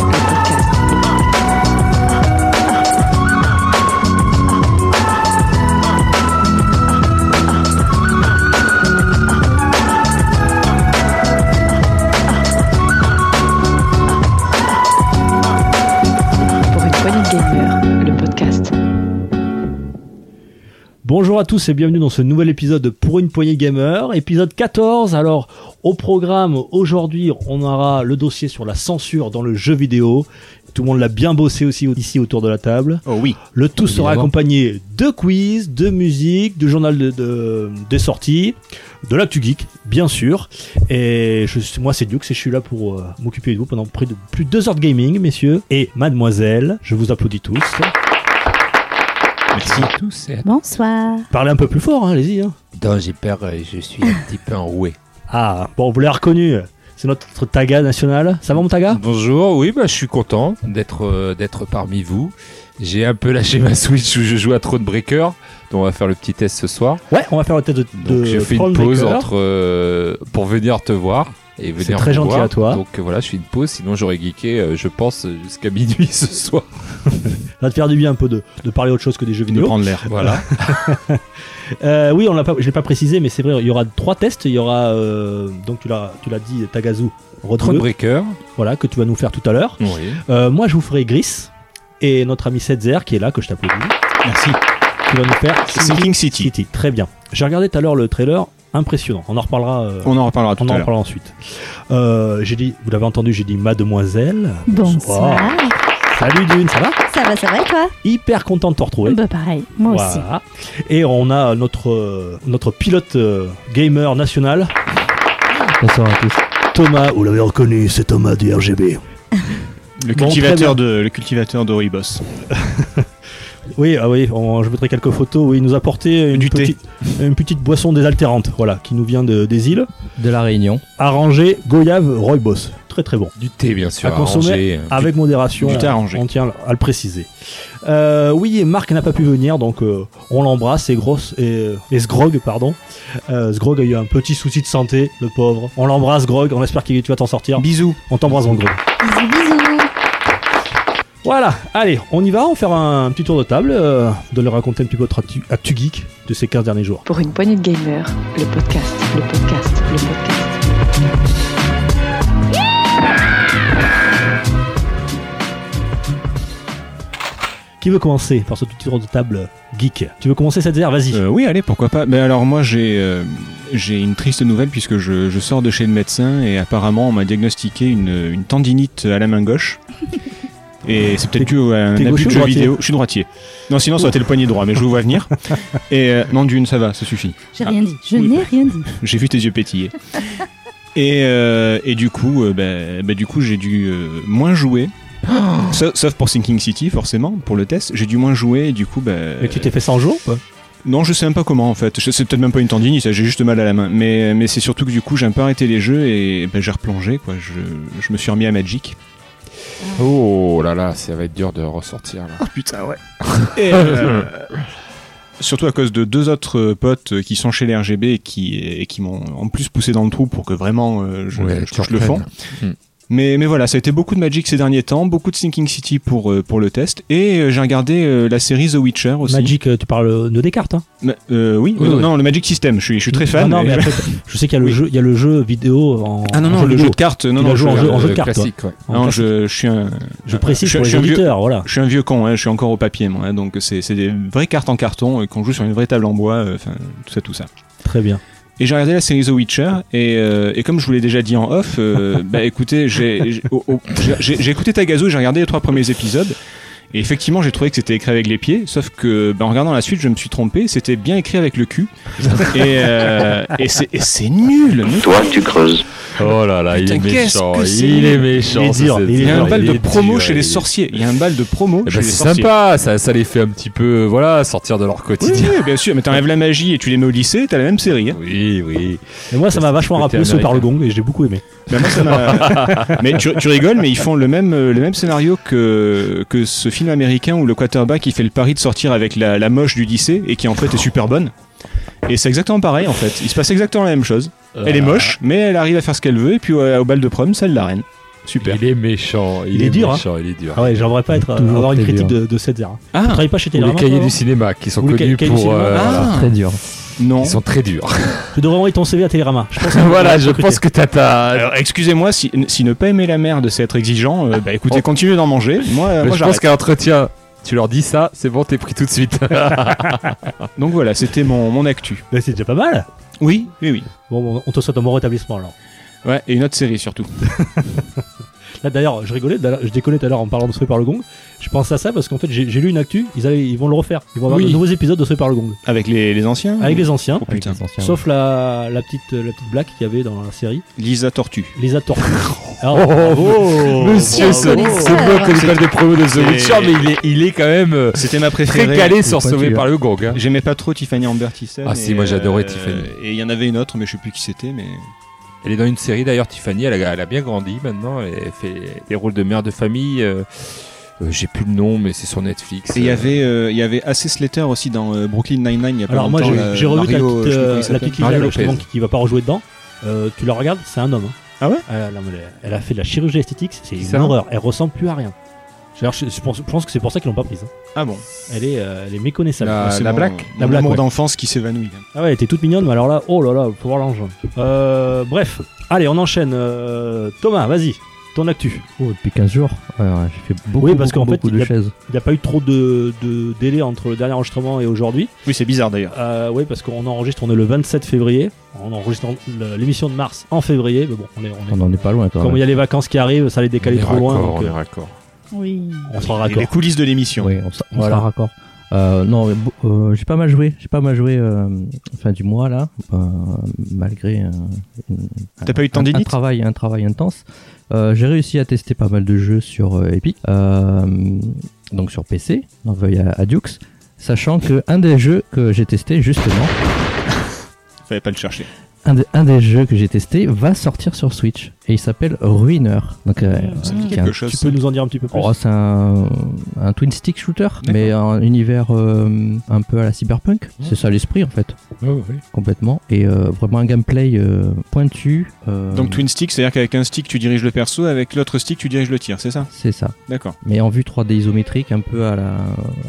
le podcast. Pour une poignée de gamers, le podcast. Bonjour à tous et bienvenue dans ce nouvel épisode de Pour une poignée gamer, épisode 14. Alors, au programme aujourd'hui, on aura le dossier sur la censure dans le jeu vidéo. Tout le monde l'a bien bossé aussi au- ici autour de la table. Oh oui. Le tout sera Évidemment. accompagné de quiz, de musique, de journal de, de- des sorties, de l'actu geek, bien sûr. Et je, moi, c'est Duke et je suis là pour euh, m'occuper de vous pendant près de plus de deux heures de gaming, messieurs et mademoiselle. Je vous applaudis tous. Merci. tous. et à- Bonsoir. Parlez un peu plus fort, hein, allez-y. hein. Non, j'ai peur, euh, je suis un petit peu enroué. Ah, bon, vous l'avez reconnu. C'est notre taga national. Ça va, mon taga Bonjour. Oh oui, bah, je suis content d'être euh, d'être parmi vous. J'ai un peu lâché ma Switch où je joue à Throne Breaker, dont on va faire le petit test ce soir. Ouais, on va faire un test de. Donc de j'ai fait une Thronebaker. pause entre euh, pour venir te voir et venir C'est très vous gentil voir. à toi. Donc euh, voilà, je fais une pause, sinon j'aurais geeké, euh, je pense, euh, jusqu'à minuit ce soir. Ça va te faire du bien un peu de, de parler autre chose que des jeux vidéo. prendre l'air. Voilà. Euh, oui, on l'a pas, je l'ai pas précisé, mais c'est vrai, il y aura trois tests. Il y aura, euh, donc tu l'as, tu l'as dit, Tagazu, Road Throne Bleu, Breaker. voilà, que tu vas nous faire tout à l'heure. Oui. Euh, moi, je vous ferai Gris et notre ami Setzer qui est là, que je t'applaudis. Merci. Tu vas nous faire C'est King City. City. Très bien. J'ai regardé tout à l'heure le trailer, impressionnant. On en reparlera. euh, On en reparlera tout on en à l'heure. reparlera ensuite. Euh, j'ai dit, vous l'avez entendu, j'ai dit Mademoiselle. Bonsoir. Salut Dune, ça va Ça va, ça va et toi Hyper content de te retrouver. Bah pareil, moi aussi. Voilà. Et on a notre, euh, notre pilote euh, gamer national. Bonsoir à tous. Thomas, vous l'avez reconnu, c'est Thomas du RGB. Le Bon, cultivateur de, le cultivateur de Ribos. Oui, ah oui, on- je voudrais quelques photos. Oui, il nous a apporté une, Du thé. petite, une petite boisson désaltérante, voilà, qui nous vient de- des îles. de la Réunion. Arrangé Goyave Roybos. Très très bon. Du thé, bien sûr. À consommer. Ah. arrangé, euh, Avec modération, du thé on- arrangé. on tient à le préciser. Euh, oui, et Marc n'a pas pu venir, donc euh, on l'embrasse. Et grosse et, euh, et Sgrog, pardon. Euh, Sgrog a eu un petit souci de santé, le pauvre. On l'embrasse, Grog. On espère que tu vas t'en sortir. Bisous. On t'embrasse, mon Grog. Bisous, bisous. Voilà. Allez, on y va. On va faire un petit tour de table, euh, de leur raconter un petit peu votre actu, actu geek de ces 15 derniers jours. Pour une poignée de gamers, le podcast, le podcast, le podcast. Qui veut commencer par ce petit tour de table geek Tu veux commencer cette heure Vas-y. Euh, oui, allez, pourquoi pas. Mais alors moi, j'ai euh, j'ai une triste nouvelle puisque je, je sors de chez le médecin et apparemment on m'a diagnostiqué une, une tendinite à la main gauche. Et c'est peut-être T'es- dû à un t'es abus gaucher ou de jeu droitier vidéo. Je suis droitier. Non, sinon ça aurait été le poignet droit, mais je vous vois venir. Et euh, non, d'une, ça va, ça suffit. J'ai Ah, rien dit, je oui. n'ai rien dit. J'ai vu tes yeux pétiller. Et, euh, et du coup, euh, bah, bah, du coup, j'ai dû euh, moins jouer. Sauf, sauf pour Sinking City, forcément, pour le test. J'ai dû moins jouer et du coup, bah, Mais tu t'es fait 100 jours euh, quoi non, je sais même pas comment en fait. Je- C'est peut-être même pas une tendinite, j'ai juste mal à la main. Mais, mais c'est surtout que du coup, j'ai un peu arrêté les jeux et bah, j'ai replongé. Quoi. Je, je me suis remis à Magic. Oh là là, ça va être dur de ressortir. Là. Ah, Putain, ouais. Et, euh, surtout à cause de deux autres euh, potes euh, qui sont chez les RGB et qui, et qui m'ont en plus poussé dans le trou pour que vraiment euh, je, Ouais, je tu touche le fond. reprennes. Mais, mais voilà, ça a été beaucoup de Magic ces derniers temps, beaucoup de Sinking City pour, euh, pour le test. Et euh, j'ai regardé euh, la série The Witcher aussi. Magic, euh, tu parles de Descartes. Hein Ma- euh, oui, Oui, non, oui. non, le Magic System, je suis, je suis très fan. Non, non, mais- mais après, je sais qu'il y a le Oui. jeu, il y a le jeu vidéo en. Ah non, en non, jeu le vidéo. jeu de cartes, non, Il a non, joué en je, jeu- en Euh, jeu de cartes, classique, ouais. En non, classique. je, je suis un, Je précise je- pour je les suis un vieux- auditeurs, voilà. je suis un vieux con, hein, je suis encore au papier, moi. hein, donc c'est c'est des vraies cartes en carton euh, qu'on joue sur une vraie table en bois, euh, enfin tout ça, tout ça. Très bien. Et j'ai regardé la série The Witcher et, euh, et comme je vous l'ai déjà dit en off, euh, bah écoutez, j'ai j'ai- oh, oh, j'ai- j'ai- j'ai écouté Tagazo, et j'ai regardé les trois premiers épisodes. Et effectivement, j'ai trouvé que c'était écrit avec les pieds, sauf que bah, en regardant la suite, je me suis trompé, c'était bien écrit avec le cul. Et, euh, et c'est et c'est nul. Toi, tu creuses. Oh là là, il Putain, est qu'est-ce méchant. que c'est Il est nul. méchant. Il est ça, dur, c'est- il est Il y a un dur, bal il de est promo dur, chez il les est- sorciers. Il y a un bal de promo Eh chez ben, les c'est sorciers. sympa, ça, ça les fait un petit peu, voilà, sortir de leur Oui, quotidien. oui, bien sûr, mais t'enlèves la magie et tu les mets au lycée, t'as la même série. hein. Oui, oui. Et moi, ça m'a vachement Côté rappelé ce par le américain. gong et j'ai beaucoup aimé. Ben, moi, ça m'a- mais tu, tu rigoles, mais ils font le même, euh, le même scénario que, que ce film américain où le quarterback il fait le pari de sortir avec la, la moche du lycée et qui en fait est super bonne. Et c'est exactement pareil en fait. Il se passe exactement la même chose. Euh, Elle est moche, mais elle arrive à faire ce qu'elle veut. Et puis ouais, au bal de prom, c'est la reine. Super. Il est méchant. Il, Il est dur, hein. méchant, Il est dur. Ah ouais, j'aimerais pas être, Toujours avoir une très critique dur. de, de cette ère. Tu Ah travailles pas chez Ou les Télérama toi, cahiers avant du cinéma qui sont Ou les connus cahiers du pour. cinéma. Ah. euh, Ah. Très dur. non. Euh, Ils sont très durs. Tu devrais envoyer ton CV à Télérama. Je pense que- voilà, je recruter. pense que t'as ta. Alors, excusez-moi si, si ne pas aimer la merde, c'est être exigeant. euh, bah écoutez, Oh. Bah, continuez d'en manger. Moi, Ah, euh, moi je pense j'arrête. qu'à l'entretien, tu leur dis ça, c'est bon, t'es pris tout de suite. Ah, Donc voilà, c'était mon, mon actu. Bah, c'est déjà pas mal. Oui, oui, oui. Bon, bon, on te souhaite un bon rétablissement alors. Ouais, et une autre série surtout. Là d'ailleurs, je rigolais, d'ailleurs, je déconnais tout à l'heure en parlant de Sauvé par le Gong. Je pense à ça parce qu'en fait, j'ai j'ai lu une actu, ils, allaient- ils vont le refaire. Ils vont avoir Oui. de nouveaux épisodes de Sauvé par le Gong. Avec les, les anciens Avec les anciens, Oh putain. Avec les anciens. sauf la, la, petite, la petite blague qu'il y avait dans la série, Lisa Tortue. les Tortue. Oh, Alors, bravo Monsieur, se- se bravo. se moque moque comme comme une de promo de The Witcher, Witcher, mais il est, il est quand même euh, C'était ma préférée. très calé sur pointu, Sauvé hein. par le Gong. hein. J'aimais pas trop Tiffany Amber Thyssen. Ah et, si, moi, j'adorais Tiffany. Et il y en avait une autre, mais je sais plus qui c'était. Mais Elle est dans une série d'ailleurs, Tiffany, elle a, elle a bien grandi maintenant, elle fait des rôles de mère de famille. euh, euh, J'ai plus le nom, mais c'est sur Netflix. Et il y euh, avait, euh, il y avait AC Slater aussi dans euh, Brooklyn Nine-Nine. Il y a pas Alors moi longtemps, j'ai là, j'ai revu Mario, la je petite, sais plus euh, comment il la s'appelle. petite fille, Mario là, Lopez. justement, qui, qui va pas rejouer dedans. Euh, tu la regardes, c'est un homme. hein. Ah ouais elle, non, mais elle- elle a fait de la chirurgie esthétique, c'est une Ça horreur. Elle ressemble plus à rien. D'ailleurs, Je, je pense, je pense que c'est pour ça qu'ils l'ont pas prise. hein. Ah bon Elle est, euh, elle est méconnaissable. La- Ah, c'est la mon- Black La Mon Black, amour ouais. d'enfance qui s'évanouit. Ah ouais, elle était toute mignonne, mais alors là, oh là là, faut voir l'ange. Euh, bref, allez, on enchaîne. Euh, Thomas, vas-y, ton actu. Oh, depuis 15 jours, ouais, ouais, j'ai fait beaucoup, Oui, parce beaucoup, qu'en fait, beaucoup il y de a- chaises. Il n'y a pas eu trop de, de délai entre le dernier enregistrement et aujourd'hui. Oui, c'est bizarre d'ailleurs. Euh, oui, parce qu'on enregistre, on est le 27 février. On enregistre le- l'émission de mars en février, mais bon, on est, on est- On en est pas loin quand Comme il même. y a les vacances qui arrivent, ça les décale on est trop loin, raccord, donc on est euh, raccord. Oui. on sera Et les raccord. coulisses de l'émission. Oui, on, sera- on Voilà. sera raccord. Euh, non, mais bo- euh, j'ai pas mal joué. J'ai pas mal joué euh, fin du mois là, euh, malgré euh, une- T'as pas eu de un, un tendinite travail, un travail intense. Euh, j'ai réussi à tester pas mal de jeux sur euh, Epic, euh, donc sur PC, on veuille à, à Dukes, sachant que un des jeux que j'ai testé justement, Fallait pas le chercher. un, de- un des jeux que j'ai testé va sortir sur Switch et il s'appelle Ruiner. Donc euh, Ça me dit qui est un quelque chose. Tu peux nous en dire un petit peu plus Oh, c'est un, un twin stick shooter, mais un univers euh, un peu à la cyberpunk. Oh. C'est ça l'esprit en fait, Ah, complètement. Et euh, vraiment un gameplay euh, pointu. euh, Donc twin stick, c'est-à-dire qu'avec un stick tu diriges le perso, avec l'autre stick tu diriges le tir, c'est ça C'est ça. D'accord. Mais en vue 3D isométrique, un peu à la,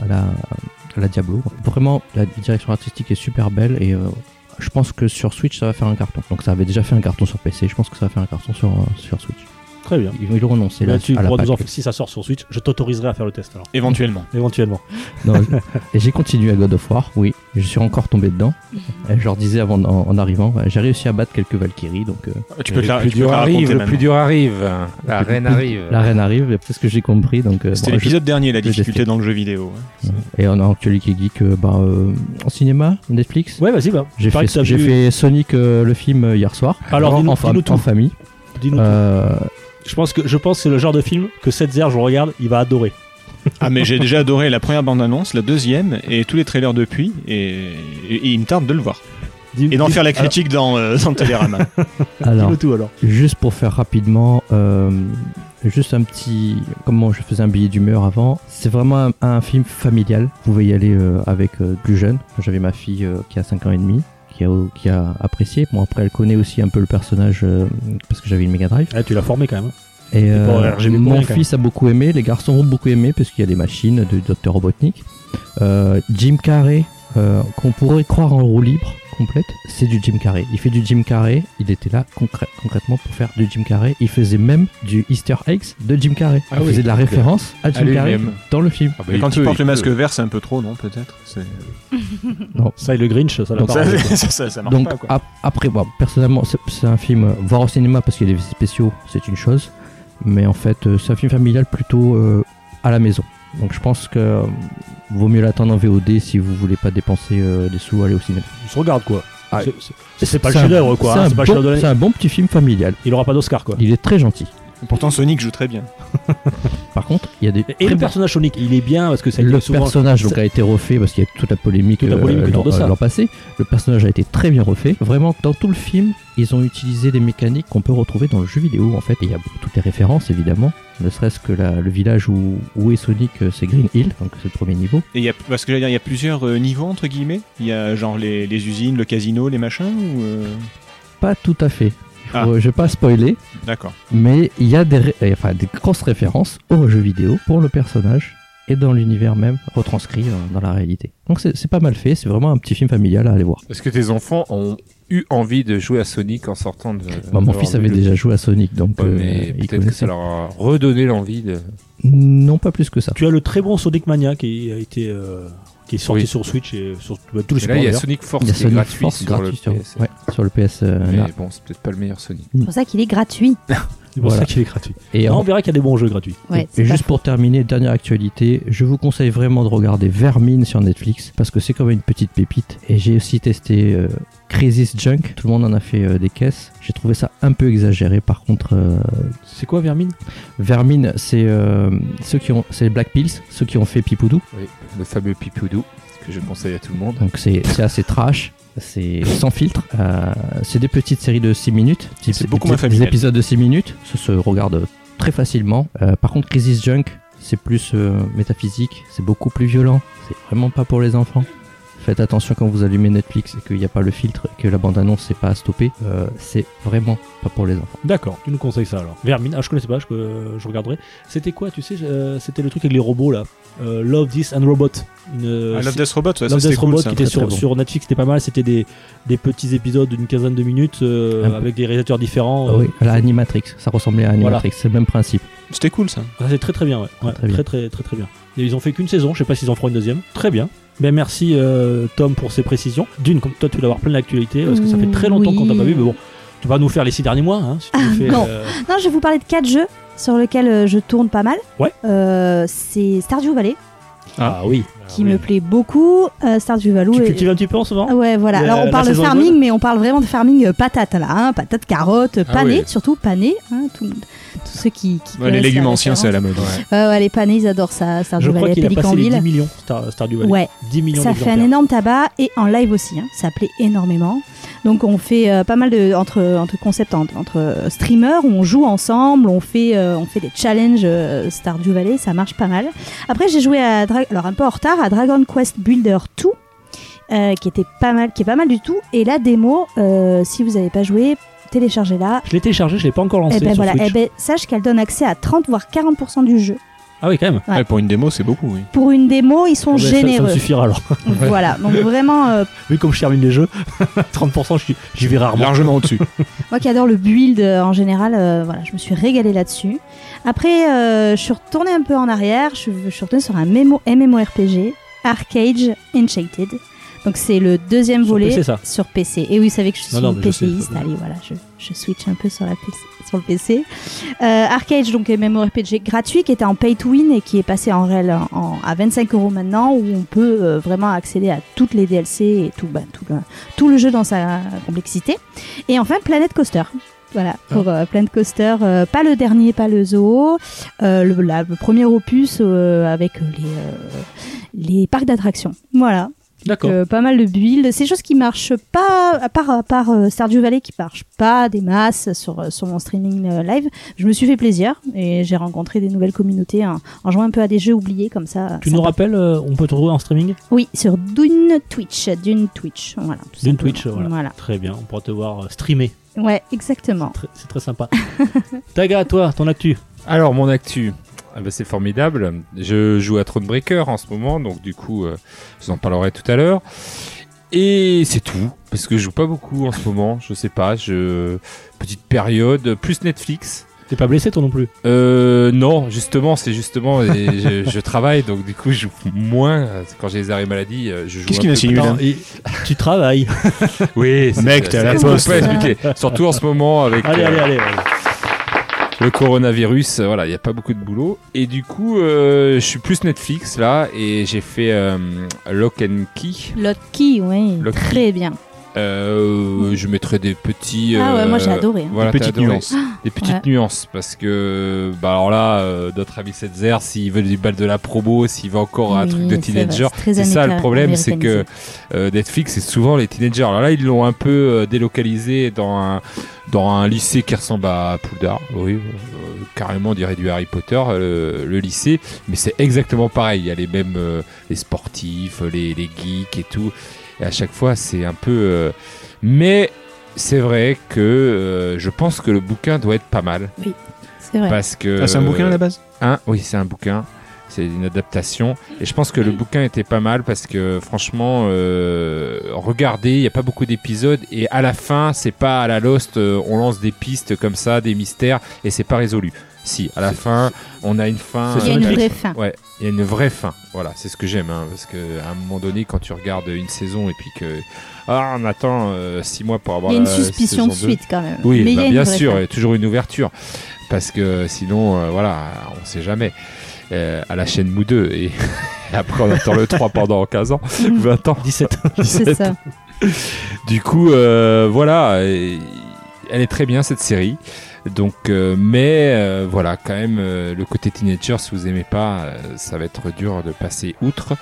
à la, à la Diablo. Vraiment, la direction artistique est super belle et euh, je pense que sur Switch ça va faire un carton. Donc ça avait déjà fait un carton sur PC, je pense que ça va faire un carton sur, euh, sur Switch. Très bien. Ils ils ont renoncé là, Là, tu à la pourras nous en- PAC. Si ça sort sur Switch, je t'autoriserai à faire le test alors, Éventuellement. éventuellement. Non, et j'ai continué à God of War, oui. Je suis encore tombé dedans. Et Je leur disais avant en, en arrivant, j'ai réussi à battre quelques Valkyries, donc euh, Tu peux Et te la- le plus tu peux te dur la raconter arrive, le maintenant. plus dur arrive. La Le plus- reine arrive. Euh. la reine arrive, et c'est ce que j'ai compris. Donc, euh, C'était bon, je- l'épisode dernier, la je vais difficulté tester. dans le jeu vidéo. hein. Et on a actualité geek, euh, bah, euh, en cinéma, Netflix. Ouais, vas-y, bah. J'ai Pareil que t'as fait, j'ai vu- fait Sonic euh, le film euh, hier soir. Alors, en, dis-nous- en fam- dis-nous tout. en famille. Dis-nous tout. Euh, Je pense que je pense que c'est le genre de film que Setzer, je regarde, il va adorer. Ah mais j'ai déjà adoré la première bande-annonce, la deuxième et tous les trailers depuis et, et- et il me tarde de le voir. Dis- Et d'en dis- faire la critique dans, euh, dans Télérama. Alors, alors, dis-nous tout alors. juste pour faire rapidement, euh, juste un petit. Comment je faisais un billet d'humeur avant. C'est vraiment un, un film familial. Vous pouvez y aller euh, avec euh, plus jeune. J'avais ma fille euh, qui a 5 ans et demi. Qui a, qui a apprécié. Bon, après, elle connaît aussi un peu le personnage euh, parce que j'avais une Mega Drive. Ah, tu l'as formé quand même. Et Et pour euh, RGB pour mon rien, quand fils a beaucoup aimé, les garçons ont beaucoup aimé parce qu'il y a des machines de Dr Robotnik. Euh, Jim Carrey, euh, qu'on pourrait croire en roue libre complète, c'est du Jim Carrey. Il fait du Jim Carrey, il était là concrè- concrètement pour faire du Jim Carrey. Il faisait même du Easter eggs de Jim Carrey. Ah il oui, faisait de la ok. référence à Jim Allez, Carrey même. dans le film. Ah bah, Mais quand peut, il porte le masque peut. vert, c'est un peu trop, non peut-être C'est- Ça et le Grinch, ça l'a Donc, pas ça, arrangé. ça, ça- ça marche Donc pas quoi. ap- après, bon, personnellement, c'est- c'est un film euh, voir au cinéma parce qu'il y a des effets spéciaux, c'est une chose, mais en fait, euh, c'est un film familial plutôt euh, à la maison. Donc je pense que euh, vaut mieux l'attendre en VOD si vous voulez pas dépenser euh, des sous aller au cinéma. Il se regarde quoi. Ah, C'est- c'est- c'est pas le un- chef-d'œuvre quoi. c'est hein, un C'est pas le bon- chef-d'œuvre de C'est l'année. un bon petit film familial. Il aura pas d'Oscar quoi. Il est très gentil. ah, Pourtant Sonic joue très bien. Par contre, il y a des Et très le bons- personnage Sonic, il est bien parce que ça a le été souvent. personnage donc, a été refait parce qu'il y a toute la polémique, Toute la polémique euh, autour de l'an- ça. l'an passé. Le personnage a été très bien refait. Vraiment, dans tout le film, ils ont utilisé des mécaniques qu'on peut retrouver dans le jeu vidéo en fait. Et il y a toutes les références évidemment. Ne serait-ce que la- le village où, où est Sonic, euh, c'est Green Hill, donc c'est le premier niveau. Et il y a, parce que j'allais dire, il y a plusieurs euh, niveaux entre guillemets. Il y a genre les, les usines, le casino, les machins ou euh, pas tout à fait. Il Ah. faut- euh, Je vais pas spoiler, D'accord. mais il y a des, ré- eh, enfin, des grosses références aux jeux vidéo pour le personnage et dans l'univers même retranscrit euh, dans la réalité. Donc c'est c'est pas mal fait, c'est vraiment un petit film familial à aller voir. Est-ce que tes enfants ont eu envie de jouer à Sonic en sortant de. Bah, mon d'avoir fils vu avait Euh, le- déjà joué à Sonic, donc Ouais, euh, mais il peut-être que connaissait. ça leur a redonné l'envie de. Non, pas plus que ça. Tu as le très bon Sonic Mania qui a été euh, qui est sorti Oui. sur Switch et sur bah, tous les Et là, il y a supports. Sonic Force Il y a qui est Sonic gratuit Force sur le gratuit sur, PS. ouais, sur le PS. euh, Mais là. bon, c'est peut-être pas le meilleur Sonic. C'est pour ça qu'il est gratuit. C'est pour ça Voilà. qu'il est gratuit. Et Et en- on verra qu'il y a des bons jeux gratuits. Ouais, Et c'est pas juste pour terminer, dernière actualité, je vous conseille vraiment de regarder Vermine sur Netflix parce que c'est quand même une petite pépite. Et j'ai aussi testé euh, Crisis Junk, tout le monde en a fait euh, des caisses. J'ai trouvé ça un peu exagéré par contre. euh, C'est quoi Vermine Vermine, c'est euh, ceux qui ont, c'est les Black Pills, ceux qui ont fait Pipoudou. Oui, le fameux Pipoudou que je conseille à tout le monde. Donc c'est c'est assez trash. C'est sans filtre. Euh, c'est des petites séries de 6 minutes. Des- C'est beaucoup des- moins Des familial. épisodes de 6 minutes. Ça se regarde très facilement. Euh, par contre, Crisis Junk, c'est plus euh, métaphysique. C'est beaucoup plus violent. C'est vraiment pas pour les enfants. Faites attention quand vous allumez Netflix et qu'il n'y a pas le filtre et que la bande-annonce n'est pas à stopper. Euh, c'est vraiment pas pour les enfants. D'accord, tu nous conseilles ça alors. Vermine, ah je connaissais pas, je, euh, je regarderai. C'était quoi, tu sais, euh, c'était le truc avec les robots là. Euh, Love This and Robot. Une, euh, Ah, Love Death Robot, ouais, ça Love c'était Death cool. Robot ça. qui était très, sur, très bon. sur Netflix, c'était pas mal. C'était des, des petits épisodes d'une quinzaine de minutes euh, Un peu. avec des réalisateurs différents. Ah euh. oui, à la Animatrix. Ça ressemblait à Animatrix. C'est le même principe. C'était cool ça. Ah, c'est très très bien, ouais. Ouais, Très très, bien. très, très très bien. Et ils ont fait qu'une saison, je sais pas s'ils en feront une deuxième. Très bien. Ben merci euh, Tom pour ces précisions. D'une, comme toi tu dois avoir plein d'actualités parce que ça fait très longtemps Oui. Ah, qu'on t'a pas vu, mais bon, tu vas nous faire les six derniers mois. Hein, si tu nous fais, non. euh, Non, je vais vous parler de quatre jeux sur lesquels euh, je tourne pas mal. Ouais. Euh, c'est Stardew Valley Ah, oui. qui me plaît beaucoup. Euh, Stardew Valley. Tu est- cultives un petit peu en ce moment Ah Ouais, voilà. La- Alors on la parle de saison farming, jaune mais on parle vraiment de farming euh, patate là, hein, patate, carotte, Ah pané, oui. surtout pané. Hein, tout, tous ceux qui, qui Ouais, les connaissent légumes la anciens, c'est à référence. la mode. ouais. Ouais, ouais, les panés, ils adorent ça. Stardew Je crois Valley, qu'il a passé les 10 Pélicanville. millions, Star, Stardew Valley. Ouais, 10 millions ça fait un d'exemplaires. énorme tabac et en live aussi. hein. Ça plaît énormément. Donc on fait euh, pas mal de entre entre concepts entre, entre, euh, streamers où on joue ensemble, on fait euh, on fait des challenges euh, Stardew Valley, ça marche pas mal. Après j'ai joué à Dra- alors un peu en retard à Dragon Quest Builder 2. euh, qui était pas mal, qui est pas mal du tout. Et la démo, euh, si vous n'avez pas joué, téléchargez-la. Je l'ai téléchargé, je l'ai pas encore lancé Et ben sur voilà, Switch. eh ben, sache qu'elle donne accès à 30 voire 40% du jeu. Ah oui, quand même. Ouais. Ouais, pour une démo, c'est beaucoup, oui. Pour une démo, ils sont Ah ben, ça- Ça, généreux. me suffira alors. voilà, donc vraiment euh, Vu comme je termine les jeux, 30%, je suis- j'y vais rarement. Largement au-dessus. Moi qui adore le build euh, en général, euh, voilà, je me suis régalée là-dessus. Après, euh, je suis retournée un peu en arrière, je, je suis retournée sur un mémo, MMORPG, Arcade Enchanted. Donc c'est le deuxième Sur volet PC, ça. sur PC. Et oui, vous savez que je suis Non, non, une mais je sais, PCiste. ça va. Allez, voilà, je, je switch un peu sur, la PC, sur le PC. Euh, Arcade, donc MMORPG gratuit, qui était en pay to win et qui est passé en réel en- en- à 25 euros maintenant, où on peut euh, vraiment accéder à toutes les DLC et tout, bah, tout, le, tout le jeu dans sa complexité. Et enfin, Planet Coaster. Voilà, Ah. pour euh, Planet Coaster, euh, pas le dernier, pas le zoo, euh, le, la- le premier opus euh, avec les, euh, les parcs d'attractions. Voilà. D'accord. Euh, pas mal de build. C'est des choses qui marchent pas, à part, à part euh, Stardew Valley qui marche pas des masses sur, euh, sur mon streaming euh, live. Je me suis fait plaisir et j'ai rencontré des nouvelles communautés en, en jouant un peu à des jeux oubliés comme ça. Tu Ça- nous rappelles, euh, on peut te retrouver en streaming Oui, sur Dune Twitch. Dune Twitch, voilà. tout Dune simplement. Twitch, euh, voilà. Très bien, on pourra te voir euh, streamer. Ouais, exactement. Très- C'est très sympa. Taga, toi, ton actu Alors, mon actu. Ah bah, c'est formidable. Je joue à Thronebreaker en ce moment, donc du coup, euh, je vous en parlerai tout à l'heure. Et c'est tout, parce que je joue pas beaucoup en ce moment. Je sais pas, je petite période plus Netflix. T'es pas blessé, toi non plus Euh, non, justement, c'est justement, et je, je travaille, donc du coup, je joue moins. Quand j'ai les arrêts maladie, euh, je joue. Qu'est-ce un qu'il peu insinue, plus. là Tu travailles. Oui, c'est- Mec, t'es à la c'est- on peut poste. pas expliquer. Surtout en ce moment avec allez, euh, allez, allez, allez. le coronavirus, euh, voilà, il n'y a pas beaucoup de boulot. Et du coup, euh, je suis plus Netflix là, et j'ai fait euh, Lock and Key. Loki, oui. Lock Key. Très bien. Euh, je mettrai des petits. Ah ouais, moi j'ai euh, adoré. hein. Voilà, Des t'as petites adoré. nuances. Des petites Ouais. nuances, parce que, bah alors là, euh, notre ami Setzer, s'il veut du bal de la promo, s'il veut encore un Oui, truc de c'est vrai, teenager, c'est très c'est ça le américain- problème, c'est que américanisé. euh, Netflix, c'est souvent les teenagers. Alors là, ils l'ont un peu euh, délocalisé dans un, dans un lycée qui ressemble à Poudlard. Oui, euh, carrément, on dirait du Harry Potter, euh, le lycée. Mais c'est exactement pareil. Il y a les mêmes, euh, les sportifs, les, les geeks et tout. Et à chaque fois, c'est un peu. euh, mais c'est vrai que euh, je pense que le bouquin doit être pas mal. C'est vrai. Parce que. Ah, c'est un bouquin à la base Hein, oui, c'est un bouquin. C'est une adaptation. Et je pense que le bouquin était pas mal parce que franchement, euh, regardez, il n'y a pas beaucoup d'épisodes. Et à la fin, c'est pas à la Lost, euh, on lance des pistes comme ça, des mystères, et c'est pas résolu. Si, à la fin, on a une fin. Il y a euh, une vraie fin. Ouais, il y a une vraie fin. Voilà, c'est ce que j'aime, hein, parce que à un moment donné, quand tu regardes une saison et puis que ah, on attend euh, six mois pour Il avoir y a une la saison suspicion de deux. suite quand même. Oui, euh, Mais il y bah, a une bien vraie sûr, fin. et toujours une ouverture, parce que sinon, euh, voilà, on sait jamais. Euh, à la chaîne Mou 2 et, et après on attend le 3 pendant 15 ans ou 20 ans 17. C'est ça. du coup, euh, voilà, euh, elle est très bien cette série. Donc, euh, mais euh, voilà, quand même, euh, le côté teenager, si vous aimez pas, euh, ça va être dur de passer outre.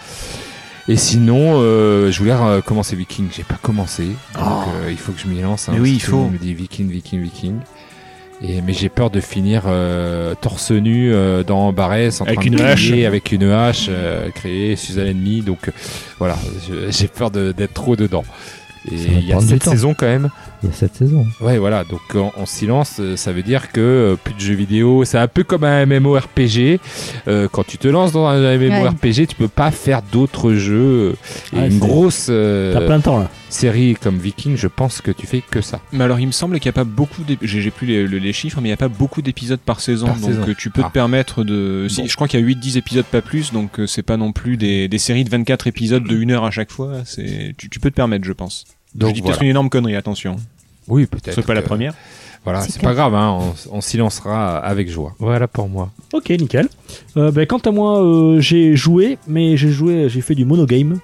Et sinon, euh, je voulais euh, commencer Viking, j'ai pas commencé, donc euh, il faut que je m'y lance. hein, Oh. Mais oui, parce il que faut. On me dit Viking, Viking, Viking. Et, mais j'ai peur de finir euh, torse nu euh, dans Barès en Avec train une de hache. crier avec une hache euh, créée Suzanne ennemie. Donc euh, voilà, je- j'ai peur de- d'être trop dedans. Et Ça va il y a prendre du cette temps. saison quand même. Il y a cette saison. Ouais, voilà. Donc en, en silence, euh, ça veut dire que euh, plus de jeux vidéo. C'est un peu comme un MMORPG. Euh, quand tu te lances dans un MMORPG, tu peux pas faire d'autres jeux. Et Ouais, une c'est- grosse euh, T'as plein de temps là. série comme Viking, je pense que tu fais que ça. Mais alors, il me semble qu'il n'y a pas beaucoup. d'ép- J'ai j'ai plus les, le- les chiffres, mais il n'y a pas beaucoup d'épisodes par saison. Par donc, saison. euh, tu peux Ah. te permettre de. si, Bon. Je crois qu'il y a 8-10 épisodes, pas plus. Donc, euh, c'est pas non plus des, des séries de 24 épisodes de 1 heure à chaque fois. C'est tu, tu peux te permettre, je pense. Donc je dis voilà. peut-être une énorme connerie, attention. euh, Oui, peut-être. C'est pas la que- première. Voilà, C'est c'est pas grave. Hein, on, on silencera avec joie. Voilà pour moi. Ok, nickel. Euh, ben, quant à moi, euh, j'ai joué, mais j'ai joué, j'ai fait du monogame.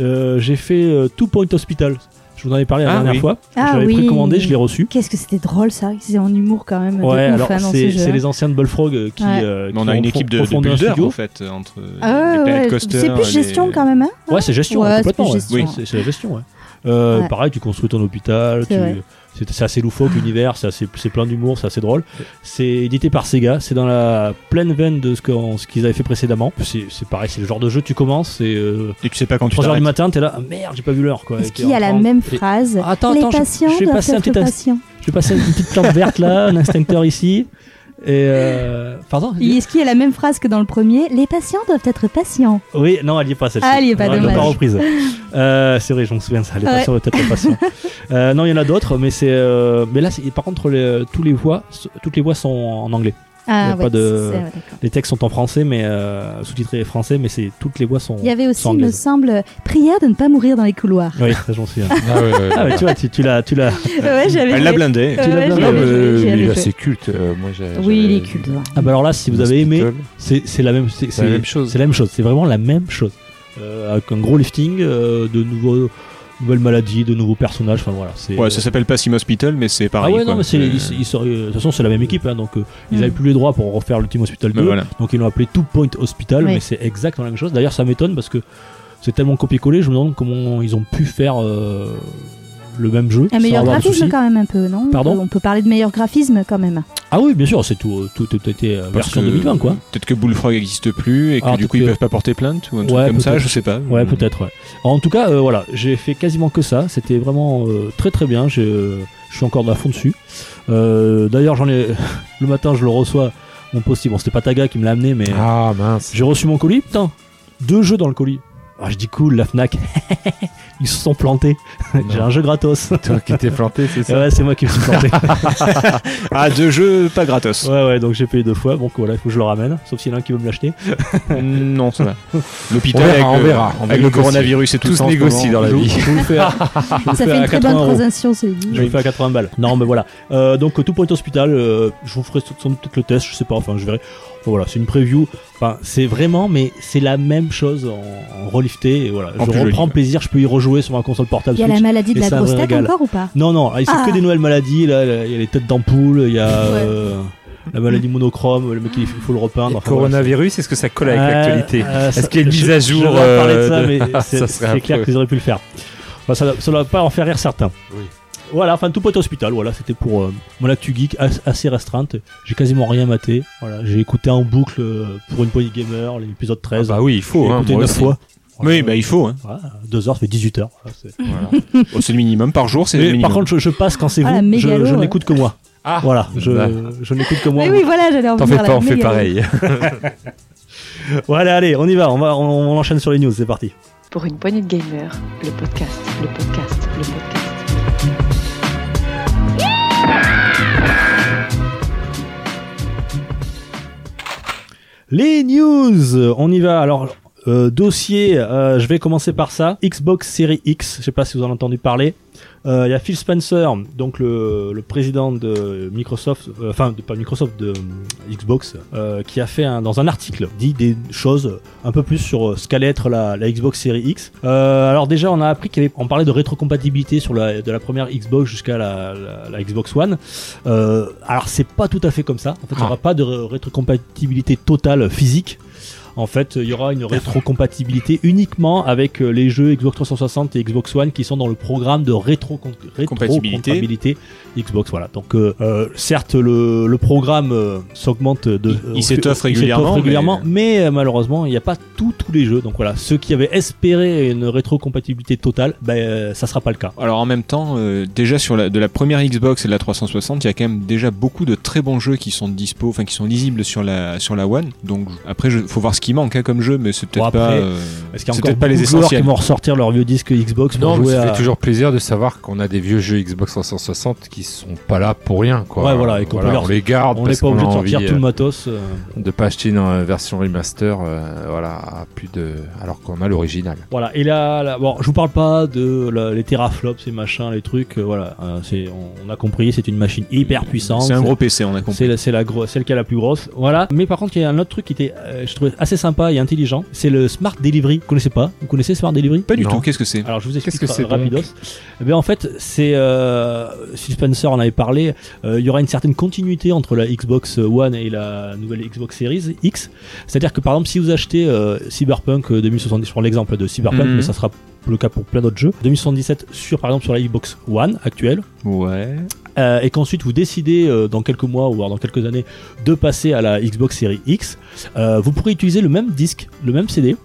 Euh, j'ai fait euh, Two Point Hospital. Je vous en avais parlé la Ah, dernière oui. fois. Ah J'avais oui. précommandé, je l'ai reçu. Qu'est-ce que c'était drôle ça, c'est en humour quand même. de Ouais, ouf, alors hein, dans c'est ce jeu. c'est les anciens de Bullfrog euh, qui, Ouais. euh, Mais on qui a ont une fond- équipe de, de cofondé un builders, studio. en fait, euh, entre euh, Ah les ouais, Planet ouais, Coaster, c'est plus les- gestion quand même. Hein euh, Ouais, c'est gestion, Ouais, hein, c'est complètement. plus gestion. ouais. C'est c'est la gestion, ouais. Euh, Ouais. Pareil, tu construis ton hôpital, C'est tu- vrai. Ah. c'est c'est assez loufoque l'univers, c'est assez- c'est plein d'humour, c'est assez drôle. C'est édité par Sega, c'est dans la pleine veine de ce qu'on- ce qu'ils avaient fait précédemment. C'est c'est pareil, c'est le genre de jeu, tu commences et euh, Et tu sais pas quand tu 3h du t'arrêtes. matin, t'es là, ah, merde, j'ai pas vu l'heure quoi. Est-ce Et qu'il y a t'es en la train- même et- phrase Ah, Attends, Les attends, je- patients je, vais doivent passer un être petit, ins- patients. je vais passer une petite plante verte là, un instincteur ici. Et euh, pardon Et Est-ce qu'il y a la même phrase que dans le premier Les patients doivent être patients. Oui, non, elle n'y est pas celle-ci. Ah, elle y est pas, Non, l'a dommage. reprise. Euh, c'est vrai, je me souviens de ça. Elle est Ouais. pas sur le tête de patient. Euh, non, il y en a d'autres, mais c'est. euh, mais là, c'est- par contre, les- tous les voix, toutes les voix sont en anglais. Il y Ah a ouais, pas de- c'est- c'est- ouais, d'accord. Les textes sont en français, mais euh, sous-titrés français, mais c'est toutes les voix sont. Il y avait aussi, sont il me anglaises. semble, prière de ne pas mourir dans les couloirs. Oui, ça, je m'en souviens. Ah ouais, ouais, Ah, mais tu vois, tu, tu l'as, tu l'as. ouais, j'avais. Elle l'a blindé. Ouais, l'as j'avais- Euh, blindé. j'avais- j'avais mais là, fait. c'est culte. euh, moi, j'ai- Oui, il j'ai- est culte. ouais. Ah bah alors là, si vous avez aimé, Hospital. c'est, c'est la même, c'est, C'est la même chose. C'est la même chose. C'est vraiment la même chose. Euh, avec un gros lifting, euh, de nouveaux, nouvelles maladies, de nouveaux personnages. Enfin voilà, c'est. Ouais, ça s'appelle pas Sim Hospital, mais c'est pareil. ah ouais, quoi. non, mais c'est, Euh, ils- ils sont- euh, de toute façon, c'est la même équipe, hein, donc euh, ils Mm. avaient plus les droits pour refaire le Team Hospital 2, mais voilà. donc ils l'ont appelé Two Point Hospital, Oui. mais c'est exactement la même chose. D'ailleurs, ça m'étonne parce que c'est tellement copié-collé, je me demande comment ils ont pu faire euh, le même jeu. Un sans meilleur avoir de graphisme soucis. quand même un peu, non Pardon On peut parler de meilleur graphisme quand même. Ah oui, bien sûr, c'est tout, euh, tout était euh, Parce version que Mm. 2020, quoi. Peut-être que Bullfrog n'existe plus et que Ah, du peut-être coup ils que- peuvent pas porter plainte ou un truc Ouais, comme ça, peut-être. je sais pas. Ouais, Mm. peut-être. ouais. En tout cas, euh, voilà, j'ai fait quasiment que ça. C'était vraiment euh, très très bien. Je, je suis encore de la fond dessus. Euh, D'ailleurs, j'en ai le matin, je le reçois. Mon postier, bon, c'était pas Taga qui me l'a amené, mais Ah mince. J'ai reçu mon colis, putain, deux jeux dans le colis. Ah, je dis cool, la Fnac. Ils se sont plantés. J'ai un jeu gratos. Toi qui t'es planté, c'est ça ouais, c'est moi qui me suis planté. Ah, deux jeux pas gratos. ouais, ouais, donc j'ai payé deux fois. Bon, voilà, il faut que je le ramène. Sauf s'il y en a un qui veut me l'acheter. Euh, Mm, non, ça va. L'hôpital On verra, avec, on le- verra. On va avec le négocier. coronavirus et tout Tous ça. en ce négocient moment. dans la Je vous- vie. Je vous le fais à, je vous le Ça fais fait à une très 80 bonne euros. transaction, c'est dit. Je vous le fais à 80 balles. Non, mais voilà. Euh, donc, tout point hospital, euh, je vous ferai sans doute peut-être le test, je sais pas, enfin, je verrai. Enfin, voilà, c'est une preview. Enfin, c'est vraiment, mais c'est la même chose en, en relifté. Et voilà, En je plus joli, reprends ouais. plaisir, je peux y rejouer sur ma console portable. Il y a la Switch. maladie de Et la ça me prostate régale. encore ou pas Non, non, ils sont Ah. que des nouvelles maladies. Là, là, il y a les têtes d'ampoule, il y a Ouais. euh, la maladie monochrome, le mec il faut le repeindre. Le enfin, voilà, coronavirus, est-ce que ça colle c'est- avec Ah, l'actualité ah, Est-ce ça- qu'il y a une je- mise à je jour, devrais en parler de ça, euh, mais de- c'est Ça serait c'est clair affreux. qu'ils auraient pu le faire. Enfin, ça ne va pas en faire rire certains. Oui. Voilà, enfin, tout pote hospital. Voilà, c'était pour euh, mon actu geek as- assez restreinte. J'ai quasiment rien maté. Voilà, j'ai écouté en boucle euh, pour une poignée gamer l'épisode 13. Bah oui, il faut. J'ai hein, écouté moi 9 aussi. fois. Oui, bah il faut. Hein. Voilà, 2 heures, ça fait 18 heures. Voilà, c'est- Voilà. Oh, c'est le minimum par jour, c'est le Mais minimum. par contre, je, je passe quand c'est Ah, la vous, je, mégalo, je ouais. n'écoute que moi. Ah, Voilà, Bah. je, je n'écoute que moi. Mais oui, voilà, j'allais en T'en fais venir là, euh, pas, on fait méga- pareil. Voilà, allez, on y va, on, va on, on enchaîne sur les news, c'est parti. Pour une poignée de gamers, le podcast, le podcast, le podcast. Les news, on y va. Alors, euh, dossier, euh, je vais commencer par ça. Xbox Series X, je sais pas si vous en avez entendu parler. Euh, Il y a Phil Spencer, donc le, le président de Microsoft, euh, enfin de- pas Microsoft, de euh, Xbox, euh, qui a fait un, dans un article, dit des choses un peu plus sur euh, ce qu'allait être la, la Xbox Series X. Euh, alors déjà, on a appris qu'il y avait, on parlait de rétrocompatibilité sur la, de la première Xbox jusqu'à la, la- la Xbox One. Euh, alors c'est pas tout à fait comme ça. En fait, il n'y aura pas de ré- rétrocompatibilité totale euh, physique. En fait, il y aura une rétrocompatibilité uniquement avec euh, les jeux Xbox 360 et Xbox One qui sont dans le programme de rétrocon- Compatibilité. rétrocompatibilité Xbox. Voilà. Donc, euh, euh, certes, le, le programme euh, s'augmente de. Il- il euh, s'étoffe il régulièrement, régulièrement, mais, euh, malheureusement, il n'y a pas tous tous les jeux. Donc voilà, ceux qui avaient espéré une rétrocompatibilité totale, ben euh, ça sera pas le cas. Alors en même temps, euh, déjà sur la, de la première Xbox et de la 360, il y a quand même déjà beaucoup de très bons jeux qui sont dispo, enfin qui sont lisibles sur la sur la One. Donc je- après, il faut voir ce qui manque hein, comme jeu, mais c'est peut-être Bon, après, pas, euh, Parce c'est qu'il y a encore peut-être pas les beaucoup de joueurs qui essentiels. vont ressortir leur vieux disque Xbox pour Non, mais jouer ça à. fait toujours plaisir de savoir qu'on a des vieux jeux Xbox 360 qui sont pas là pour rien, quoi. Ouais, voilà, et qu'on peut leur- on les garde On n'est parce pas qu'on a obligé de envie sortir tout le euh, matos. euh, de pas acheter une euh, version remaster, euh, voilà, à plus de, alors qu'on a l'original. Voilà, et là, là- bon, je vous parle pas de la- les teraflops, ces machins, les trucs, euh, voilà, euh, c'est, on, on a compris, c'est une machine hyper puissante. C'est un gros PC, on a compris. C'est la, c'est la grosse, celle qui a la plus grosse. Voilà. Mais par contre, il y a un autre truc qui était, euh, je trouvais assez sympa et intelligent. C'est le Smart Delivery. Vous connaissez pas Vous connaissez Smart Delivery Pas du Non. tout. Qu'est-ce que c'est Alors je vous explique Qu'est-ce que c'est ra- rapidos. Eh bien, en fait, c'est euh, si Spencer en avait parlé, euh, il y aura une certaine continuité entre la Xbox One et la nouvelle Xbox Series X. C'est-à-dire que par exemple, si vous achetez euh, Cyberpunk euh, 2077, je prends l'exemple de Cyberpunk, Mhm. mais ça sera le cas pour plein d'autres jeux. 2077 sur par exemple sur la Xbox One actuelle, Ouais. euh, et qu'ensuite vous décidez euh, dans quelques mois ou alors dans quelques années de passer à la Xbox Series X, euh, vous pourrez utiliser le même disque, le même CD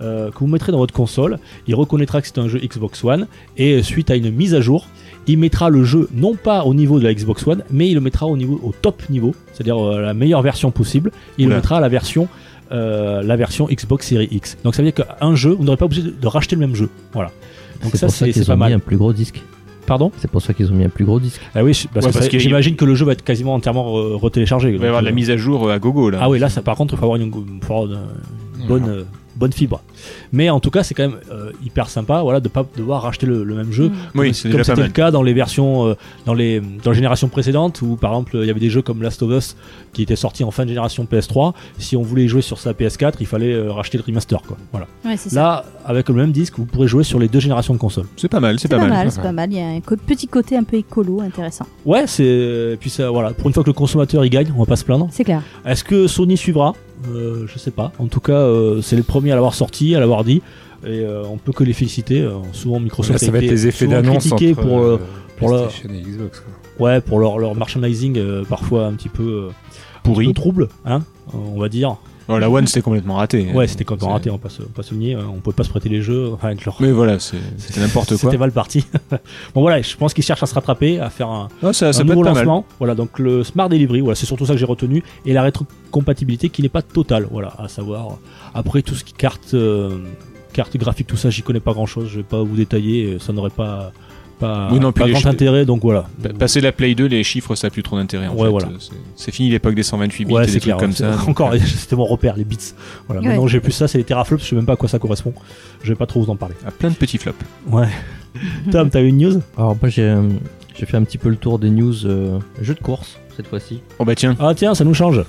euh, que vous mettrez dans votre console. Il reconnaîtra que c'est un jeu Xbox One et euh, suite à une mise à jour, il mettra le jeu non pas au niveau de la Xbox One, mais il le mettra au niveau au top niveau, c'est-à-dire euh, la meilleure version possible. Il Oula. le mettra à la version euh, la version Xbox Series X. Donc ça veut dire qu'un jeu, vous n'aurez pas obligé de, de racheter le même jeu. Voilà. Donc C'est ça pour ça c'est c'est qu'ils pas ont mis mal. un plus gros disque. Pardon. C'est pour ça qu'ils ont mis un plus gros disque. Ah oui, je- parce Ouais, que parce ça- qu'il- j'imagine que le jeu va être quasiment entièrement euh, retéléchargé. Il va Donc, y avoir de la euh, mise à jour euh, à gogo là. Ah oui, là, ça, par contre, il faut avoir une, faut avoir une- Mmh. une bonne, euh, bonne fibre. Mais en tout cas, c'est quand même euh, hyper sympa, voilà, de pas devoir racheter le, le même jeu. Mm. oui, Comme- c'est comme déjà pas c'était le mal. cas dans les versions, euh, dans les dans les générations précédentes, où par exemple, il y avait des jeux comme Last of Us qui étaient sortis en fin de génération PS3. Si on voulait jouer sur sa PS4, il fallait euh, racheter le remaster, quoi. Voilà. Ouais, c'est ça. Là, avec le même disque, vous pourrez jouer sur les deux générations de consoles. C'est pas mal, c'est C'est pas, mal. c'est pas mal. Il y a un co- petit côté un peu écolo intéressant. Ouais, c'est euh, puis ça, voilà. Pour une fois que le consommateur y gagne, on va pas se plaindre. C'est clair. Est-ce que Sony suivra Euh, Je sais pas. En tout cas, euh, c'est les premiers à l'avoir sorti, à l'avoir dit. Et euh, on peut que les féliciter. Euh, souvent, Microsoft ça a va été être les effets souvent d'annonce critiqué entre pour, euh, pour la- PlayStation et Xbox. quoi. ouais, pour leur, leur merchandising euh, parfois un petit peu euh, un Pourri. peu trouble, hein, euh, on va dire. Oh, la One, c'était complètement raté. Ouais, c'était quand on c'est- raté, on peut pas se- on peut pas se le nier. euh, On pouvait pas se prêter les jeux enfin, avec leur. Mais voilà, c'est- c'était n'importe quoi. C'était mal parti. bon voilà, je pense qu'ils cherchent à se rattraper, à faire un, Ah, ça, ça un peut nouveau être pas mal. lancement. Voilà, donc le Smart Delivery, voilà, c'est surtout ça que j'ai retenu. Et la rétrocompatibilité qui n'est pas totale, voilà, à savoir. euh, Après tout ce qui carte, euh, carte graphique, tout ça, j'y connais pas grand chose, je vais pas vous détailler, euh, ça n'aurait pas, pas, Oui, non, puis pas les grand ch- intérêt, donc voilà. Pa- Bah, Passer la Play 2, les chiffres, ça a plus trop d'intérêt. en Ouais, fait. voilà. Euh, c'est- C'est fini l'époque des 128 bits Ouais, et des c'est trucs clair. hein, comme c'est- ça. donc, Encore, euh, c'était mon repère, les bits. Voilà, Ouais. maintenant j'ai plus ça, c'est les teraflops, je sais même pas à quoi ça correspond. Je vais pas trop vous en parler. à plein de petits flops. Ouais. Tom, t'as eu une news Alors moi j'ai euh, j'ai fait un petit peu le tour des news euh, jeux de course cette fois-ci. Oh bah tiens, Ah tiens, ça nous change.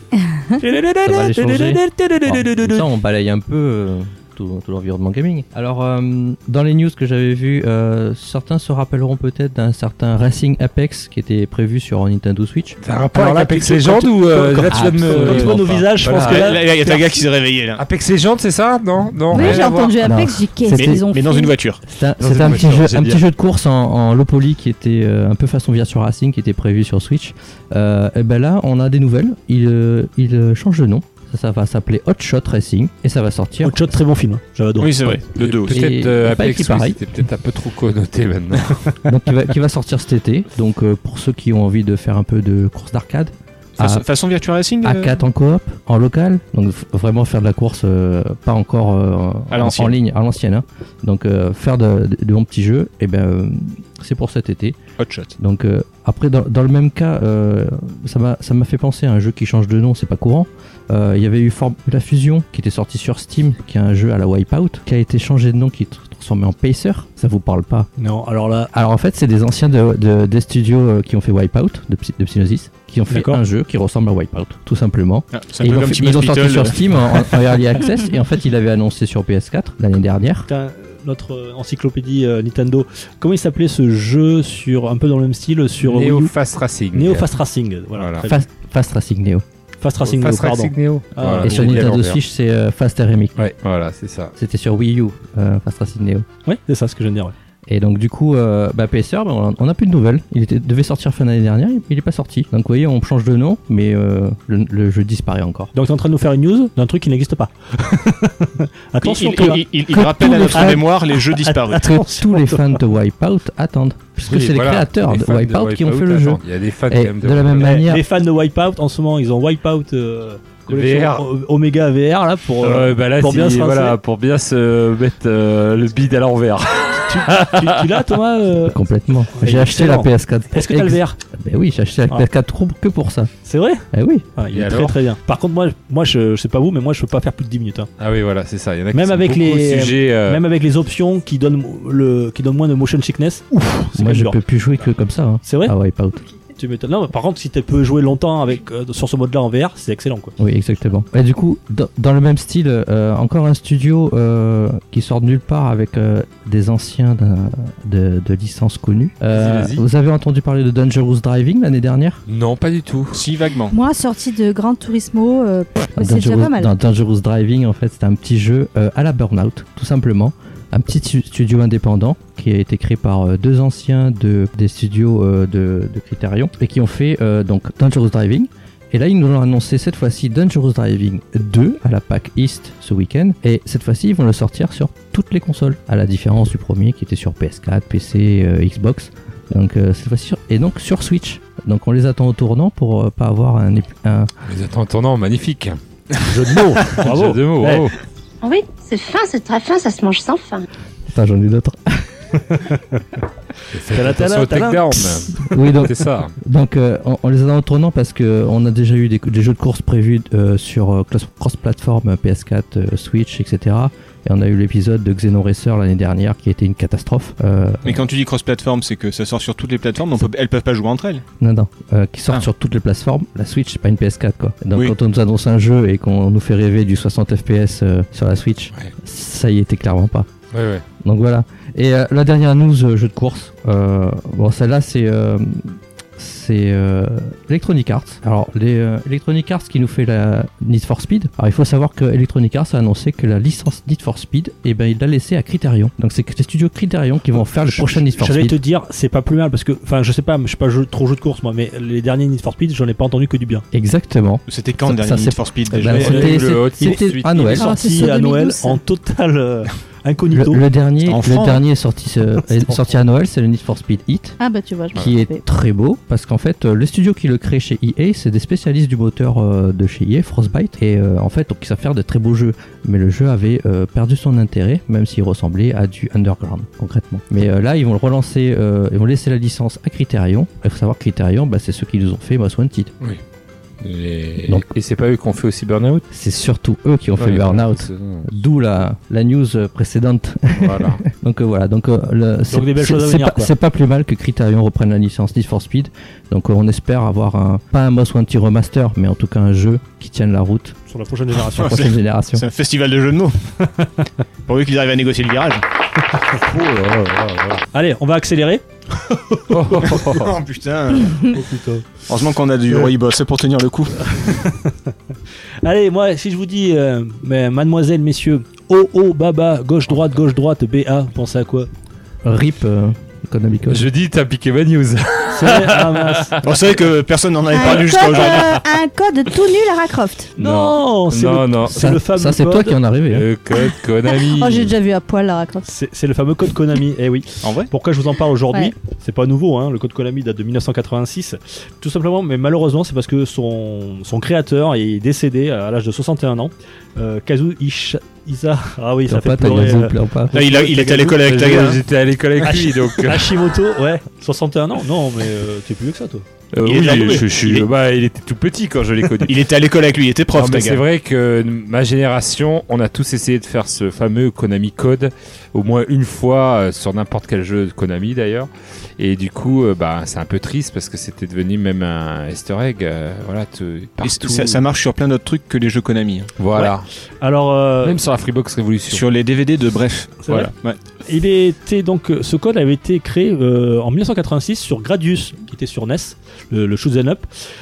Ça va les changer. Alors, comme ça, on balaye un peu euh, tout, tout l'environnement gaming. Alors, euh, dans les news que j'avais vues, euh, certains se rappelleront peut-être d'un certain Racing Apex qui était prévu sur Nintendo Switch. T'as un rapport Alors là, avec tu- Apex Legends tu- ou euh, quand- là tu vas absolument. Quand me. tu vois nos Enfin, visages, je pense voilà. que Ah, là, Ah, là, il y a un gars qui s'est réveillé là. Apex Legends, c'est ça Non Non oui, rien j'ai à voir. entendu Non. Apex, j'ai qu'est-ce Mais- Mais, qu'ils ont mais fait dans une voiture. C'était un, Dans c'était une un petit, voiture, jeu, c'est un bien. petit jeu de course en, en low poly qui était euh, un peu façon Virtua Racing qui était prévu sur Switch. Euh, et ben là, on a des nouvelles. Il, euh, il euh, change de nom. Ça, ça va s'appeler Hot Shot Racing et ça va sortir. Hot Shot, très bon film. hein. J'avais adoré. Oui, c'est vrai. Le 2 aussi. Et- Peut-être euh, et pas Apex, écrit oui, pareil. c'était peut-être un peu trop connoté maintenant. donc qui va, qui va sortir cet été. Donc euh, pour ceux qui ont envie de faire un peu de course d'arcade, Ah. Façon, façon Virtua Racing euh, à 4 en coop, en local, donc f- vraiment faire de la course euh, pas encore euh, À en, l'ancienne. en ligne, à l'ancienne. hein. Donc euh, faire de, de- de bons petits jeux, et ben euh, c'est pour cet été. Hot Shot. Donc euh, après, dans, dans le même cas, euh, ça m'a ça m'a fait penser à un jeu qui change de nom, c'est pas courant. Euh, Il y avait eu Formula Fusion qui était sorti sur Steam, qui est un jeu à la Wipeout, qui a été changé de nom, qui est tr- transformé en Pacer. Ça vous parle pas Non, alors là, alors en fait, c'est des anciens de, de- des studios euh, qui ont fait Wipeout, de, Psy- de Psygnosis, qui ont fait D'accord. un jeu qui ressemble à Wipeout, tout simplement. Ah, c'est un euh, peu Et ils l'ont comme fait- Team ils l'ont sorti Hospital. sur Steam en, en Early Access, et en fait, il l'avait annoncé sur PS4 l'année dernière. t'as notre euh, encyclopédie euh, Nintendo. Comment il s'appelait ce jeu sur un peu dans le même style sur Wii Neo U Fast Racing. Neo Fast Racing. euh, Voilà. Voilà. Très bien. Fast, Fast Racing Neo. Fast Racing Neo, Fast pardon. Racing Neo. Ah, Voilà, et bon, sur vous voyez à Nintendo l'envers. Switch, c'est euh, Fast RMX. Ouais, voilà, c'est ça. C'était sur Wii U, euh, Fast Racing Neo. Oui, c'est ça ce que je viens de dire. ouais. Et donc du coup, euh, bah, PSR, bah, on a- on n'a plus de nouvelles. Il était, devait sortir fin d'année dernière, il n'est pas sorti. Donc vous voyez, on change de nom, mais euh, le- le jeu disparaît encore. Donc t'es en train de nous faire une news d'un truc qui n'existe pas. Attention, il, toi, là. il- il- il Que rappelle à tous les notre fans- mémoire les jeux Ah. disparus. que tous les fans de Wipeout attendent. Puisque Oui, c'est les voilà, créateurs les de fans Wipeout, qui ont fait le jeu. attendent. Il y a des fans quand Et même de la même Wipeout. manière, les fans de Wipeout en ce moment, ils ont Wipeout euh, VR. collection O- Omega VR là pour. euh, Ouais, bah là, pour si- bien se rincer. voilà, pour bien se mettre euh, le bide à l'envers. tu tu l'as Thomas euh, Bah, complètement. Et J'ai acheté la excellent. PS4. Est-ce que t'as le Ex- VR Ben oui, j'ai acheté la Ah. PS4 Pro que pour ça. C'est vrai Eh oui. Ah, Il Et est très alors très bien. Par contre, moi, moi je, je sais pas vous, mais moi je peux pas faire plus de 10 minutes. hein. Ah oui, voilà, c'est ça. Il y en a qui Même sont avec beaucoup les- sujets, euh, Même avec les options qui donnent le qui donnent moins de motion sickness. Ouf, c'est quand Moi, même je dur. peux plus jouer que comme ça hein, C'est vrai à Wipeout. Tu m'étonnes. Non, mais par contre, si tu peux jouer longtemps avec euh, sur ce mode-là en VR, c'est excellent quoi. Oui, exactement. Et du coup, dans, dans le même style, euh, encore un studio euh, qui sort de nulle part avec euh, des anciens d'un- de, de licences connues. Euh, Vas-y, vas-y. vous avez entendu parler de Dangerous Driving l'année dernière Non, pas du tout. Si vaguement. Moi, sortie de Gran Turismo, euh, pff, c'est déjà Dangerous- pas mal. Dans Dangerous Driving, en fait, c'est un petit jeu euh, à la Burnout, tout simplement. Un petit stu- studio indépendant qui a été créé par euh, deux anciens de, des studios euh, de, de Criterion et qui ont fait euh, donc Dangerous Driving. Et là, ils nous l'ont annoncé cette fois-ci Dangerous Driving 2 à la PAC East ce week-end. Et cette fois-ci, ils vont le sortir sur toutes les consoles, à la différence du premier qui était sur PS4, PC, euh, Xbox. Donc euh, cette fois-ci, sur- et donc sur Switch. Donc on les attend au tournant pour euh, pas avoir un, ép- un, Mais attends, attends, non, magnifique. Jeu de mots. Jeu Bravo. de mots, oh. Ouais. bravo. Ah Oui, c'est fin, c'est très fin, ça se mange sans fin. Putain, j'en ai d'autres. Faites Tala, attention tala, au tala. takedown. Oui, donc, C'est ça. donc, euh, on, on les a dans le tournant parce que on a déjà eu des, des jeux de course prévus euh, sur euh, cross- cross-platform euh, PS4, euh, Switch, etc. Et on a eu l'épisode de Xeno Racer l'année dernière qui était une catastrophe. Euh, Mais quand tu dis cross-platform, c'est que ça sort sur toutes les plateformes, donc on peut- elles peuvent pas jouer entre elles. non, non, euh, qui sort Ah. sur toutes les plateformes. La Switch, c'est pas une PS4, quoi. Donc Oui. quand on nous annonce un jeu et qu'on nous fait rêver du 60 FPS euh, sur la Switch, Ouais. ça y était clairement pas. Ouais, ouais. Donc voilà. Et euh, la dernière news, euh, jeu de course. Euh, bon, celle-là, c'est. euh, c'est euh, Electronic Arts. Alors, les, euh, Electronic Arts qui nous fait la Need for Speed. Alors, il faut savoir que Electronic Arts a annoncé que la licence Need for Speed, eh ben, il l'a laissée à Criterion. Donc, c'est que les studios Criterion qui vont faire le Je- prochain Need for J'allais te Speed. dire, c'est pas plus mal parce que, enfin, je sais pas, je suis pas jeu- trop jeu de course moi, mais les derniers Need for Speed, j'en ai pas entendu que du bien. Exactement. C'était quand Ça- le dernier ça, Need c'est- for Speed Eh déjà ben, ouais, C'était le Hot c'est- c'était Pursuit, à Il est Noël. Ah, c'est sorti sur à Noël 2012. en total euh, Le, incognito. le dernier, C'était en le France. dernier sorti, ce- C'était en sorti à Noël, c'est le Need for Speed Heat. Ah bah tu vois, je m'en qui trompais. est très beau parce qu'en fait euh, le studio qui le crée chez EA c'est des spécialistes du moteur euh, de chez EA Frostbite et euh, en fait donc ils savent faire de très beaux jeux mais le jeu avait euh, perdu son intérêt même s'il ressemblait à du underground concrètement mais euh, là ils vont le relancer euh, ils vont laisser la licence à Criterion il faut savoir que Criterion bah, c'est ceux qui nous ont fait Most Wanted Et, Donc- et c'est pas eux qui ont fait aussi Burnout c'est surtout eux qui ont fait Ouais, Burnout d'où la, la news euh, précédente Voilà. donc euh, voilà donc euh, le- c'est des belles c'est- choses à c'est venir, pas, quoi. c'est pas plus mal que Criterion reprenne la licence Need for Speed donc euh, on espère avoir un pas un Most Wanted remaster mais en tout cas un jeu qui tienne la route Sur la prochaine sur génération. la prochaine génération C'est un festival de jeux de mots. Pourvu qu'ils arrivent à négocier le virage. Oh là là là là. Allez, on va accélérer. Oh, oh, oh, oh. Oh putain. Heureusement qu'on a du Roy Boss pour tenir le coup. Allez, moi, si je vous dis, euh, mais, mademoiselle, messieurs, oh oh baba, gauche droite, gauche droite, BA, pensez à quoi RIP euh, Konami Code. Jeudi, t'as piqué ma news. C'est vrai Ah mince. Bon, c'est vrai que personne n'en avait Un parlé code, jusqu'à aujourd'hui. euh, un code tout nul Lara Croft. Non, c'est non, le, non. c'est le fameux Ça, c'est toi code- qui en hein. Euh, arrivé. Le code Konami. Oh, j'ai déjà vu à poil Lara Croft. C'est c'est le fameux code Konami. Eh oui. En vrai Pourquoi je vous en parle aujourd'hui Ouais. C'est pas nouveau, hein, le code Konami date de 1986. Tout simplement, mais malheureusement, c'est parce que son, son créateur est décédé à l'âge de 61 ans. Euh, Kazu Ish- Isa. Ah oui, ça fait pas, t'as pleurer. une euh, exemple, hein, pas. Là, il, a- il était à l'école avec ta gueule. Euh, J'étais à l'école avec lui, donc. euh, Hashimoto, ouais, 61 ans. Non, mais euh, t'es plus vieux que ça, toi. euh, Il est oui, déjà tombé. je, je suis- Il est- bah, il était tout petit quand je l'ai connu. Il était à l'école avec lui, il était Non, prof, mais ta c'est gueule. vrai que ma génération, on a tous essayé de faire ce fameux Konami Code au moins une fois euh, sur n'importe quel jeu de Konami d'ailleurs. Et du coup, euh, bah, c'est un peu triste parce que c'était devenu même un Easter egg. euh, voilà, tu- Et partout. Ça, ça marche sur plein d'autres trucs que les jeux Konami. hein. Voilà. Alors, euh, Même sur la Freebox Révolution. Sur les DVD de Bref. C'est Voilà. Ouais. il était donc euh, ce code avait été créé euh, en 1986 sur Gradius, qui était sur NES, le, le shoot'em up.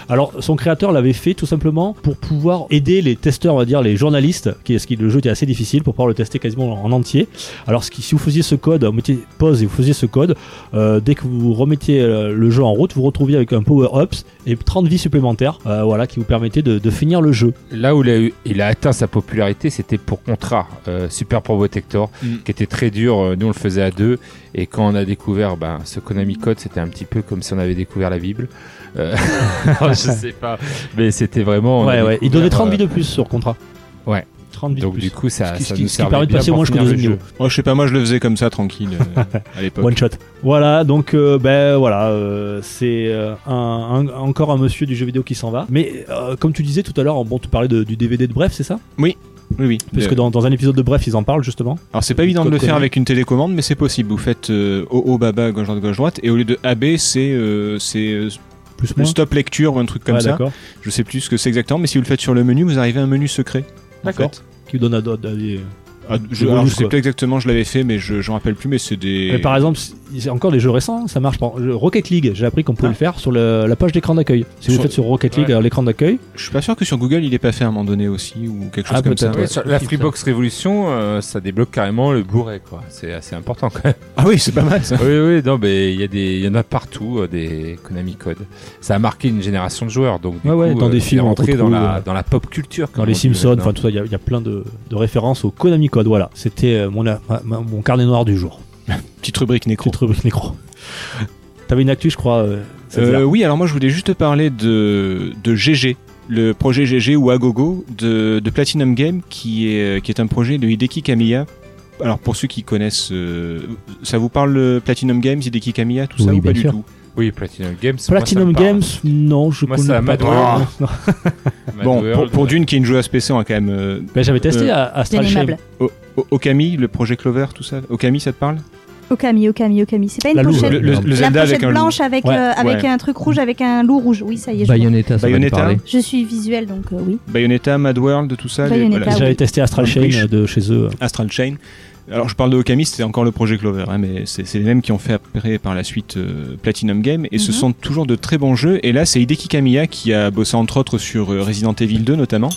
Alors son créateur l'avait fait tout simplement pour pouvoir aider les testeurs, on va dire les journalistes, qui, parce que le jeu était assez difficile pour pouvoir le tester quasiment en entier. Alors ce qui- si vous faisiez ce code, vous mettiez pause et vous faisiez ce code, euh, dès que vous remettiez euh, le jeu en route, vous vous retrouviez avec un power ups et 30 vies supplémentaires, euh, voilà, qui vous permettaient de, de finir le jeu. Là où il a, eu- il a atteint sa popularité, c'était pour Contra, euh, Super Probotector, Mm. qui était très dur. euh, Nous, on le faisait à deux. Et quand on a découvert ben, ce Konami Code, c'était un petit peu comme si on avait découvert la Bible. Euh, je sais pas. Mais c'était vraiment. on ouais, a ouais. Il découvert, donnait 30 euh, vies de plus sur contrat. Ouais. 30 vies Donc, de plus. du coup, ça, Ce qui- ça ce qui nous servait permet de bien passer au pour moins jusqu'au finir le deuxième jeu. niveau. Moi, je sais pas, moi, je le faisais comme ça, tranquille, euh, à l'époque. One shot. Voilà, donc euh, ben voilà, euh, c'est euh, un, un- encore un monsieur du jeu vidéo qui s'en va. Mais euh, comme tu disais tout à l'heure, bon, tu parlais de- du DVD de Bref, c'est ça Oui, oui. Parce que dans, dans un épisode de Bref, ils en parlent justement. Alors c'est pas évident de Code le faire Konami. avec une télécommande, mais c'est possible. Vous faites euh, haut haut, baba gauche droite gauche droite, et au lieu de AB c'est euh, c'est euh, Plus le moins. stop lecture ou un truc comme Ouais, ça. D'accord. Je sais plus ce que c'est exactement, mais si vous le faites sur le menu, vous arrivez à un menu secret. en D'accord. fait. Qui donne à, d'autres- à des- Ah, je, Des alors, je bonus, sais quoi. plus exactement, je l'avais fait, mais je j'en rappelle plus. Mais c'est des. Mais par exemple, c'est encore des jeux récents, ça marche. Par- le Rocket League, j'ai appris qu'on pouvait Ah. le faire sur le- la page d'écran d'accueil. Si vous Sur- Ah, le faites sur Rocket League, Ouais. euh, l'écran d'accueil, Je suis pas sûr que sur Google il est pas fait à un moment donné aussi ou quelque chose Ah, comme ça. peut-être. Ouais, Ouais, sur la possible, Freebox Révolution, euh, ça débloque carrément le Blu-ray, quoi. C'est assez important, quand même. Ah oui, c'est pas mal ça. oui, oui, non, mais il y, a des- il y en a partout, euh, des Konami Code. Ça a marqué une génération de joueurs, donc du Ouais, ouais, coup, dans des il est films, on rentré dans la, retrouve, dans la pop culture. dans comme les on dit Simpsons, maintenant. enfin tout ça, il y, a- il y a plein de, de références au Konami Code. Voilà, c'était euh, mon, ma- ma- mon carnet noir du jour. Petite rubrique nécro. Petite rubrique nécro. T'avais une actu, je crois. euh, cette Euh, là. oui, alors moi je voulais juste te parler de, de GG, le projet GG ou Agogo de, de Platinum Game, qui est, euh, qui est un projet de Hideki Kamiya. Alors pour ceux qui connaissent, euh, ça vous parle euh, Platinum Games, Hideki Kamiya, tout ça Oui, ou pas bien du sûr. tout Oui, Platinum Games. moi, ça Platinum me parle. Games, non, je Moi, Oh. connais c'est à pas. Mad trop. World. Non. Mad Bon, World, pour, pour d'une qui est une joueuse PC, on a quand même euh, Ben, j'avais testé Euh, à Astral Chain. Dénémable. O- Okami, le projet Clover, tout ça. Okami, ça te parle Okami, Okami, Okami. C'est pas une La louve. pochette. Le, le- le La Zelda pochette avec un loup. blanche avec, Ouais, euh, avec ouais. un truc rouge, avec un loup rouge. Oui, ça y est. je vois. Bayonetta, ça va nous Bayonetta. parler. Je suis visuel, donc euh, oui. Bayonetta, Mad World, tout ça. les- Bayonetta, voilà. oui. J'avais testé Astral Chain Riche. euh, de chez eux. Astral Chain. Alors je parle de Okami, c'était encore le projet Clover, hein, mais c'est c'est les mêmes qui ont fait après par la suite euh, Platinum Game, et ce Mhm. sont toujours de très bons jeux. Et là, c'est Hideki Kamiya qui a bossé entre autres sur euh, Resident Evil 2 notamment,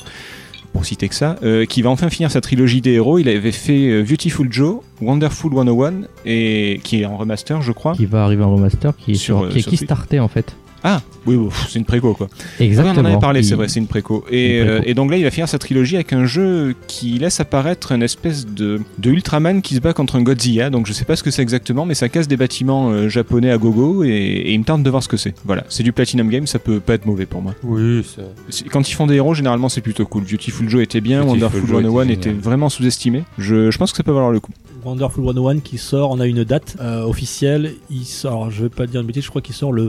pour citer que ça, euh, qui va enfin finir sa trilogie des héros. Il avait fait euh, Beautiful Joe, Wonderful 101, et qui est en remaster, je crois. Qui va arriver en remaster, qui est Sur, sur, euh, qui est sur- Kickstarter en fait. Ah oui, bon, pff, c'est une préco quoi. Exactement. Ah oui, on en avait parlé, Il- c'est vrai, c'est une préco. Et, Une préco. euh, et donc là, il va finir sa trilogie avec un jeu qui laisse apparaître une espèce de, de Ultraman qui se bat contre un Godzilla. Donc je sais pas ce que c'est exactement, mais ça casse des bâtiments euh, japonais à gogo et, et il me tente de voir ce que c'est. Voilà, c'est du Platinum Game, ça peut pas être mauvais pour moi. Oui, ça- C'est- Quand ils font des héros, généralement c'est plutôt cool. Beautiful Joe était bien, Beautiful Wonderful Joe était 101 était, génial. vraiment sous-estimé. Je, je pense que ça peut valoir le coup. Wonderful 101 qui sort, on a une date euh, officielle. Il sort, alors, je vais pas dire une bêtise, je crois qu'il sort le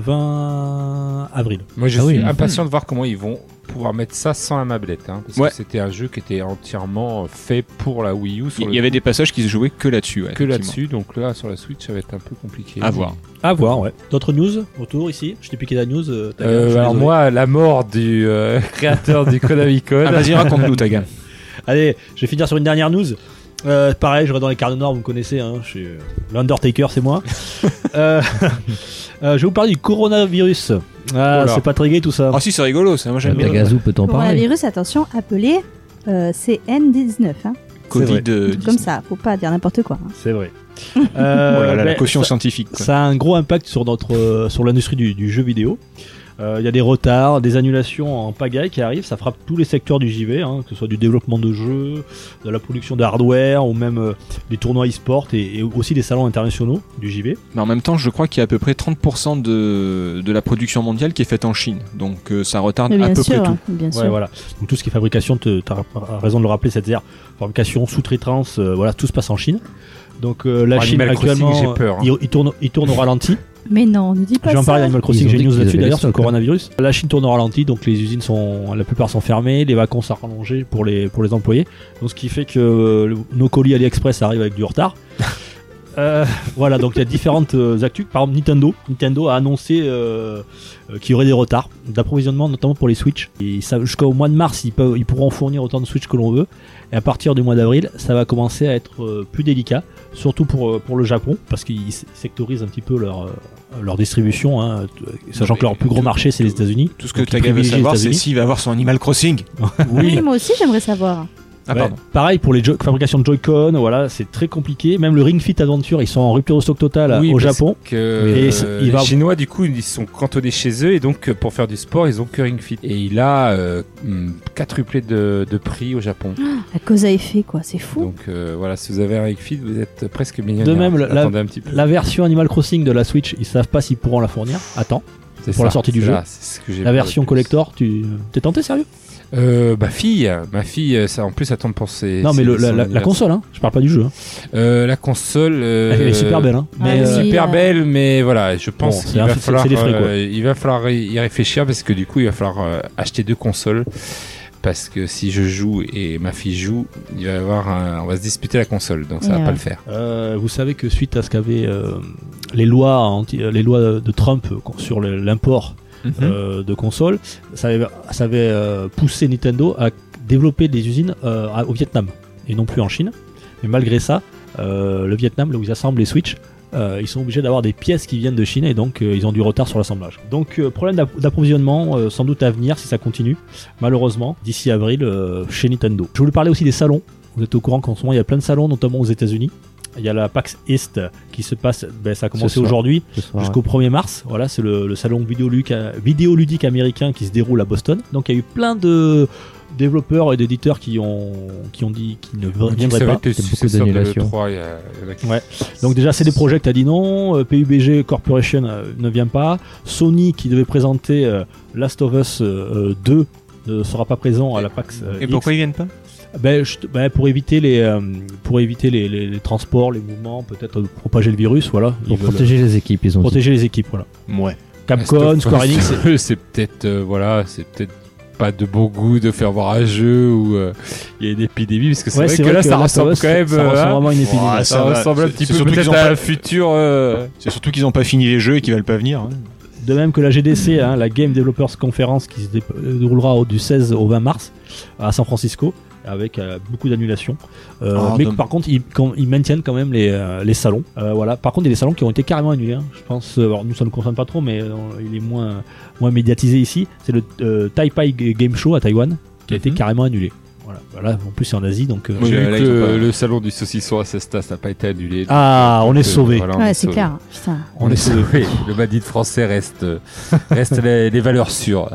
20 avril. Moi, je Ah oui, suis enfin. impatient de voir comment ils vont pouvoir mettre ça sans la mablette. hein, parce Ouais. que c'était un jeu qui était entièrement euh, fait pour la Wii U. Sur Il le- y avait des passages qui se jouaient que là-dessus. ouais, que effectivement. là-dessus. Donc là, sur la Switch, ça va être un peu compliqué. À voir. À voir, ouais. D'autres news autour ici Je t'ai piqué la news. euh, ta gueule, je Euh, suis alors désolé. moi, la mort du euh, créateur du Konami Code. Ah, vas-y, raconte-nous, Taga. Allez, je vais finir sur une dernière news. Euh, pareil, j'aurai dans les cartes noires, vous me connaissez, hein, je suis euh, l'Undertaker, c'est moi. Euh, euh, je vais vous parler du coronavirus. Ah, Oula. c'est pas très gay tout ça. Ah, si, c'est rigolo, ça, moi j'aime bien. Tagazu peut en parler. Coronavirus, attention, appelé euh, CN19. Hein. Covid. C'est vrai. euh, Tout comme ça, faut pas dire n'importe quoi. hein. C'est vrai. Euh, Oh là là, la ben, caution ça, scientifique. quoi. ça a un gros impact sur notre euh, sur l'industrie du, du jeu vidéo. Euh, Il y a des retards, des annulations en pagaille qui arrivent, ça frappe tous les secteurs du JV, hein, que ce soit du développement de jeux, de la production d'hardware ou même euh, des tournois e-sport et, et aussi des salons internationaux du JV. Mais en même temps, je crois qu'il y a à peu près 30% de, de la production mondiale qui est faite en Chine. Donc euh, ça retarde Mais à bien peu sûr, près tout. hein, bien sûr. Ouais, voilà. Donc tout ce qui est fabrication, tu as raison de le rappeler, c'est-à-dire fabrication, sous-traitance, euh, voilà, tout se passe en Chine. Donc euh, la Pour Chine Animal Crossing, actuellement, j'ai peur, hein. il, il tourne, il tourne au ralenti. Mais non, ne dis pas J'en ça. parlais d'Animal Crossing, Ils ont j'ai dit une news qu'ils là-dessus avaient d'ailleurs des sur le stocks, hein. coronavirus. La Chine tourne au ralenti, donc les usines sont, la plupart sont fermées, les vacances à rallonger pour les, pour les employés. Donc ce qui fait que euh, le- nos colis AliExpress arrivent avec du retard. Euh, voilà, donc il y a différentes euh, actus. Par exemple, Nintendo. Nintendo a annoncé euh, euh, qu'il y aurait des retards d'approvisionnement, notamment pour les Switch. Et ça- Jusqu'au mois de mars, ils, peuvent- ils pourront fournir autant de Switch que l'on veut. Et à partir du mois d'avril, ça va commencer à être euh, plus délicat, surtout pour, euh, pour le Japon, parce qu'ils s- sectorisent un petit peu leur, euh, leur distribution, hein, t- sachant que leur plus gros marché, c'est les États-Unis. Tout ce que Donc, ils Taga veut privilégient les savoir, c'est États-Unis. s'il va avoir son Animal Crossing. Oui, moi aussi j'aimerais savoir. Ah, Ouais. pardon. Pareil pour les jo- fabrications de Joy-Con, voilà, c'est très compliqué. Même le Ring Fit Adventure, ils sont en rupture de stock totale Oui, au parce Japon. que Et c- euh, il les va- Chinois, du coup, ils sont cantonnés chez eux et donc euh, pour faire du sport, ils ont que Ring Fit. Et il a euh, hmm, quadruplé de, de prix au Japon. La cause à effet, quoi, c'est fou. Donc euh, voilà, si vous avez un Ring Fit, vous êtes presque millionnaire. De même, la- Attendez un petit peu. La version Animal Crossing de la Switch, ils savent pas s'ils pourront la fournir. Attends, C'est pour la sortie du c'est jeu. là, c'est ce que j'ai la peur le version plus. collector, tu t'es tenté sérieux Euh, ma fille, ma fille, euh, ça en plus attend pour ses. Non, mais ses- le- la, son la- la anniversaire. console, hein, je parle pas du jeu. hein. Euh, la console. euh, Elle est super belle. Hein. Ah, Mais, oui. euh, super euh, belle, mais voilà, je Bon, pense c'est qu'il un- va c'est- falloir, c'est des frais, quoi. euh, il va falloir y y réfléchir parce que du coup, il va falloir euh, acheter deux consoles. Parce que si je joue et ma fille joue, il va y avoir un- on va se disputer la console, donc ça Ouais, va ouais. pas le faire. Euh, vous savez que suite à ce qu'avaient euh, les lois anti- euh, les lois de Trump euh, sur le- l'import Mhm. euh, de consoles, ça avait, ça avait, euh, poussé Nintendo à développer des usines euh, à- au Vietnam et non plus en Chine. Mais malgré ça, euh, le Vietnam, là où ils assemblent les Switch, euh, ils sont obligés d'avoir des pièces qui viennent de Chine et donc euh, ils ont du retard sur l'assemblage. Donc euh, problème d'app- d'approvisionnement euh, sans doute à venir si ça continue, malheureusement, d'ici avril euh, chez Nintendo. Je voulais parler aussi des salons. Vous êtes au courant qu'en ce moment il y a plein de salons, notamment aux États-Unis. Il y a la PAX East qui se passe, ben, ça a commencé soir. aujourd'hui ce soir, jusqu'au 1er mars. Voilà, c'est le, le salon vidéoludique, vidéoludique américain qui se déroule à Boston. Donc il y a eu plein de développeurs et d'éditeurs qui ont, qui ont dit qu'ils ne Donc, ça viendraient va pas. être le c'est beaucoup successeur de d'annulations. l'E3, il y a- il y en a qui- Ouais. Donc déjà CD Projekt a dit non, euh, PUBG Corporation euh, ne vient pas, Sony qui devait présenter euh, Last of Us euh, euh, 2 ne sera pas présent à la PAX. euh, Et X. pourquoi ils viennent pas Ben, je- ben, pour éviter les euh, pour éviter les, les- les transports, les mouvements, peut-être euh, propager le virus, voilà. Ils Pour veulent, euh, protéger les équipes, ils ont dit. protéger les équipes, voilà. Ouais. Capcom, Last of Square Us, Enix, c'est peut-être euh, voilà, c'est peut-être pas de bon goût de faire voir un jeu où euh, il y a une épidémie parce que c'est Ouais, vrai que là ça Last of ressemble Us, quand même Ça euh, ressemble hein, vraiment à une épidémie. Ouais, ça, Ça va, ressemble un c'est- petit c'est peu surtout peut-être qu'ils ont à pas- un futur. euh, C'est surtout qu'ils n'ont pas fini les jeux et qu'ils veulent pas venir. hein. De même que la Hmm. GDC, hein, la Game Developers Conference, qui se dé- déroulera au- du 16 au 20 mars à San Francisco, avec euh, beaucoup d'annulations. Euh, Ah, mais dommage. par contre, ils, quand- ils maintiennent quand même les, euh, les salons. Euh, voilà. Par contre, il y a des salons qui ont été carrément annulés. hein. Je pense, euh, alors nous ça ne concerne pas trop, mais euh, il est moins, moins médiatisé ici. C'est le euh, Taipei G- Game Show à Taïwan, qui a été Mhm. carrément annulé. Voilà. Voilà. En plus, c'est en Asie, donc. euh, Oui, J'ai là, vu là, que ils ont pas- le, le salon du saucisson à Cesta, ça n'a pas été annulé. Donc, Ah, on est euh, sauvés. voilà, on est Ouais, c'est sauvés. clair. Putain. On est sauvés. Le bandit français reste, reste les, les valeurs sûres.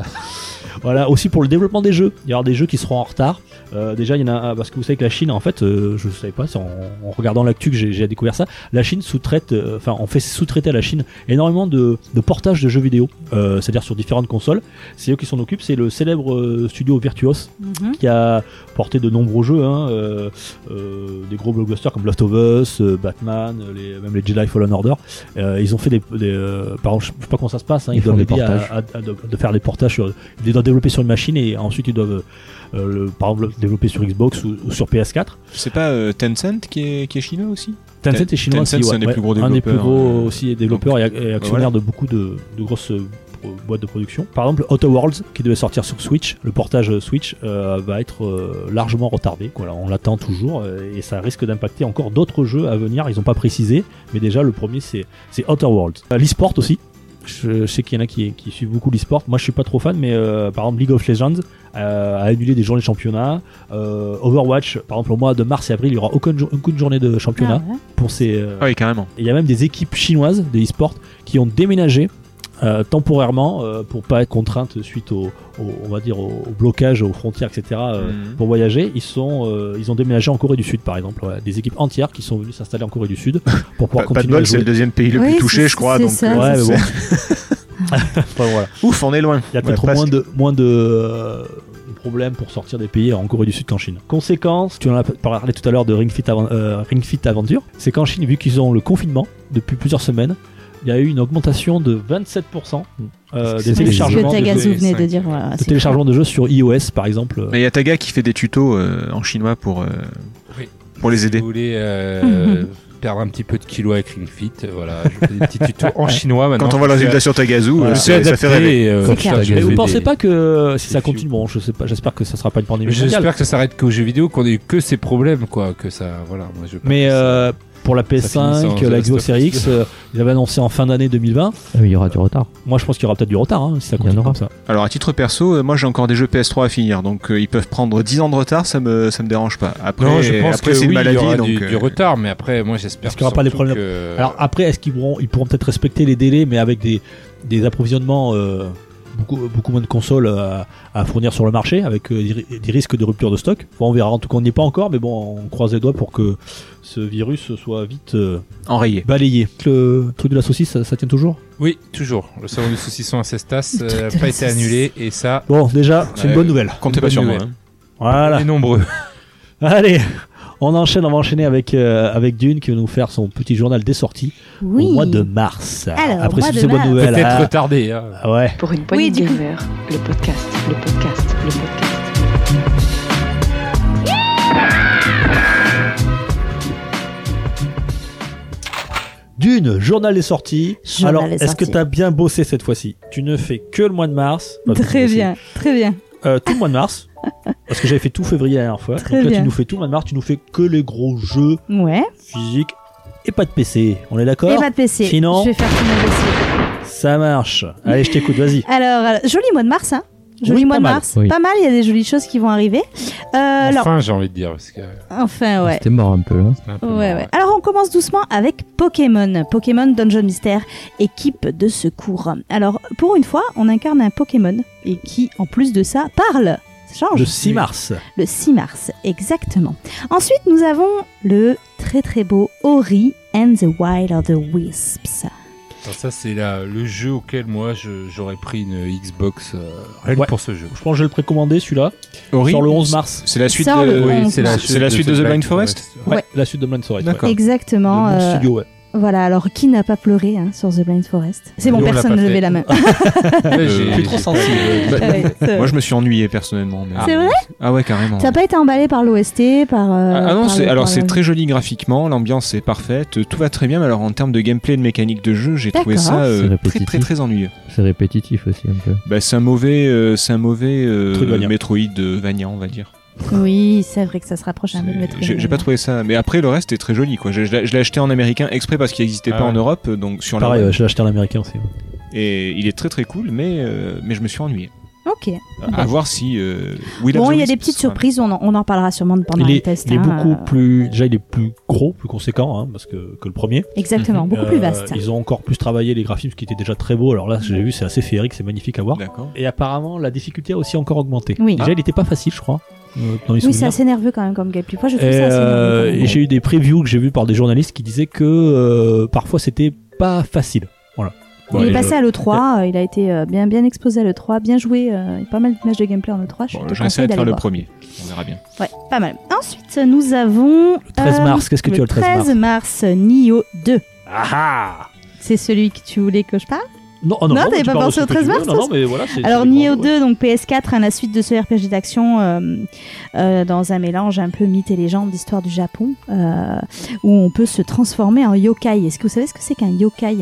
Voilà, aussi pour le développement des jeux. Il y aura des jeux qui seront en retard. Euh, déjà, il y en a parce que vous savez que la Chine, en fait, euh, je ne savais pas, c'est en, en regardant l'actu que j'ai j'ai découvert ça. La Chine sous-traite, euh, enfin, on fait sous-traiter à la Chine énormément de, de portages de jeux vidéo, euh, c'est-à-dire sur différentes consoles. C'est eux qui s'en occupent. C'est le célèbre euh, studio Virtuos Mhm. qui a porté de nombreux jeux, hein, euh, euh, des gros blockbusters comme Last of Us, euh, Batman, euh, les, même les Jedi Fallen Order. Euh, ils ont fait des, des euh, par- je sais pas comment ça se passe, hein, ils, Ils font doivent des aider à- portages. à- à- de, de faire les portages, sur, ils doivent développer sur une machine et ensuite ils doivent euh, le, par exemple développer sur Xbox ou, ou sur PS4. C'est pas euh, Tencent qui est, qui est chinois aussi Tencent est chinois Tencent, aussi, c'est ouais, un des ouais, plus gros un des plus développeurs, gros euh, aussi développeurs et, ac- et actionnaires voilà. de beaucoup de, de grosses euh, pro- boîtes de production. Par exemple, Outer Worlds qui devait sortir sur Switch, le portage euh, Switch euh, va être euh, largement retardé. Voilà, on l'attend toujours euh, et ça risque d'impacter encore d'autres jeux à venir. Ils n'ont pas précisé, mais déjà le premier c'est c'est Outer Worlds. Euh, L'e-sport aussi. Je, je sais qu'il y en a qui, qui suivent beaucoup l'e-sport. Moi, je suis pas trop fan, mais euh, par exemple, League of Legends euh, à annuler des journées de championnat. Euh, Overwatch, par exemple, au mois de mars et avril, il n'y aura aucune, jo- aucune journée de championnat Ah, ouais. pour ces. euh, Ah oui, carrément. il y a même des équipes chinoises de e-sport qui ont déménagé euh, temporairement euh, pour pas être contraintes suite au, au- on va dire au, au blocage aux frontières etc euh, Mhm. pour voyager ils sont euh, ils ont déménagé en Corée du Sud par exemple ouais. des équipes entières qui sont venues s'installer en Corée du Sud pour pouvoir Pas, pas de continuer à bol, c'est le jouer deuxième pays le Oui, plus touché, c'est- je crois. c'est Donc, ça, euh, Bah, ouais mais Ah, c'est bon ça. Enfin, voilà. Ouf, on est loin. il y a peut-être Ouais, moins de presque. moins de euh, problèmes pour sortir des pays en Corée du Sud qu'en Chine conséquence tu en as parlé tout à l'heure de Ring Fit, Avan- euh, Ring Fit Adventure c'est qu'en Chine vu qu'ils ont le confinement depuis plusieurs semaines il y a eu une augmentation de 27% euh, des C'est ce que téléchargements de Tagazu jeux- venait de cinq. dire. voilà, de c'est téléchargements de jeux sur iOS par exemple Mais il y a Taga qui fait des tutos euh, en chinois pour, euh, Oui. pour les Si aider. vous voulez euh, perdre un petit peu de kilos avec Ring Fit, voilà, je fais des petits tutos en chinois maintenant. Quand on voit le résultat sur Tagazu, Voilà. euh, Je suis c'est- ça fait rêver. adapté. et, euh, C'est je clair. cherche Mais vous des- pensez pas que si des ça continue, films. bon, je sais pas, j'espère que ça sera pas une pandémie mondiale. J'espère que ça s'arrête qu'aux jeux vidéo, qu'on ait que ces problèmes, quoi, que ça, voilà. Moi, je veux pas Mais que ça- euh, pour la finit PS5, la sans The Xbox Last Series of X, euh, ils avaient annoncé en fin d'année 2020. Ah, mais il y aura du retard. Moi, je pense qu'il y aura peut-être du retard hein, si ça Il y en continue aura. comme ça. Alors à titre perso, euh, moi j'ai encore des jeux PS3 à finir, donc euh, ils peuvent prendre 10 ans de retard, ça me ça me dérange pas. Après, non, je pense après, que c'est oui, une maladie, il y aura donc du, euh, du retard, mais après, moi, j'espère Parce qu'il y aura pas les surtout problèmes. que- Alors après, est-ce qu'ils pourront, ils pourront peut-être respecter les délais, mais avec des, des approvisionnements euh, beaucoup, beaucoup moins de consoles euh, à, à fournir sur le marché, avec euh, des, ri- des risques de rupture de stock. Bon, on verra. En tout cas, on n'y est pas encore, mais bon, on croise les doigts pour que ce virus soit vite euh, enrayé. balayé. Le truc de la saucisse, ça- ça tient toujours. Oui, toujours. Le salon du saucisson à Cestas Le truc n'a de pas la été saucisse. annulé et ça, Bon, déjà, c'est une Ouais, bonne nouvelle. Comptez pas Bonne sur moi. nouvelle. hein. Voilà. on est nombreux. Allez, on enchaîne, on va enchaîner avec, euh, avec Dune qui va nous faire son petit journal des sorties cool. Oui. au mois de mars. Alors, au Après mois toutes de ces bonnes mars. nouvelles. Peut-être ah, retardé. hein. ah ouais. Pour une poignée Oui, du de coup. gamer, le podcast, le podcast, le podcast. Dune, journal des sorties. Journal Alors, des est-ce que sorties. tu as bien bossé cette fois-ci Tu ne fais que le mois de mars. Enfin, tu Très bosses. bien, très bien. Euh, tout le mois de mars. Parce que j'avais fait tout février la dernière fois. Très Donc là, bien. tu nous fais tout le mois de mars. Tu nous fais que les gros jeux Ouais. physiques et pas de PC. On est Et d'accord pas de PC. Sinon- Je vais faire tout mon dossier. Ça marche. Allez, je t'écoute, vas-y. Alors, euh, joli mois de mars, hein Joli Oui, mois pas de mal. mars. Oui. Pas mal, il y a des jolies choses qui vont arriver. Euh, alors, Enfin, j'ai envie de dire parce que. enfin, ouais. C'était mort un peu. Hein. c'est un peu Ouais, marrant, ouais. Alors on commence doucement avec Pokémon. Pokémon Dungeon Mystère, équipe de secours. Alors pour une fois, on incarne un Pokémon et qui, en plus de ça, parle. Ça change. Le 6 mars. Le 6 mars, exactement. Ensuite, nous avons le très très beau Ori and the Wild of the Wisps. Ah, Alors ça, c'est la- le jeu auquel moi je- j'aurais pris une Xbox euh, rien que Ouais. pour ce jeu. Je pense que je vais le précommander celui-là. Ori, Sur le 11 mars. C'est la suite Sort de le Oui, 11 c'est la c'est mars. la suite de The Blind Forest. Ouais, Ouais. la suite de Blind Forest. ouais. D'accord. Exactement. Le Moon euh, Studio, ouais. voilà, alors qui n'a pas pleuré hein, sur The Blind Forest C'est bon, Nous, on l'a personne pas ne fait. levait la main. Ouais, Euh, j'ai- je suis trop j'ai- sensible. Ah, Bah, Ah ouais, c'est Moi je me suis ennuyé personnellement. mais- C'est vrai Ah ouais, carrément. T'as pas été emballé par l'OST, par. euh, Ah ah non, par c'est le- alors par c'est le- très joli graphiquement, l'ambiance est parfaite, tout va très bien, mais alors en termes de gameplay et de mécanique de jeu, j'ai trouvé D'accord. ça euh, C'est très répétitif. très très ennuyeux. C'est répétitif aussi un peu. Bah, c'est un mauvais, euh, c'est un mauvais euh, Metroidvania. Metroid euh, Vania, on va dire. Oui, c'est vrai que ça se rapproche un peu de C'est- Metroid. J'ai j'ai pas trouvé ça, mais après le reste est très joli quoi. Je, je l'ai- je l'ai acheté en américain exprès parce qu'il n'existait Ah pas ouais. en Europe, donc sur la Pareil, web. ouais, je l'ai acheté en américain aussi. ouais. Et il est très très cool, mais euh, mais je me suis ennuyé. Ok. À voir si. euh, Will Bon, of the il y a des Wisps petites sera- surprises, on en, on en reparlera sûrement pendant Il les est, tests. il est hein, beaucoup euh, plus. Déjà, il est plus gros, plus conséquent hein, parce que, que le premier. Exactement, beaucoup plus Euh, vaste. Ils ont encore plus travaillé les graphismes qui étaient déjà très beaux. Alors là, j'ai vu, c'est assez féerique, c'est magnifique à voir. D'accord. Et apparemment, la difficulté a aussi encore augmenté. Oui. Déjà, il n'était pas facile, je crois. euh, dans les Oui, c'est souvenirs. assez nerveux quand même comme gameplay. Moi, je trouve Et, ça assez nerveux. euh, quand même. et j'ai eu des previews que j'ai vues par des journalistes qui disaient que euh, parfois c'était pas facile. Voilà. Il Ouais, est et, passé à l'E3, euh, il a été euh, bien, bien exposé à l'E3, bien joué, euh, il y a pas mal d'images de gameplay en E3. Je Bon, te je resterai conseille de d'aller faire le voir. premier. On verra bien. Ouais, pas mal. Ensuite, nous avons. euh, 13 euh, mars, qu'est-ce que tu as le 13 mars mars, Nio 2. Ah ah C'est celui que tu voulais que je parle Non, oh non, Non, mais t'avais tu pas parles de pensé ce au que tu 13 veux. mars, Non, non, mais voilà. c'est- Alors c'est des Nioh grands- 2, donc PS4, hein, la suite de ce RPG d'action euh, euh, dans un mélange un peu mythe et légende d'histoire du Japon, euh, où on peut se transformer en yokai. Est-ce que vous savez ce que c'est qu'un yokai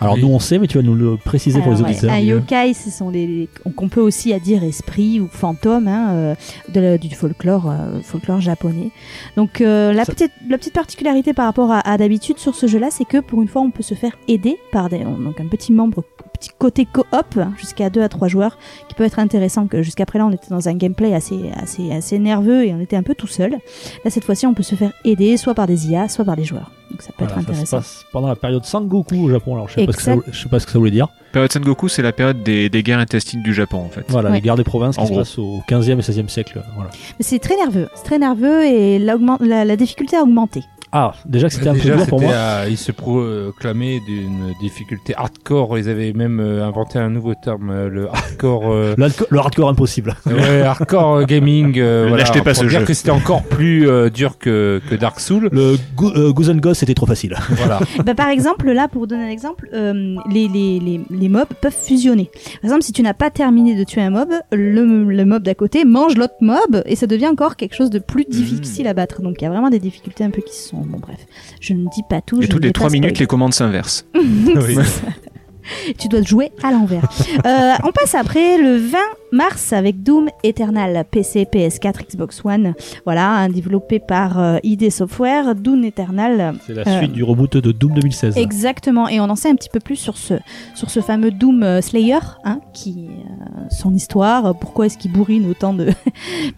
Alors Oui. nous on sait, mais tu vas nous le préciser pour les Alors, Ah ouais, auditeurs. Un yokai, ce sont les, les- qu'on peut aussi à dire esprit ou fantôme hein, euh, de la- du folklore, euh, folklore japonais. Donc euh, la, Ça- petite, la petite particularité par rapport à, à d'habitude sur ce jeu-là, c'est que pour une fois, on peut se faire aider par des, on- donc un petit membre, petit côté coop hein, jusqu'à 2 à 3 joueurs, qui peut être intéressant. Que jusqu'après là, on était dans un gameplay assez, assez, assez nerveux et on était un peu tout seul. Là, cette fois-ci, on peut se faire aider soit par des IA, soit par des joueurs. Donc ça peut Voilà, être ça se intéressant. passe pendant la période Sangoku au Japon. Alors je sais, pas ce que ça, Exact. vou- je sais pas ce que ça voulait dire. Période Sengoku, c'est la période des, des guerres intestines du Japon en fait. Voilà, Ouais. les guerres des provinces En qui se gros. passent au 15e et 16e siècle. euh, Voilà. Mais C'est très nerveux, c'est très nerveux et l'augment- la, la difficulté a augmenté. Ah, déjà que c'était un peu Déjà, dur pour c'était, moi. euh, ils se proclamaient d'une difficulté hardcore. Ils avaient même euh, inventé un nouveau terme, euh, le hardcore. euh, L'hardco- Le hardcore impossible. ouais, hardcore euh, gaming. euh, Ne voilà, l'achetez pas, pour ce dire jeu. que c'était encore plus euh, dur que, que Dark Souls. Le Gu- euh, Guzen Ghost c'était trop facile. voilà. Bah, par exemple, là, pour vous donner un exemple, euh, les, les, les, les mobs peuvent fusionner. Par exemple, si tu n'as pas terminé de tuer un mob, le, le mob d'à côté mange l'autre mob et ça devient encore quelque chose de Mmh. plus difficile à battre. Donc il y a vraiment des difficultés un peu qui sont. Bon, bref, je ne dis pas tout. Et je toutes ne les vais 3 pas minutes, spoiler. les commandes s'inversent. Oui. C'est ça. Tu dois jouer à l'envers. Euh, on passe après le 20 mars avec Doom Eternal PC, PS4, Xbox One. Voilà, hein, développé par euh, ID Software. Doom Eternal, euh, C'est la Euh. suite du reboot de Doom 2016. Exactement, et on en sait un petit peu plus sur ce, sur ce fameux Doom euh, Slayer, hein, qui, euh, son histoire, euh, pourquoi est-ce qu'il bourrine autant de...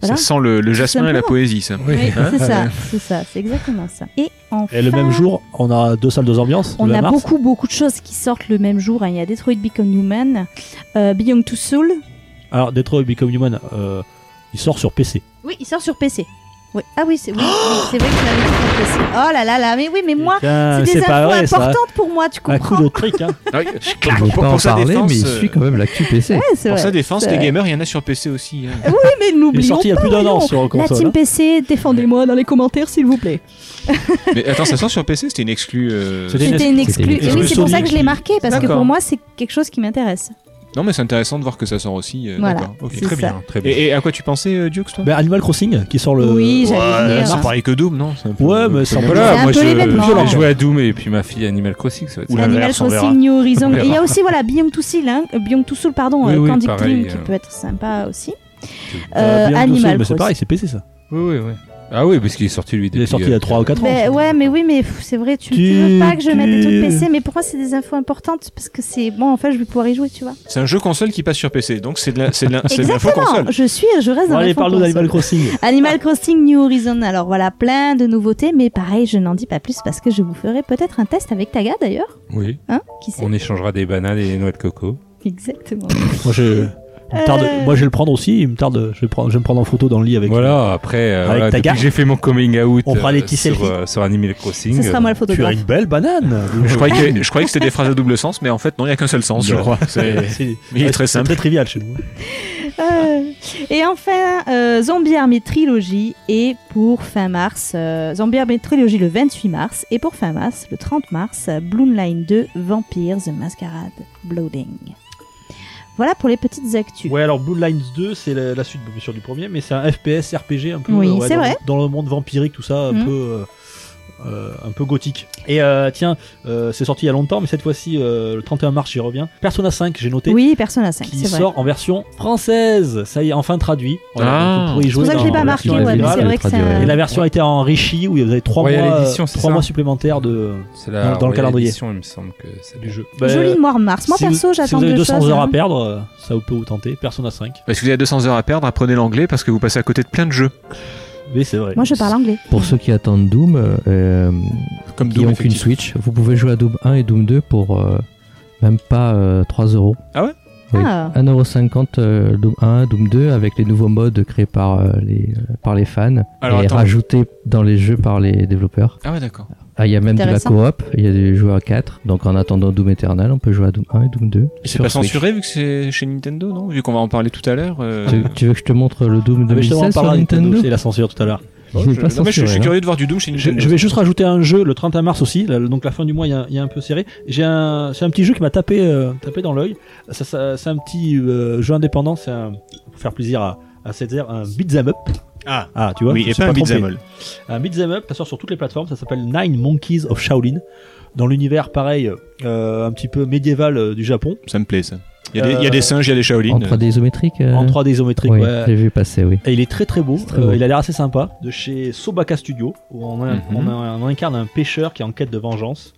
Voilà. Ça sent le, le jasmin et la simplement. poésie ça. Oui, Hein c'est ça, c'est ça, c'est exactement ça. Et enfin, Et le même jour, on a deux salles, deux ambiances. on le a 20 mars. beaucoup, beaucoup de choses qui sortent le même jour. hein. Il y a Detroit Become Human, euh, Beyond Two Soul. Alors, Detroit Become Human, euh, il sort sur PC. Oui, il sort sur PC. Oui. Ah oui, c'est oui, oui, c'est vrai que tu l'avais dit sur PC. Oh là là là, mais oui, mais moi, Putain, c'est des infos Ah, vrai, ça. importantes pour moi, tu Un coup comprends de trick, hein. Ah oui, clac, On peut pas en parler, mais il euh, suit quand même l'actu PC. Ouais, Ah c'est Pour vrai. sa défense, c'est les vrai. gamers, il y en a sur PC aussi. hein. Oui, mais Il est n'oublions sorti il y a plus d'un an voyons. sur La console. hein. team PC, défendez-moi dans les commentaires s'il vous plaît. mais attends, ça sort sur PC, c'était une exclue. euh, C'était- C'était une C'était une exclue. Et exclue Oui, c'est pour Sony ça que je l'ai qui- marqué parce que D'accord. pour moi c'est quelque chose qui m'intéresse. Non, mais c'est intéressant de voir que ça sort aussi. euh, Voilà. D'accord. ok. C'est Très ça. bien, très bien. Et, et à quoi tu pensais, euh, Dukes, toi Ben, Animal Crossing, qui sort le. Oui, j'allais C'est venir. pareil que Doom, non C'est un peu- Ouais, mais ça Euh, C'est Voilà, un moi peu je, l'événement. je vais jouer à Doom et puis ma fille Animal Crossing, ça va être Ou Animal l'inverse, on verra. Crossing, New Horizon. On Et il y a verra. aussi voilà Beyond Two Soul, hein, euh, Beyond Two Soul, pardon, Oui, euh, oui, Candy pareil, Dream qui euh. peut être sympa aussi. Euh, Euh, Beyond Two Souls, Animal mais c'est pareil, Crossing. c'est PC ça. Oui, oui, oui. Ah oui, parce qu'il est sorti lui Il depuis. euh, est sorti il y a 3 ou 4 ans. Ben ouais, mais oui, mais pff, c'est vrai, tu, tu Tu- veux pas que je mette des tu- trucs PC, mais pour moi c'est des infos importantes parce que c'est bon, en fait, je vais pouvoir y jouer, tu vois. C'est un jeu console qui passe sur PC, donc c'est de la- c'est de la- c'est de l'info Exactement. console. Je suis, je reste Bon, dans allez, l'info parle-nous console. d'Animal Crossing. Animal Crossing New Horizon. Alors voilà, plein de nouveautés, mais pareil, je n'en dis pas plus parce que je vous ferai peut-être un test avec Taga d'ailleurs. Oui. Hein Qui sait On échangera des bananes et des noix de coco. Exactement. Moi, je. il me tarde- Euh. Moi, je vais le prendre aussi. Il me tarde. Je vais, prendre- je vais me prendre en photo dans le lit avec. Voilà, après, euh, Avec voilà, ta depuis gare. que j'ai fait mon coming out On fera les petits sur, selfies. euh, sur Animal Crossing. Ce sera moi le Tu as photographe. une belle banane. Je croyais que, je croyais que c'était des phrases à double sens, mais en fait, non, il n'y a qu'un seul sens, Euh, je Non. crois. C'est- C'est Il est très c'est simple. très trivial chez nous. Euh, et enfin, euh, Zombie Army Trilogy et pour fin mars, euh, Zombie Army Trilogy le 28 mars et pour fin mars, le 30 mars, euh, Bloodline 2 Vampire The Masquerade Blooding. Voilà pour les petites actus. Ouais, alors Blue Lines 2, c'est la, la suite bien sûr du premier, mais c'est un FPS RPG un peu Oui, euh, ouais, c'est dans, vrai. dans le monde vampirique, tout ça, un Mhm. peu. euh, euh, un peu gothique. Et euh, tiens, euh, c'est sorti il y a longtemps, mais cette fois-ci, euh, le 31 mars, j'y reviens. Persona 5, j'ai noté, Oui, Persona 5, qui c'est vrai. sort en version française. Ça y est, enfin traduit. donc Ah. vous pourrez y C'est pour jouer ça que je l'ai dans pas la marqué, version ouais, mais originale. c'est vrai que c'est un- Et la version a été enrichie, où vous avez 3 Royal mois, Edition, c'est trois ça mois supplémentaires de, euh, C'est Dans- la dans le Royal calendrier. Edition, il me semble que c'est du jeu. Jolie Ben, noire mars. Moi si Bah, perso, vous, si j'attends vous avez deux 200 choses, heures hein. à perdre, euh, ça vous peut vous tenter. Persona 5. Parce que Bah, vous avez 200 heures à perdre, apprenez l'anglais parce que vous passez à côté de plein de jeux. Oui, c'est vrai. Moi, je parle anglais. Pour ceux qui attendent Doom, euh, euh, Comme qui Doom, n'ont qu'une effectivement. Switch, vous pouvez jouer à Doom 1 et Doom 2 pour euh, même pas euh, 3 euros. Ah ouais Oui. Ah. 1,50€ euh, Doom 1, Doom 2 avec les nouveaux modes créés par, euh, les, euh, par les fans Alors, et attends. rajoutés dans les jeux par les développeurs. Ah ouais, d'accord. Ah, il y a même de la Intéressant. coop, il y a des jeux à 4. Donc en attendant Doom Eternal, on peut jouer à Doom 1 et Doom 2. Et C'est sur pas Switch. censuré vu que c'est chez Nintendo, non Vu qu'on va en parler tout à l'heure. euh, Tu, tu veux que je te montre le Doom Ah, mais justement, on 2016 sur parlera de Nintendo C'est la censure tout à l'heure. bon, Il est je- pas non, mais je- je censuré, suis hein. curieux de voir du Doom chez Je, Nintendo. je vais juste rajouter un jeu le 31 mars aussi, là, donc la fin du mois, il y a, un- il y a un peu serré. J'ai un, c'est un petit jeu qui m'a tapé, euh, tapé dans l'œil. Ça, ça- c'est un petit euh, jeu indépendant, c'est un, pour faire plaisir à, à cette ère, un beat'em up. Ah. Ah, tu vois oui, je me et suis pas un trompé. beat'em all. Un beat'em up, ça sort sur toutes les plateformes, ça s'appelle Nine Monkeys of Shaolin. Dans l'univers, pareil, euh, un petit peu médiéval euh, du Japon, Ça me plaît, ça. Il y, a des- il y a Euh, des singes, il y a des Shaolin. En 3D isométrique euh, en 3D isométrique. Oui, ouais. j'ai vu passer, oui. Et il est très très beau, C'est très Euh, beau. il a l'air assez sympa, de chez Sobaka Studio, où on, a- Mhm. on, a- on incarne un pêcheur qui est en quête de vengeance.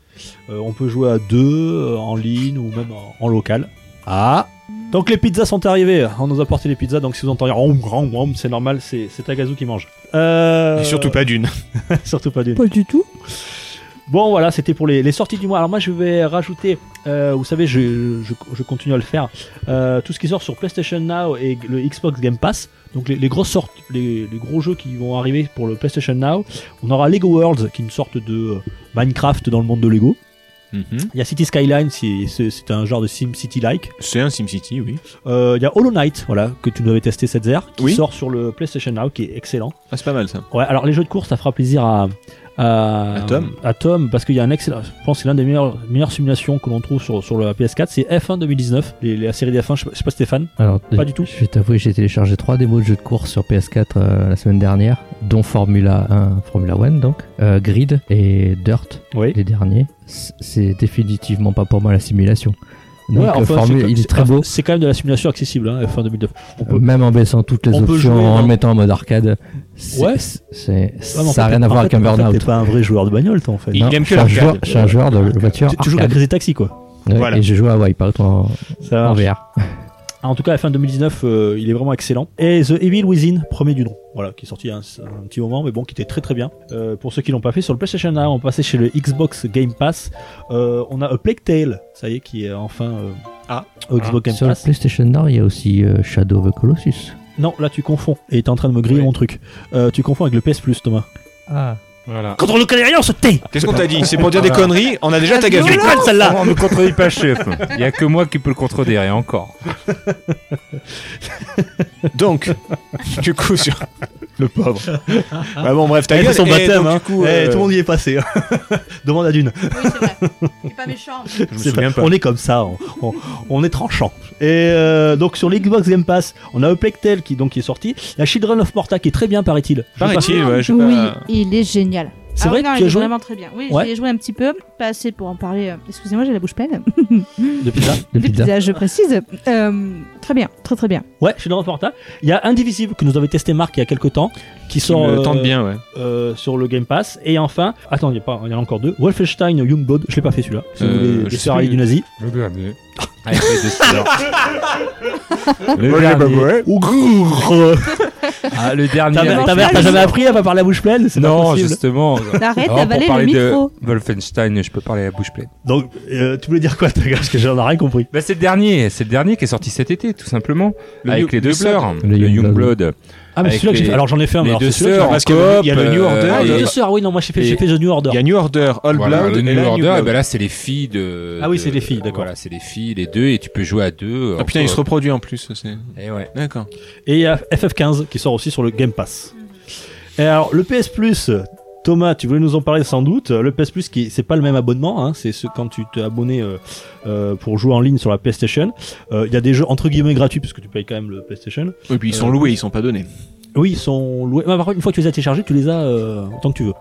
Euh, on peut jouer à deux, euh, en ligne ou même en, en local. Ah Donc les pizzas sont arrivées, on nous a porté les pizzas, donc si vous entendez Roum, roum, roum c'est normal, c'est c'est Tagazu qui mange. Euh, Et surtout pas d'une. surtout pas d'une. Pas du tout. Bon voilà, c'était pour les, les sorties du mois. Alors moi je vais rajouter, euh, vous savez, je, je, je continue à le faire, euh, tout ce qui sort sur PlayStation Now et le Xbox Game Pass. Donc les, les grosses sortes, les, les gros jeux qui vont arriver pour le PlayStation Now. On aura Lego Worlds, qui est une sorte de euh, Minecraft dans le monde de Lego. Mhm. Il y a City Skyline, c'est- c'est c'est un genre de Sim City-like. C'est un SimCity, oui. Euh, il y a Hollow Knight, voilà, que tu nous avais testé cette ZR, qui Oui. sort sur le PlayStation Now, qui est excellent. Ah, c'est pas mal ça. Ouais, alors les jeux de course, ça fera plaisir à, à, À Tom. à Tom, parce qu'il y a un excellent. Je pense que c'est l'un des meilleures, meilleures simulations que l'on trouve sur, sur la PS4, c'est F1 2019, les- la série des F1. Je sais pas- je sais pas, Stéphane. Alors, Pas du tout. Je vais t'avouer, j'ai téléchargé trois démos de jeux de course sur PS4 euh, la semaine dernière, dont Formula 1, Formula 1 donc, euh, Grid et Dirt, Oui. les derniers. C- C'est définitivement pas pour moi la simulation. Donc, euh, Formule, il est très beau, C'est quand même de la simulation accessible, hein, F1 2009. On peut- euh, même en baissant toutes les on peut options, jouer, en hein. mettant en mode arcade. c'est- Ouais. c'est- Ouais, mais en ça n'a fait, rien à en voir fait, avec un en fait, burn-out. T'es pas un vrai joueur de bagnole, toi, en fait. Il Non, aime que je suis un l'arcade. joueur- Je suis un joueur de voiture Tu tu joues à arcade. Crazy Taxi, quoi. Ouais, Voilà. Et je joue à Wipeout en, en VR. Ah, En tout cas, F1 2019, euh, il est vraiment excellent. Et The Evil Within, premier du nom, voilà, qui est sorti il y a un, un petit moment, mais bon, qui était très très bien. Euh, pour ceux qui l'ont pas fait, sur le PlayStation 1, on passait chez le Xbox Game Pass. Euh, on a A Plague Tale, ça y est, qui est enfin euh, Ah. au Xbox Game Sur le Pass. PlayStation Nord, il y a aussi euh, Shadow of the Colossus. Non, là tu confonds. Et t'es en train de me griller Oui. mon truc. Euh, tu confonds avec le PS Plus, Thomas. Ah. Voilà. Quand on le connaît rien, on se tait. Qu'est-ce qu'on t'a dit C'est pour dire des Voilà. conneries On a déjà ta gazou. mal celle-là. On ne contredit pas, chef. Il y a que moi qui peux le contredire, et encore. Donc, du coup, sur le pauvre. Bah bon, bref, ta Eh, gueule. c'est son et baptême, donc, hein. du coup, Eh, euh, Tout le monde y est passé. hein. Demande à Dune. Oui, c'est vrai. Il est pas méchant. je me C'est souviens pas- pas. On est comme ça, on, on- on est tranchant. Et euh, donc sur l'Xbox Game Pass, on a Uplectel qui donc qui est sorti, la Children of Morta qui est très bien paraît-il. Je sais pas si- Paraît-il, ouais, je sais Ah, Oui, pas. il est génial. C'est Ah vrai oui, non, que il tu as est joué vraiment très bien. Oui, Ouais. j'y ai joué un petit peu, pas assez pour en parler. euh, Excusez-moi, j'ai la bouche pleine. depuis ça. Le Des pizza. pizzas, je précise. Euh, très bien, très très bien. Ouais, Children of Morta. Il y a Indivisible que nous avait testé Marc il y a quelques temps, qui Qui sort me euh, tente bien, ouais. euh, sur le Game Pass. Et enfin, attends, il y, a pas- il y en a encore deux. Wolfenstein Youngblood, je l'ai pas fait celui-là. C'est Euh, les- je les sais sœurs plus. alliées du nazi. Le dernier. Ah, Avec les deux sœurs. Le dernier. Ou grrr. Ah, le dernier. Ta mère- avec ta les mère, deux t'as jamais sœurs. appris à pas parler à bouche pleine C'est pas Non, possible. justement. Arrête Non, d'avaler pour le parler de micro. Wolfenstein, je peux parler à la bouche pleine. Donc, euh, tu voulais dire quoi, ta gueule Parce que j'en ai rien compris. Bah, c'est le dernier, c'est le dernier qui est sorti cet été, tout simplement, Le avec New- les deux New Blood. sœurs, Le le Youngblood. Youngblood. Ah, mais Avec celui-là, que j'ai les- fait- alors j'en ai fait un, mais les alors deux c'est celui-là que j'ai sœurs, Parce en qu'il y a le- euh, il y a le New coop, Order, Ah, les et- deux sœurs, oui, non, moi j'ai fait, et- j'ai fait The New Order. Il y a New Order, All Voilà, Blood le et New la Order, Blood. et ben là c'est les filles de. Ah oui, c'est de- les filles, d'accord. Voilà, c'est les filles, les deux, et tu peux jouer à deux. Ah putain, il se reproduit en plus. c'est- Et ouais. D'accord. Et il y a FF15 qui sort aussi sur le Game Pass. Et alors, le PS Plus, Thomas, tu voulais nous en parler sans doute. Le PS Plus, qui c'est pas le même abonnement, hein, c'est ce, quand tu t'es abonné euh, euh, pour jouer en ligne sur la PlayStation. Euh, Il y a des jeux entre guillemets gratuits, parce que tu payes quand même le PlayStation. Et puis ils sont Euh, loués, ils sont pas donnés. Oui, ils sont loués. Bah, par contre, une fois que tu les as téléchargés, tu les as euh, tant que tu veux.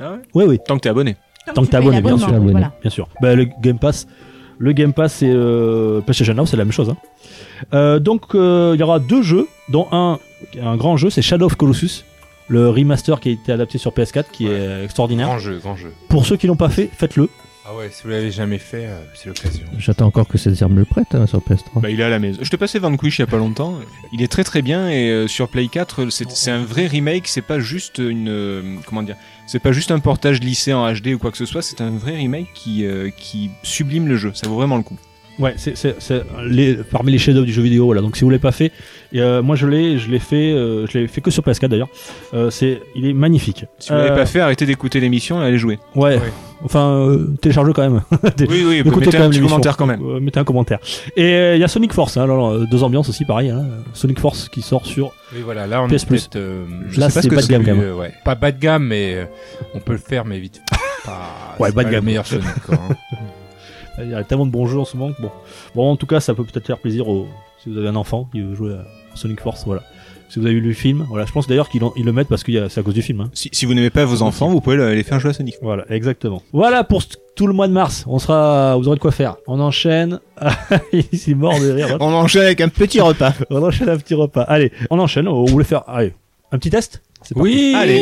Ah ouais Oui, oui, Tant que t'es abonné. Tant que t'es abonné, bien sûr. Voilà. bien sûr. Bah, le Game Pass. Le Game Pass et euh, PlayStation Now, c'est la même chose. hein. Euh, donc, euh, il y aura deux jeux, dont un, un grand jeu, c'est Shadow of Colossus, le remaster qui a été adapté sur PS4, qui est extraordinaire. Grand jeu, grand jeu. Pour ceux qui l'ont pas fait, faites-le. Ah ouais, si vous l'avez jamais fait, euh, c'est l'occasion. J'attends encore que cette arme me le prête hein, sur PS3. Bah, il est à la maison. Je te passais Vanquish il y a pas longtemps. Il est très très bien et euh, sur Play 4, c'est c'est un vrai remake. C'est pas juste une euh, comment dire. C'est pas juste un portage lycée en HD ou quoi que ce soit. C'est un vrai remake qui euh, qui sublime le jeu. Ça vaut vraiment le coup. Ouais, c'est, c'est, c'est les, parmi les chefs-d'œuvre du jeu vidéo. Voilà. Donc si vous l'avez pas fait, et, euh, moi je l'ai, je l'ai fait, euh, je l'ai fait que sur PS4 d'ailleurs. Euh, c'est, il est magnifique. Si vous l'avez Euh, pas fait, arrêtez d'écouter l'émission et allez jouer. Ouais. Ouais. Enfin, euh, télécharge-le quand même. Oui oui. Écoutez Mettez quand un même petit l'émission. commentaire quand même. Euh, mettez un commentaire. Et euh, il y a Sonic Force, hein, alors, euh, deux ambiances aussi, pareil. hein. Sonic Force qui sort sur. Oui, voilà, là on PS+. est peut-être. euh, je Là, sais c'est pas ce que bas de gamme, plus, quand même. euh, ouais. Pas bas de gamme, mais euh, on peut le faire, mais vite. Pas, Ouais, c'est bas de pas gamme. Le meilleur Sonic, quoi, hein. euh, Il y a tellement de bons jeux en ce moment que bon. Bon, en tout cas, ça peut peut-être faire plaisir au... si vous avez un enfant qui veut jouer à Sonic Force, voilà. Si vous avez vu le film, voilà, je pense d'ailleurs qu'ils l'en- ils le mettent parce que c'est à cause du film. hein. Si, si vous n'aimez pas vos enfants, vous pouvez le- les faire jouer à Sonic. Voilà, exactement. Voilà pour t- tout le mois de mars. On sera, vous aurez de quoi faire. On enchaîne. Il s'est mort de rire. hein. On enchaîne avec un petit repas. On enchaîne un petit repas. Allez, on enchaîne. On voulait faire, allez, un petit test. C'est parti. Oui Allez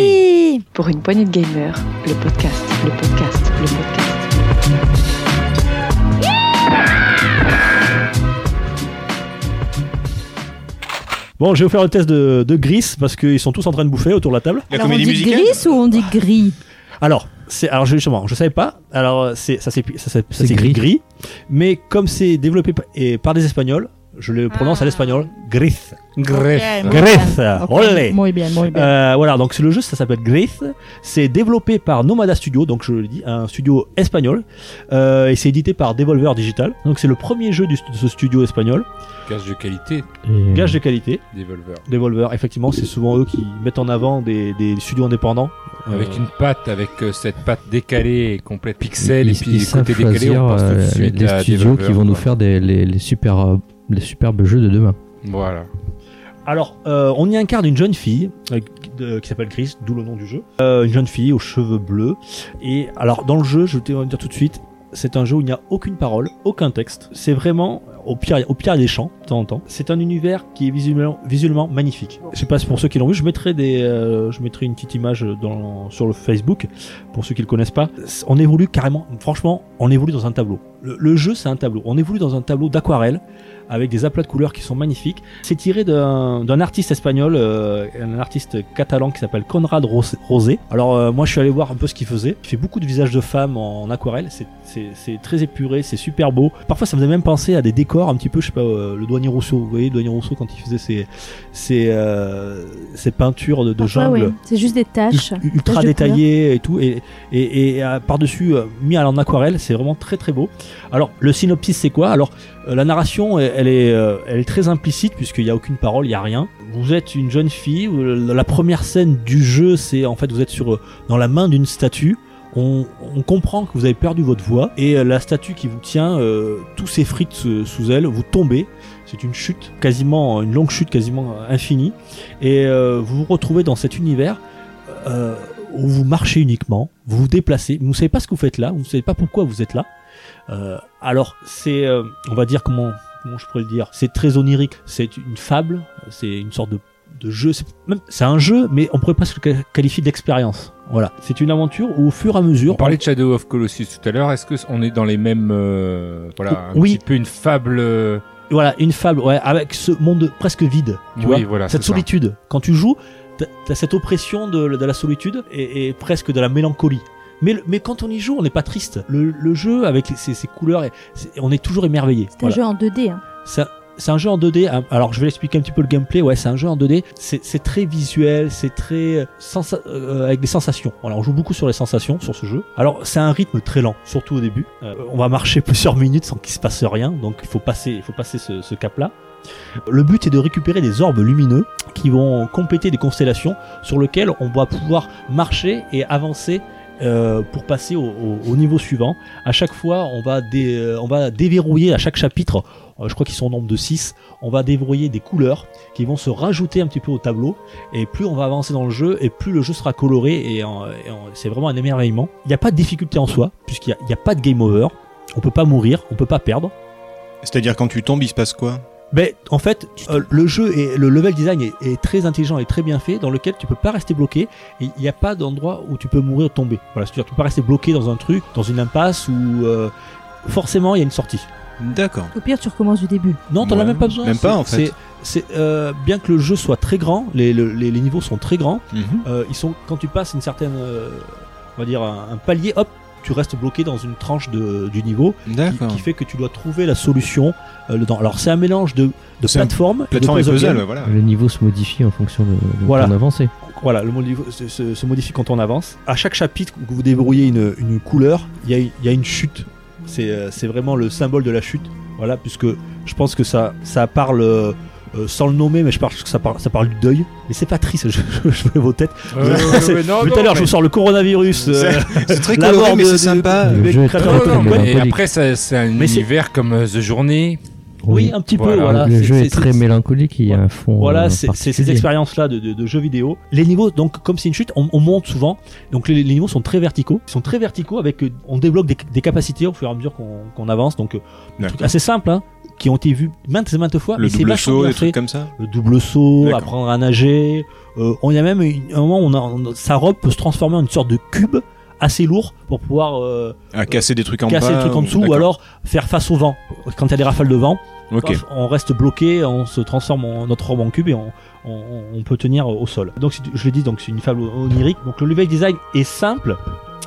Oui. Pour une poignée de gamers, le podcast, le podcast, le podcast. Bon, je vais vous faire le test de, de Gris parce qu'ils sont tous en train de bouffer autour de la table. La Alors, on comédie dit musicale gris ou on dit gris Alors, c'est alors justement, je savais pas. Alors euh, c'est ça c'est ça, c'est- ça C'est s'écrit gris. gris. mais comme c'est développé pa- et par des Espagnols, je le prononce à l'espagnol gris. Greffe. Ok, Greffe, bien. Ok, olé. Muy bien, muy bien. Euh, voilà, donc c'est le jeu, ça s'appelle Gris. C'est développé par Nomada Studio, donc je le dis, un studio espagnol. Euh, et c'est édité par Devolver Digital. Donc c'est le premier jeu du- de ce studio espagnol. Gage de qualité, Et, Gage de qualité. Devolver. Devolver, effectivement, c'est souvent eux qui mettent en avant des, des studios indépendants. Euh, Avec une patte, avec euh, cette patte décalée et complète pixel, ils- et puis ils les savent côtés décalés, choisir, on passe tout de euh, suite les à studios Devolver, qui vont nous quoi. faire des, les, les super, euh, les superbes jeux de demain. Voilà. Alors, euh, on y incarne une jeune fille euh, qui- de- qui s'appelle Chris, d'où le nom du jeu. Euh, une jeune fille aux cheveux bleus. Et alors, dans le jeu, je vais vous dire tout de suite, c'est un jeu où il n'y a aucune parole, aucun texte. C'est vraiment au pire, au pire des chants, de temps en temps. C'est un univers qui est visuellement, visuellement magnifique. Je sais pas si pour ceux qui l'ont vu, je mettrai des, euh, je mettrai une petite image dans, sur le Facebook pour ceux qui le connaissent pas. On évolue carrément, franchement, on évolue dans un tableau. Le, le jeu, c'est un tableau. On évolue dans un tableau d'aquarelle avec des aplats de couleurs qui sont magnifiques. C'est tiré d'un d'un artiste espagnol, euh, un artiste catalan qui s'appelle Conrad Ros- Rosé. Alors euh, moi je suis allé voir un peu ce qu'il faisait. Il fait beaucoup de visages de femmes en, en aquarelle, C'est- c'est c'est très épuré, c'est super beau. Parfois ça me faisait même penser à des décors un petit peu, je sais pas, euh, le douanier Rousseau. Vous voyez, le douanier Rousseau quand il faisait ses, ses, euh, ses peintures de, de Parfois, jungle oui. C'est juste des taches. ul- ultra Taches de détaillé et tout et, et, et, euh, par-dessus euh, mis en aquarelle c'est vraiment très très beau alors le synopsis c'est quoi alors euh, la narration elle, elle est euh, elle est très implicite puisqu'il n'y a aucune parole il n'y a rien vous êtes une jeune fille où le- la première scène du jeu c'est en fait vous êtes sur euh, dans la main d'une statue on, on comprend que vous avez perdu votre voix et euh, la statue qui vous tient euh, tout s'effrite euh, sous elle vous tombez c'est une chute quasiment une longue chute quasiment euh, infinie et euh, vous vous retrouvez dans cet univers euh, où vous marchez uniquement, vous vous déplacez, vous ne savez pas ce que vous faites là, vous ne savez pas pourquoi vous êtes là. Euh, alors, c'est, euh, on va dire comment, comment je pourrais le dire, c'est très onirique, c'est une fable, c'est une sorte de, de jeu, c'est même- c'est un jeu, mais on pourrait pas se le ca- qualifier d'expérience. Voilà, c'est une aventure où au fur et à mesure, On parlait de Shadow of Colossus tout à l'heure. Est-ce que c- on est dans les mêmes, euh, voilà, un Oui. petit peu une fable. euh, voilà, une fable, ouais, avec ce monde presque vide, tu vois, oui, voilà, cette c'est ça. solitude. Quand tu joues, t'as- t'as cette oppression de, de la solitude et, et presque de la mélancolie. Mais, le- mais quand on y joue, on n'est pas triste. Le, le jeu avec les- ses, ses couleurs, et- c'est- on est toujours émerveillé. C'est un Voilà. jeu en 2D. hein. C'est un- c'est un jeu en 2D. hein. Alors je vais l'expliquer un petit peu le gameplay. Ouais, c'est un jeu en 2D. C'est c'est très visuel, c'est très euh, sensa- euh, avec des sensations. Voilà, on joue beaucoup sur les sensations sur ce jeu. Alors c'est un rythme très lent, surtout au début. Euh, on va marcher plusieurs minutes sans qu'il se passe rien, donc il faut passer, il faut passer ce, ce cap-là. Le but est de récupérer des orbes lumineux qui vont compléter des constellations sur lesquelles on va pouvoir marcher et avancer euh, pour passer au, au- au niveau suivant. À chaque fois, on va, dé- euh, on va déverrouiller à chaque chapitre, euh, je crois qu'ils sont au nombre de 6, on va déverrouiller des couleurs qui vont se rajouter un petit peu au tableau. Et plus on va avancer dans le jeu, et plus le jeu sera coloré, et, en- et en- c'est vraiment un émerveillement. Il n'y a pas de difficulté en soi, puisqu'il n'y a, il y a pas de game over. On peut pas mourir, on peut pas perdre. C'est-à-dire quand tu tombes, il se passe quoi Mais en fait, euh, le jeu et le level design est, est très intelligent et très bien fait, dans lequel tu peux pas rester bloqué. et Il n'y a pas d'endroit où tu peux mourir ou tomber. Voilà, c'est-à-dire tu peux pas rester bloqué dans un truc, dans une impasse ou euh, forcément il y a une sortie. D'accord. Au pire, tu recommences du début. Non, t'en as Ouais, même pas besoin. même pas, C'est- en fait. C'est c'est, euh, bien que le jeu soit très grand, les, le- les, les niveaux sont très grands. euh, ils sont quand tu passes une certaine, euh, on va dire un, un palier, hop, tu restes bloqué dans une tranche de, du niveau qui, D'accord. qui fait que tu dois trouver la solution euh, dedans. Alors c'est un mélange de, de C'est un plateforme, et Plateforme de puzzle et puzzle, game. ouais, voilà. Le niveau se modifie en fonction de, de Ah. Voilà. ton avancée. Voilà, le niveau se, se- se modifie quand on avance. À chaque chapitre où vous débrouillez une, une couleur, il y a, il y a une chute. C'est euh, c'est vraiment le symbole de la chute. Voilà, puisque je pense que ça, ça parle, euh, euh, sans le nommer, mais je pense que ça parle, ça parle du deuil. Mais c'est pas triste, je, je, je vois vos têtes. Euh, ouais, C'est- ouais, non, Vu tout à non, l'heure, je mais- vous sors le coronavirus. euh, C'est très la coloré, mort mais de- c'est de- sympa. de- Le des jeu est créateurs très de coloré. contenu. Et mélancolique. après, ça- c'est un Mais c'est- univers comme euh, The Journey, Oui, un petit peu, Voilà. voilà. le C'est- jeu est, c'est- très c'est- mélancolique, il y a un fond. euh, Voilà, c'est c'est ces particulier. expériences-là de, de- de jeux vidéo. Les niveaux, donc comme c'est une chute, on, on monte souvent. Donc les, les niveaux sont très verticaux. Ils sont très verticaux avec, euh, on débloque des, des capacités au fur et à mesure qu'on qu'on avance. Donc euh, des D'accord. trucs assez simples, hein, qui ont été vus maintes et maintes fois. Le mais c'est double vachement saut, bien des trucs fait. comme ça Le double saut, D'accord. apprendre à nager. Euh, on y a même une- un moment où on a, on a- sa robe peut se transformer en une sorte de cube assez lourd pour pouvoir euh, Ah, casser des trucs en bas casser le truc en ou- dessous ou d'accord. alors faire face au vent. Quand il y a des rafales de vent, Ok. Paf, on reste bloqué, on se transforme en notre robe en cube et on, on- on peut tenir au sol. Donc c'est- je le dis, donc c'est une fable onirique. Donc le level design est simple,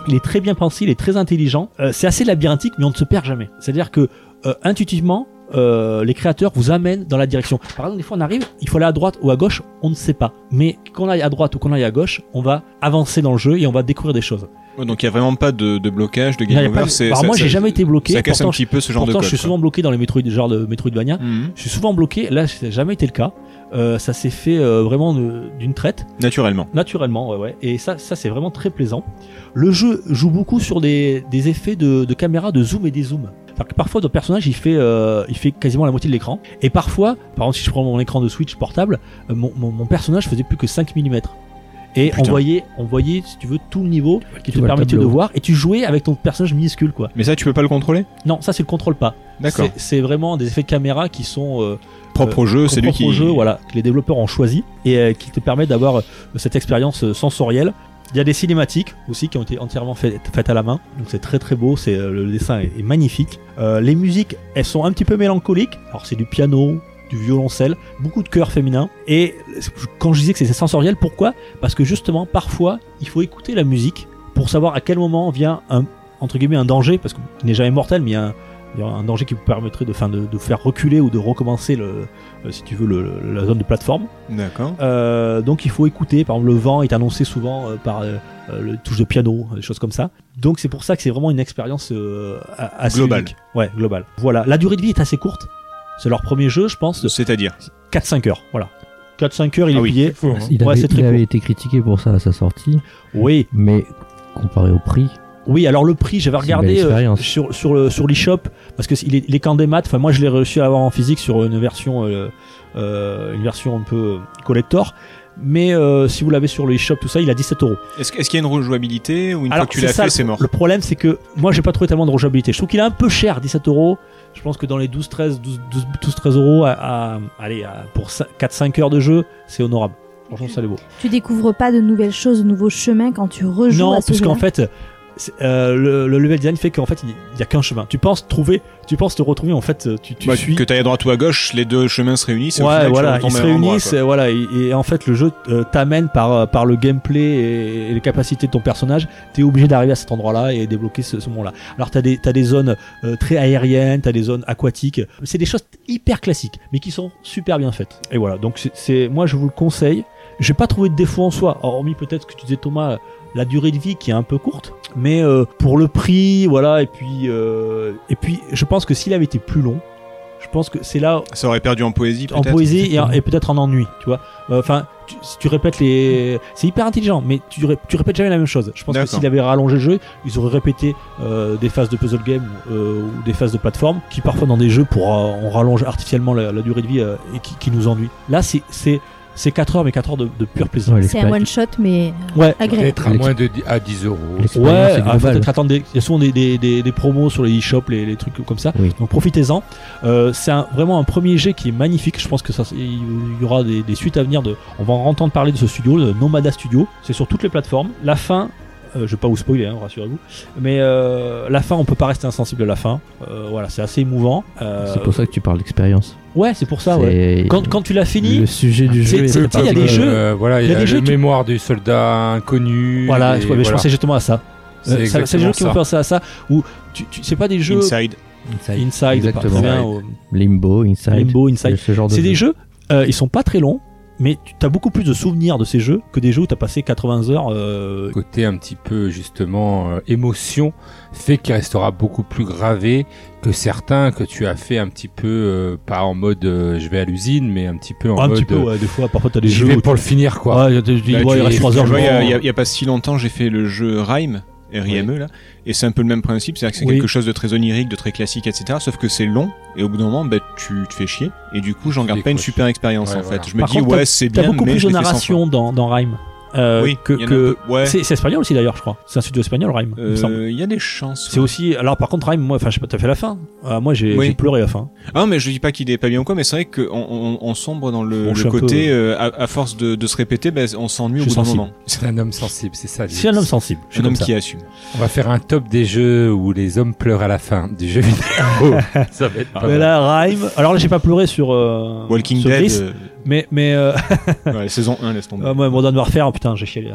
il est très bien pensé, il est très intelligent. Euh, c'est assez labyrinthique, mais on ne se perd jamais. C'est-à-dire que euh, intuitivement, euh, les créateurs vous amènent dans la direction. Par exemple, des fois on arrive, il faut aller à droite ou à gauche, on ne sait pas. Mais qu'on aille à droite ou qu'on aille à gauche, on va avancer dans le jeu et on va découvrir des choses. Ouais, donc il y a vraiment pas de, de blocage, de game Il y a over. pas de- c'est- Alors, ça- moi, ça- j'ai jamais été bloqué. Ça casse Pourtant, un petit peu ce genre Pourtant, de je code. suis souvent bloqué dans les Metroid, genre de Metroidvania. quoi. Mhm. Je suis souvent bloqué. Là, ça n'a jamais été le cas. Euh, ça s'est fait euh, vraiment de- d'une traite, Naturellement. naturellement, ouais, ouais. Et ça, ça c'est vraiment très plaisant. Le jeu joue beaucoup sur des, des effets de, de caméra, de zoom et des zooms. C'est-à-dire que parfois, notre personnage, il fait, euh, il fait quasiment la moitié de l'écran. Et parfois, par exemple, si je prends mon écran de Switch portable, euh, mon, mon- mon personnage faisait plus que 5 mm. Et on Putain. voyait, on voyait, si tu veux, tout le niveau qui te vois le permettait de tableau. voir. Et tu jouais avec ton personnage minuscule, quoi. Mais ça, tu peux pas le contrôler Non, ça, c'est le contrôle pas. D'accord. C'est- C'est vraiment des effets de caméra qui sont... euh, Propre au jeu, ton c'est lui propre qui. jeu, voilà, que les développeurs ont choisi et euh, qui te permet d'avoir euh, cette expérience euh, sensorielle. Il y a des cinématiques aussi qui ont été entièrement faites, faites à la main, donc c'est très très beau, c'est euh, le dessin est, est magnifique. Euh, les musiques, elles sont un petit peu mélancoliques, alors c'est du piano, du violoncelle, beaucoup de chœurs féminins. Et euh, quand je disais que c'était sensoriel, pourquoi Parce que justement, parfois, il faut écouter la musique pour savoir à quel moment vient un entre guillemets un danger, parce qu'il n'est jamais mortel, mais il y a un, il y a un danger qui vous permettrait de, enfin, de, de faire reculer ou de recommencer le, euh, si tu veux, le- le- la zone de plateforme. D'accord. Euh, donc il faut écouter. Par exemple, le vent est annoncé souvent euh, par euh, euh, le touche de piano, des choses comme ça. Donc c'est pour ça que c'est vraiment une expérience euh, a- assez Globale. unique. Ouais, globale. Voilà. La durée de vie est assez courte. C'est leur premier jeu, je pense, de C'est-à-dire. 4-5 heures. Voilà. 4-5 heures, il Ah est oui. pillé. Fou, hein. Il, Ouais, avait, c'est très il avait court. été critiqué pour ça à sa sortie, Oui, mais comparé au prix, oui. Alors le prix, j'avais C'est une belle regardé euh, expérience. sur sur le sur l'eShop parce que c'est- il est, il est qu'en démat. Enfin, moi, je l'ai réussi à avoir en physique sur une version euh, euh, une version un peu euh, collector. Mais euh, si vous l'avez sur le eShop, tout ça, il a 17 euros. Est-ce que- est-ce qu'il y a une rejouabilité ou une fois que tu c'est l'as ça, fait, le- c'est mort Le problème, c'est que moi, j'ai pas trouvé tellement de rejouabilité. Je trouve qu'il est un peu cher, 17 euros. Je pense que dans les 12, 13, 12, 12, 12, 13 euros, à, à- allez, à- pour 4-5 heures de jeu, c'est honorable. Franchement, ça les vaut. Tu découvres pas de nouvelles choses, de nouveaux chemins quand tu rejoues non, à ce parce qu'en jeu-là. fait, c'est- euh, le, le level design fait qu'en fait, il n'y a qu'un chemin. Tu penses trouver, tu penses te retrouver, en fait, tu, tu Bah, suis. Que t'ailles à droite ou à gauche, les deux chemins se réunissent. et au Ouais, final, tu voilà, retombes ils se à un endroit, réunissent, quoi. euh, voilà, et, et en fait le jeu euh, t'amène par, euh, par le gameplay et, et les capacités de ton personnage, t'es obligé d'arriver à cet endroit-là et débloquer ce, ce moment-là. Alors t'as des, t'as des zones euh, très aériennes, t'as des zones aquatiques, c'est des choses hyper classiques, mais qui sont super bien faites. Et voilà, donc c'est- c'est, moi je vous le conseille, j'ai pas trouvé de défaut en soi, hormis peut-être ce que tu disais Thomas, la durée de vie qui est un peu courte, mais euh, pour le prix, voilà, et puis, euh, et puis je pense que s'il avait été plus long, je pense que c'est là Ça aurait perdu en poésie, en peut-être poésie et, en- et peut-être en ennui, tu vois. Euh, Enfin, tu, si tu répètes les. C'est hyper intelligent, mais tu, ré- tu répètes jamais la même chose. Je pense que D'accord. s'il avait rallongé le jeu, ils auraient répété euh, des phases de puzzle game euh, ou des phases de plateforme, qui parfois dans des jeux, pour, euh, on rallonge artificiellement la, la durée de vie euh, et qui, qui nous ennuie. Là, c'est- c'est c'est 4 heures, mais 4 heures de, de pur plaisir. Ouais, C'est un l'expéri- one shot, mais Ouais. agréable. Peut-être à moins de dix- à 10 euros. l'expérience Ouais, est ah, faut globale. peut-être attendre. des- Il y a souvent des, des, des, des promos sur les e-shops, les, les trucs comme ça. Oui. Donc profitez-en. Euh, c'est un- vraiment un premier jet qui est magnifique. Je pense que ça, il y aura des, des suites à venir. De, on va en entendre parler de ce studio, le Nomada Studio. C'est sur toutes les plateformes. La fin. euh, je vais pas vous spoiler, hein, rassurez-vous. Mais euh, la fin, on peut pas rester insensible à la fin. Euh, voilà, c'est assez émouvant. Euh, c'est pour ça que tu parles d'expérience. Ouais, c'est pour ça. Ouais. C'est- Quand, quand tu l'as fini, le sujet du c'est- jeu c'est- est tu sais, il y a des jeux- Euh, voilà, il y a, des le jeux qui- mémoire du soldat inconnu. voilà, et je, je voilà. pensais justement à ça. C'est Euh, ça- C'est exactement des jeux qui ça. vont penser à ça. Ou tu, tu, c'est pas des jeux Inside. Inside, Inside, Exactement. par- bien, ou- Limbo, Inside, Limbo, Inside. ce genre de C'est jeu. des jeux, euh, ils sont pas très longs, mais tu as beaucoup plus de souvenirs de ces jeux que des jeux où tu as passé 80 heures. euh, côté un petit peu justement euh, émotion fait qu'il restera beaucoup plus gravé que certains que tu as fait un petit peu euh, pas en mode euh, je vais à l'usine mais un petit peu en un mode petit peu, euh, ouais, des fois, parfois tu as des j'y jeux. vais où- pour le finir quoi. Bah, Ouais, tu te dis, Là, ouais, tu il reste es- 3 tu heures. Tu je vois, il y, vais a- en- il y a- il y a pas si longtemps, j'ai fait le jeu Rhyme. RIME E, là, et c'est un peu le même principe, c'est-à-dire que c'est Oui. quelque chose de très onirique, de très classique, etc. Sauf que c'est long, et au bout d'un moment, bah, tu te fais chier, et du coup, j'en garde pas une décroches. super expérience Ouais, en voilà. fait. Je me Par dis, contre, ouais, c'est T'as bien, beaucoup mais plus je de l'ai fait 100 fois. narration dans, dans Rhyme. Euh, Oui, que, il y en a que- un peu- ouais. c'est, c'est espagnol aussi d'ailleurs, je crois. C'est un studio espagnol, Rhyme. il me semble. Euh, Il y a des chances. C'est aussi. Alors par contre, Rhyme, moi, enfin, je sais pas, t'as fait la fin. Euh, moi, j'ai, Oui. j'ai pleuré à la fin. Ah mais je dis pas qu'il est pas bien ou quoi, mais c'est vrai qu'on on, on sombre dans le, Bon, je le suis un côté peu- euh, à, à force de, de se répéter, ben, on s'ennuie au Je bout suis d'un sensible. moment. C'est un homme sensible, c'est ça. C'est un homme sensible. Je suis Un homme comme ça. qui assume. On va faire un top des jeux où les hommes pleurent à la fin du jeu Oh, vidéo. ça va être pas Mais mal. là, Rhyme. Alors là, j'ai pas pleuré sur. euh, Walking sur Dead, Gris, euh, Mais, mais euh, ouais, saison 1 laisse tomber. ah, moi, Modern Warfare, putain, j'ai chialé.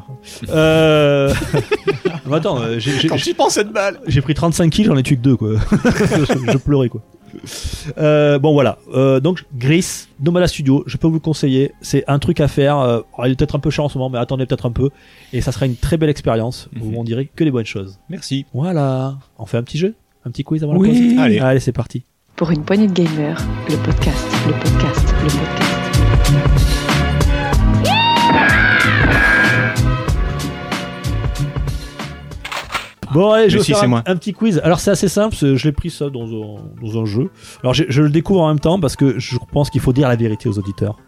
Euh... mais attends, euh, j'ai, j'ai- Quand j'y pense cette balle J'ai pris 35 kills, j'en ai tué que deux, quoi. je, je pleurais, quoi. Euh, bon, voilà. Euh, donc, Gris, Nomada Studio, je peux vous le conseiller. C'est un truc à faire. Euh, alors, il est peut-être un peu cher en ce moment, mais attendez peut-être un peu. Et ça sera une très belle expérience. Vous Mhm. m'en direz que des bonnes choses. Merci. Voilà. On fait un petit jeu Un petit quiz avant la pause Oui. Allez. Allez, c'est parti. Pour une poignée de gamers, le podcast, le podcast, le podcast. Bon, allez, je Mais vais si, faire c'est un, moi. un petit quiz. Alors, c'est assez simple. c'est- Je l'ai pris ça dans un, dans un jeu. Alors, j'ai- je le découvre en même temps parce que je pense qu'il faut dire la vérité aux auditeurs.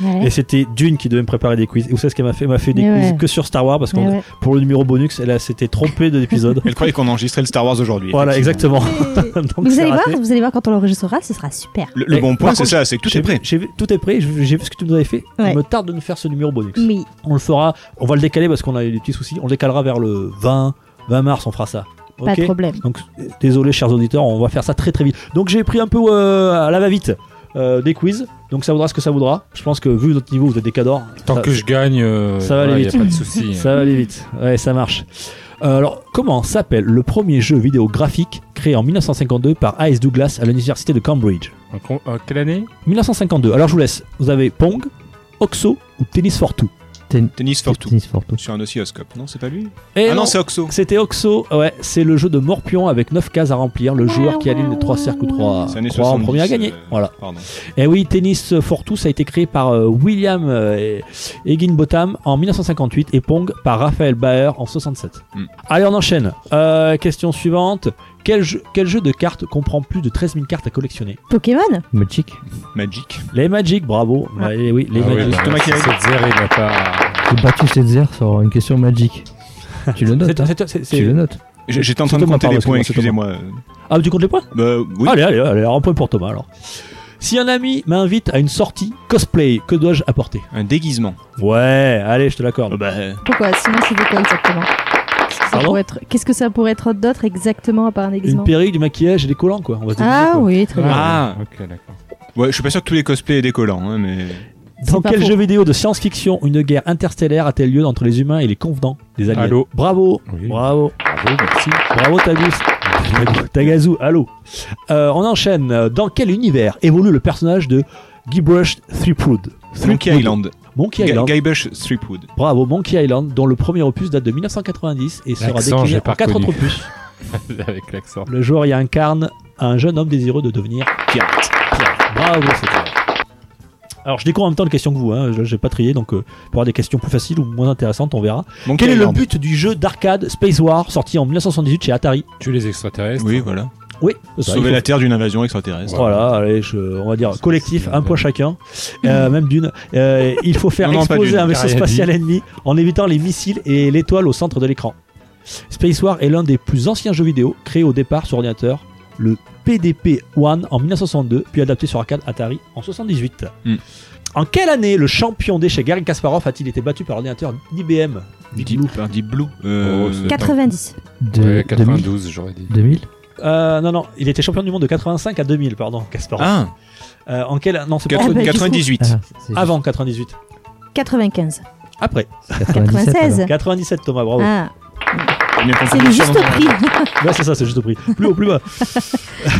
Et Ouais. c'était Dune qui devait me préparer des quiz. Et vous savez ce qu'elle m'a fait Elle m'a fait des Mais ouais. quiz que sur Star Wars parce que Ouais, ouais. pour le numéro bonus, elle a- s'était trompée de l'épisode. Elle croyait qu'on enregistrait le Star Wars aujourd'hui. voilà, effectivement. exactement. Donc, Mais vous c'est allez voir, raté. vous allez voir quand on l'enregistrera, ce sera super. Le, le Et bon Eh, par point, c'est contre, ça, c'est que tout J'ai est vu- prêt. j'ai vu- Tout est prêt. J'ai j'ai vu ce que tu nous avais fait. Ouais. Il me tarde de nous faire ce numéro bonus. Oui. On le fera. On va le décaler parce qu'on a eu des petits soucis. On le décalera vers le 20, 20 mars. On fera ça. Pas Ok de problème. Donc euh, désolé chers auditeurs, on va faire ça très très vite. Donc j'ai pris un peu euh, à la va-vite euh, des quiz. Donc ça vaudra ce que ça vaudra. Je pense que vu notre niveau, vous êtes des cadors. Tant Ça- que je gagne, euh, ça va aller voilà, y vite. a pas de souci. hein. Ça va aller vite. Ouais, ça marche. Euh, alors, comment s'appelle le premier jeu vidéo graphique créé en 1952 par A.S. Douglas à l'université de Cambridge En con- en quelle année 1952. Alors, je vous laisse. Vous avez Pong, Oxo ou Tennis for Two Ten- Tennis for two. Tennis for two. Sur un oscilloscope. Non, c'est pas lui Eh Ah non, c'est Oxo. c'était Oxo. Ouais, c'est le jeu de Morpion avec 9 cases à remplir. Le joueur qui aligne les 3 cercles ou 3, C'est année en 70. premier à gagner. euh, Voilà. Pardon. Et Eh oui, Tennis for Two, ça a été créé par euh, William euh, Higginbotham en 1958 et Pong par Raphaël Baer en 67. Mm. Allez, on enchaîne. Euh, question suivante. Quel jeu, quel jeu de cartes comprend plus de 13 000 cartes à collectionner Pokémon Magic. Magic. Les Magic, bravo. Ah. Ouais, oui, les Ah ouais, Magic. bah, Thomas Kiel. cette zère, il a pas. J'ai battu Setzer sur une question Magic. tu le notes. C'est- hein. c'est- c'est- c'est- Tu le notes. J- J'étais en train C'est de Thomas, compter pardon, les points, excuse-moi, excusez-moi. Ah, tu comptes les points Euh, Bah oui. Allez, allez, allez, un point pour Thomas alors. Si un ami m'invite à une sortie cosplay, que dois-je apporter Un déguisement. Ouais, allez, je te Ah l'accorde. Bah, euh, Pourquoi Sinon, c'est de quoi exactement Qu'est-ce que ça Pardon pourrait être- Qu'est-ce que ça pourrait être d'autre exactement à part un Une déguisement perruque, du maquillage et des collants, quoi. On va se déguiser, Ah quoi. oui, très bien. Ah. Ok, d'accord. ouais, je suis pas sûr que tous les cosplays aient des collants, hein, mais. Dans C'est pas quel faux. jeu vidéo de science-fiction une guerre interstellaire a-t-elle lieu entre les humains et les confidents des aliens Halo. Bravo Oui. Bravo Bravo, merci. Bravo Tagus Tagus- Tagazu, allô Euh, On enchaîne. Dans quel univers évolue le personnage de Guybrush Threepwood Monkey Threepwood. Island. Monkey Ga- Island. Guybrush Threepwood. Bravo, Monkey Island, dont le premier opus date de 1990 et sera L'accent, décliné j'ai en pas 4 autres reconnu. opus. Avec l'accent. Le joueur y incarne un jeune homme désireux de devenir Pirate. Bravo, c'est clair. Alors, je découvre en même temps les questions que vous, hein. Je- j'ai pas trié, donc euh, pour avoir des questions plus faciles ou moins intéressantes, on verra. Monkey Quel est le Island. but du jeu d'arcade Space War sorti en 1978 chez Atari Tu les extraterrestres Oui, voilà. Oui, c'est Sauver vrai, la Terre d'une invasion extraterrestre. Voilà, allez, je- on va dire collectif, c'est- un point chacun, euh, même d'une. Euh, il faut faire Non, non, pas exploser d'une, un vaisseau rien spatial ennemi en évitant les missiles et l'étoile au centre de l'écran. Space War est l'un des plus anciens jeux vidéo créés au départ sur ordinateur, le PDP-1 en 1962, puis adapté sur arcade Atari en 78. Hmm. En quelle année le champion d'échecs Gary Kasparov a-t-il été battu par ordinateur d'IBM Deep Blue. Deep Blue. Euh, Oh, c'est- 90. De, Ouais, 2000. 92, j'aurais dit. 2000 Euh, Non, non, il était champion du monde de 85 à 2000, pardon, Kasparov. Ah, Euh, en quelle... Non, c'est pas... Quatre- 80- bah, du coup- 98. Ah, c'est Avant 98. 95. Après. juste 97, alors. 96. 97 Thomas, bravo. Ah, J'ai bien compris c'est le le juste surnom. prix. Ouais, c'est ça, c'est juste au prix. Plus haut, plus bas.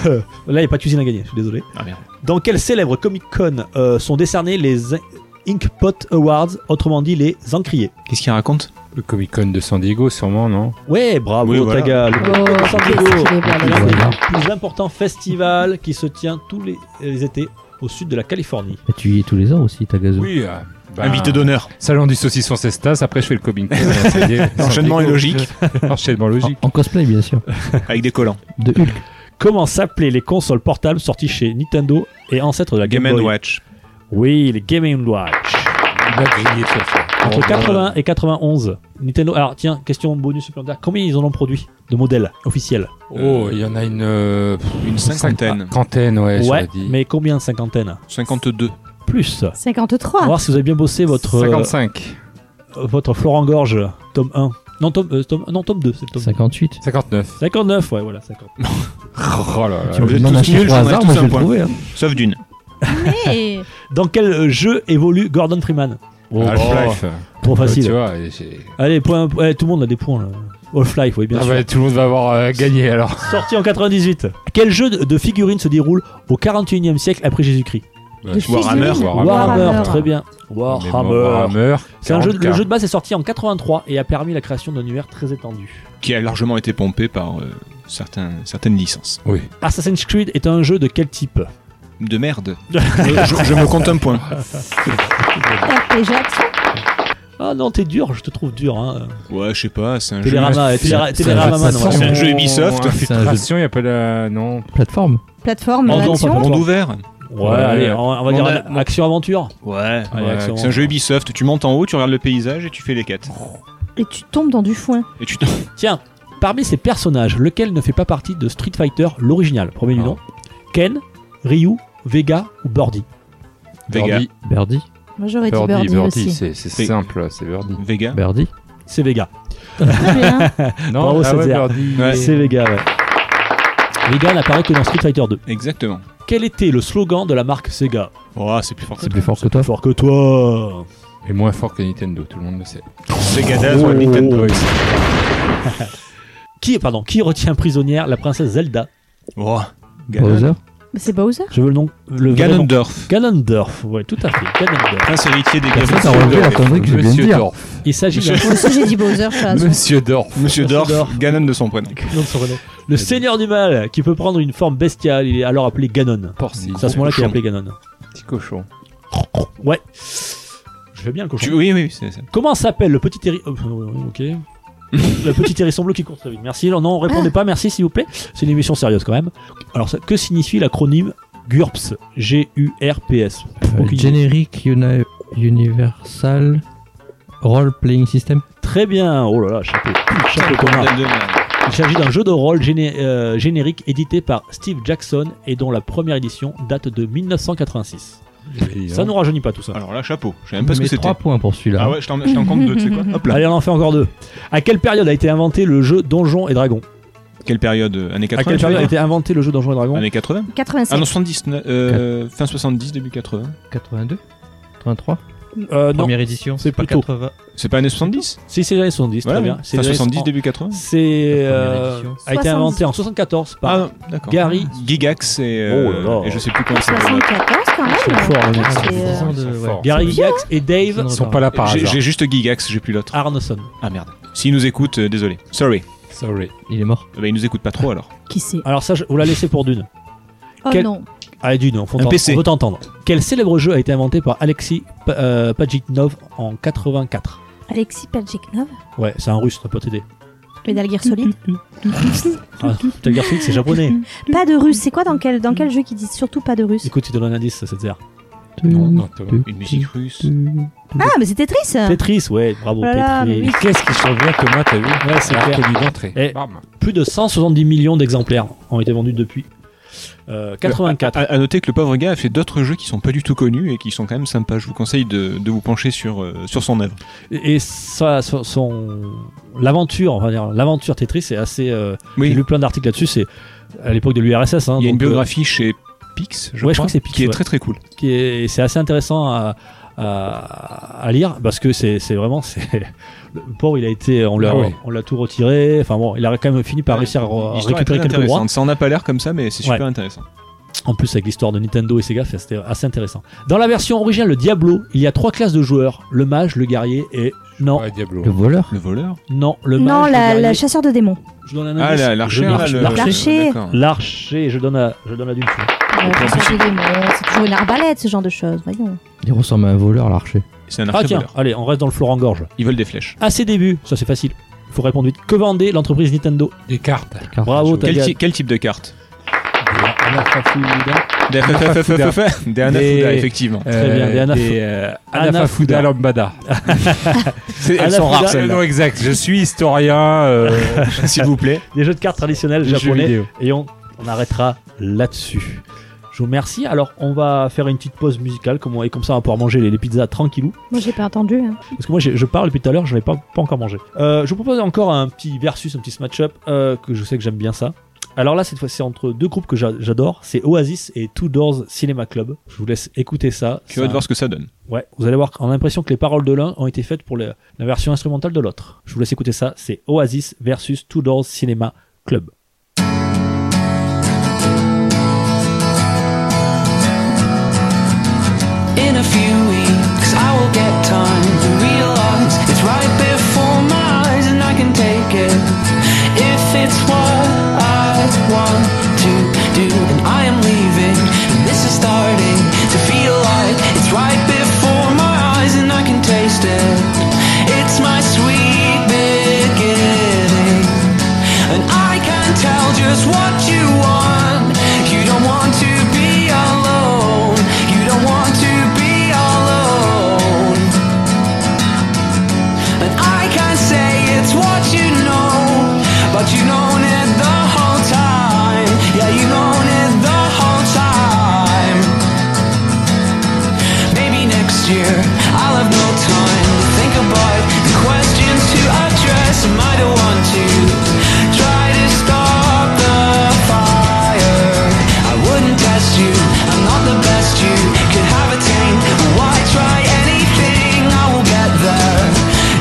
Euh, Là, il n'y a pas de cuisine à gagner, je suis désolé. Ah, merde. Dans quel célèbre Comic Con euh, sont décernés les In- Inkpot Awards, autrement dit les encriers Qu'est-ce qu'il raconte Le Comic Con de San Diego, sûrement, non Ouais, bravo, Oui, voilà. Taga. Oh, Le Comic Con de San qu'est-ce Diego, qu'il est bien, l'un des voilà. plus importants festivals qui se tient tous les, les étés au sud de la Californie. Mais tu y es tous les ans aussi, Tagazo. Oui, euh, bah, Invité d'honneur. Salon du saucisson Cestas, après je fais le coming. Ça y est, L'enchaînement est logique. Enchaînement En, logique. en cosplay, bien sûr. Avec des collants. De Hulk. Comment s'appelaient les consoles portables sorties chez Nintendo et ancêtres de la Game, Game and Boy Watch. Oui, les Game and Watch. Ah, Il a grillé de façon. Entre Oh, 80 et 91, Nintendo. Alors tiens, question bonus supplémentaire. Combien ils en ont produit de modèles officiels Oh, il y en a une. euh, pff, Une cinquantaine. Cinquantaine, ouais, j'aurais Ouais, dit. mais combien Cinquantaine 52. Plus. On va 53. voir si vous avez bien bossé votre, euh, 55. votre Florent Gorge, tome 1. Non, tome, euh, tome- non, tome 2, c'est le tome 58. 59. 59, ouais, voilà, 59. Oh là là. Tu me êtes demandes tous un chiffre nuls, au j'en ai hasard, tous moi je un vais le point. trouver. hein. Sauf d'une. Mais Dans quel euh, jeu évolue Gordon Freeman Oh, Half-Life. Trop Tu facile. vois, et j'ai- Allez, point, ouais, tout le monde a des points là. Half-Life, oui, bien Ah sûr. bah, tout le monde va avoir euh, gagné alors. Sorti en 98. Quel jeu de- de figurines se déroule au 41e siècle après Jésus-Christ Des Warhammer. figurines. Warhammer. Warhammer. très bien. Mais bon, Warhammer. Warhammer, C'est un jeu, le 40K. jeu de base est sorti en 83 et a permis la création d'un univers très étendu. Qui a largement été pompé par euh, certains, certaines licences. Oui. Assassin's Creed est un jeu de quel type De merde. je, je- je me compte un point. RPG action. Ah non, t'es dur, je te trouve dur. Hein. Ouais, je sais pas, c'est un jeu. Télérama, c'est- Télérama, c'est- Télérama c'est- Man, c'est- ouais. c'est un jeu Ubisoft. C'est un jeu- Infiltration, il n'y a pas la. Non. Plateforme. Plateforme, Pardon, action. pardon. Monde ouvert. Ouais, allez, on va, on va On dire a- action-aventure. Ouais. Allez, Ouais, action. C'est un jeu Ubisoft. Tu montes en haut, tu regardes le paysage et tu fais les quêtes. Et tu tombes dans du foin. Et tu t'en- Tiens, parmi ces personnages, lequel ne fait pas partie de Street Fighter, l'original, premier du Ah. nom Ken, Ryu, Vega ou Bordy Vega. Birdie. Birdie. Moi j'aurais dit Birdie, Birdie, Birdie, aussi. c'est c'est Oui. simple, c'est Birdie. Vega. Birdie. C'est Vega. Très bien. Bravo, ah ouais, Césaire. Birdie. Ouais. C'est Vega, ouais. Vega n'apparaît que dans Street Fighter 2. Exactement. Quel était le slogan de la marque Sega Oh, c'est plus fort que C'est plus fort que toi. Plus fort que toi Et moins fort que Nintendo, tout le monde le sait. Sega Daz ou Oh, Nintendo. qui, pardon, qui retient prisonnière la princesse Zelda Oh. Bowser. Mais c'est Bowser. Je veux le nom. Le vrai nom. Ganondorf. Ganondorf, ouais, tout à fait. Ganondorf. Prince héritier des Personne Ganondorf. n'a relevé la connerie que je viens de Monsieur dire. Dorf. Il s'agit d'un Moi aussi j'ai dit Bowser, je suis à la seconde. Monsieur Dorf. Monsieur Dorf, Dorf. Ganon de son prénom. Non, son prénom. Le seigneur du mal, qui peut prendre une forme bestiale, il est alors appelé Ganon. Porcy. C'est à ce moment-là qu'il est cochon. appelé Ganon. Petit cochon. Ouais. Je fais bien le cochon. Tu- oui, oui, c'est ça. Comment s'appelle le petit hérisson Ok. le petit hérisson bleu qui court très vite. Merci. Non, non, répondez pas. Merci, s'il vous plaît. C'est une émission sérieuse quand même. Alors, ça- que signifie l'acronyme GURPS G-U-R-P-S. Euh, Aucune idée. Generic Uni- Universal Role Playing System. Très bien. Oh là là, chapeau. Chapeau Thomas. Bordel de merde. Il s'agit d'un jeu de rôle géné- euh, générique édité par Steve Jackson et dont la première édition date de 1986. hein. Ça nous rajeunit pas tout ça. Alors là, chapeau. Je sais même pas ce que Mais c'était. 3 points pour celui-là. Ah ouais, je t'en je t'en compte deux, tu sais quoi Hop là. Allez, on en fait encore deux. À quelle période a été inventé le jeu Donjons et Dragons Quelle période euh, Années À quelle 80 tu veux période a dire été inventé le jeu Donjons et Dragons Années 80 87. Ah non, 70, euh, fin 70, début 80. 82 83 Euh, Non, Première édition. C'est pas plutôt. 80. C'est pas années 70 si c'est les années 70, Voilà, très bien. C'est Fin les années 70, 70. début 80 C'est La première euh, édition. a été 70. inventé en 74 par Ah, non, d'accord. Gary. Gigax et, euh, Oh là là. et je sais plus comment ça s'appelle. 74 quand même. Ils sont forts, les mecs. Ah, c'est, Ils euh, sont ils de- sont ouais. forts. Gary C'est bien. Gygax et Dave Ils sont pas hein. là par J'ai- hasard. J'ai juste Gigax, j'ai plus l'autre. Arneson. Ah merde. S'il nous écoute, euh, désolé. Sorry. Sorry. Il est mort. Eh ben, il nous écoute pas trop alors. Qui c'est Alors ça, je- vous la laissez pour Dune. Oh Quel- non. Allez, Dune, on, faut Un t'en- PC. on veut t'entendre. Quel célèbre jeu a été inventé par Alexis P- euh, Pajitnov en 84 Alexis Peljiknov. Ouais, c'est un russe, ça peut t'aider. Metal Gear Solid. Ah, Metal Gear Solid, c'est japonais. Pas de russe. C'est quoi dans quel, dans quel jeu qui disent surtout pas de russe Écoute, tu donnes un indice, ça c'est zère. Non, non, Thomas. Tu- Une musique russe. tu- Ah, mais c'est Tetris Tetris, ouais, bravo, Voilà, Tetris. mais oui. Qu'est-ce qui Trop bien, Thomas, t'as vu Ouais, c'est Alors, clair. Tony d'entrée. Eh. Bam. Plus de 170 millions d'exemplaires ont été vendus depuis euh, 84. À, à noter que le pauvre gars a fait d'autres jeux qui sont pas du tout connus et qui sont quand même sympas. Je vous conseille de, de vous pencher sur, euh, sur son œuvre. Et et ça, son, son- l'aventure, on va dire, l'aventure Tetris est assez. euh, J'ai Oui, lu plein d'articles là-dessus. C'est à l'époque de l'URSS. hein, il y a une donc, euh, biographie chez Pix, je ouais, crois, je crois que c'est Pix, qui est ouais. très très cool. qui est- c'est assez intéressant à, à- à lire parce que c'est c'est vraiment c'est le pauvre il a été on l'a Ah ouais. on l'a tout retiré enfin bon il a quand même fini par réussir à re- L'histoire est récupérer très quelques droits intéressante. Ça en a pas l'air comme ça, mais c'est super Ouais. intéressant. En plus, avec l'histoire de Nintendo et Sega, c'est- c'était assez intéressant. Dans la version originale, le Diablo, il y a trois classes de joueurs le mage, le guerrier et. Non, Ouais, Diablo. Le voleur Le voleur non, le mage. Non, le la, la guerrier- chasseur de démons. Je donne un Ah, indice. la- l'archer. Je- là, le- l'archer. D'accord. L'archer, je donne à, je donne à Dulce. Euh, la chasseur de démons, c'est toujours une arbalète, ce genre de choses, voyons. Il ressemble à un voleur, l'archer. C'est un Ah archer tiens, voleur. allez, on reste dans le Florent-Gorge. Ils veulent des flèches. À ses débuts, ça c'est facile, il faut répondre vite. Que vendait l'entreprise Nintendo Des cartes. Car- Bravo, t'as Quel, gagné. ti- quel type de carte Anafafuda. Des Anafuda, Des- effectivement. Très bien, des anaf- Des euh, Anafuda. Anafafuda lambada. C'est- Elles sont Anafuda. rares, C'est le nom celles-là. exact. Je suis historien. euh, S'il vous plaît. Des jeux de cartes traditionnels des jeux japonais. vidéo. Et on, on arrêtera là-dessus. Je vous remercie. Alors, on va faire une petite pause musicale comme on- et comme ça, on va pouvoir manger les, les pizzas tranquillou. Moi, j'ai pas entendu. hein. Parce que moi, j'ai- je parle depuis tout à l'heure, je n'ai pas, pas encore mangé. Euh, je vous propose encore un petit versus, un petit smash-up, euh, que je sais que j'aime bien ça. Alors là, cette fois, c'est entre deux groupes que j'a- j'adore. C'est Oasis et Two Doors Cinema Club. Je vous laisse écouter ça. Curieux Ça- de voir ce que ça donne. Ouais, vous allez voir, on a l'impression que les paroles de l'un ont été faites pour le- la version instrumentale de l'autre. Je vous laisse écouter ça, c'est Oasis versus Two Doors Cinema Club. In a few weeks, I will get time to realize it's right before my eyes, and I can take it if it's what I want to do. And I am leaving, and this is starting to feel like it's right before my eyes, and I can taste it. It's my sweet beginning, and I can tell just what you want. You don't want to be alone. You don't want to be alone. And I can't say it's what you know, but you've known it the whole time. Yeah, you've known it the whole time. Maybe next year I'll have no time to think about the questions to address. Am I the one to try to stop the fire? I wouldn't test you. I'm not the best you could have attained. Why try anything? I will get there.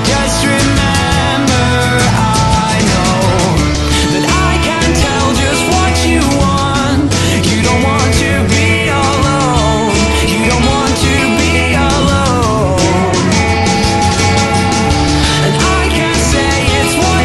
Just remember, I know that I can tell just what you want. You don't want to be alone. You don't want to be alone. And I can't say it's what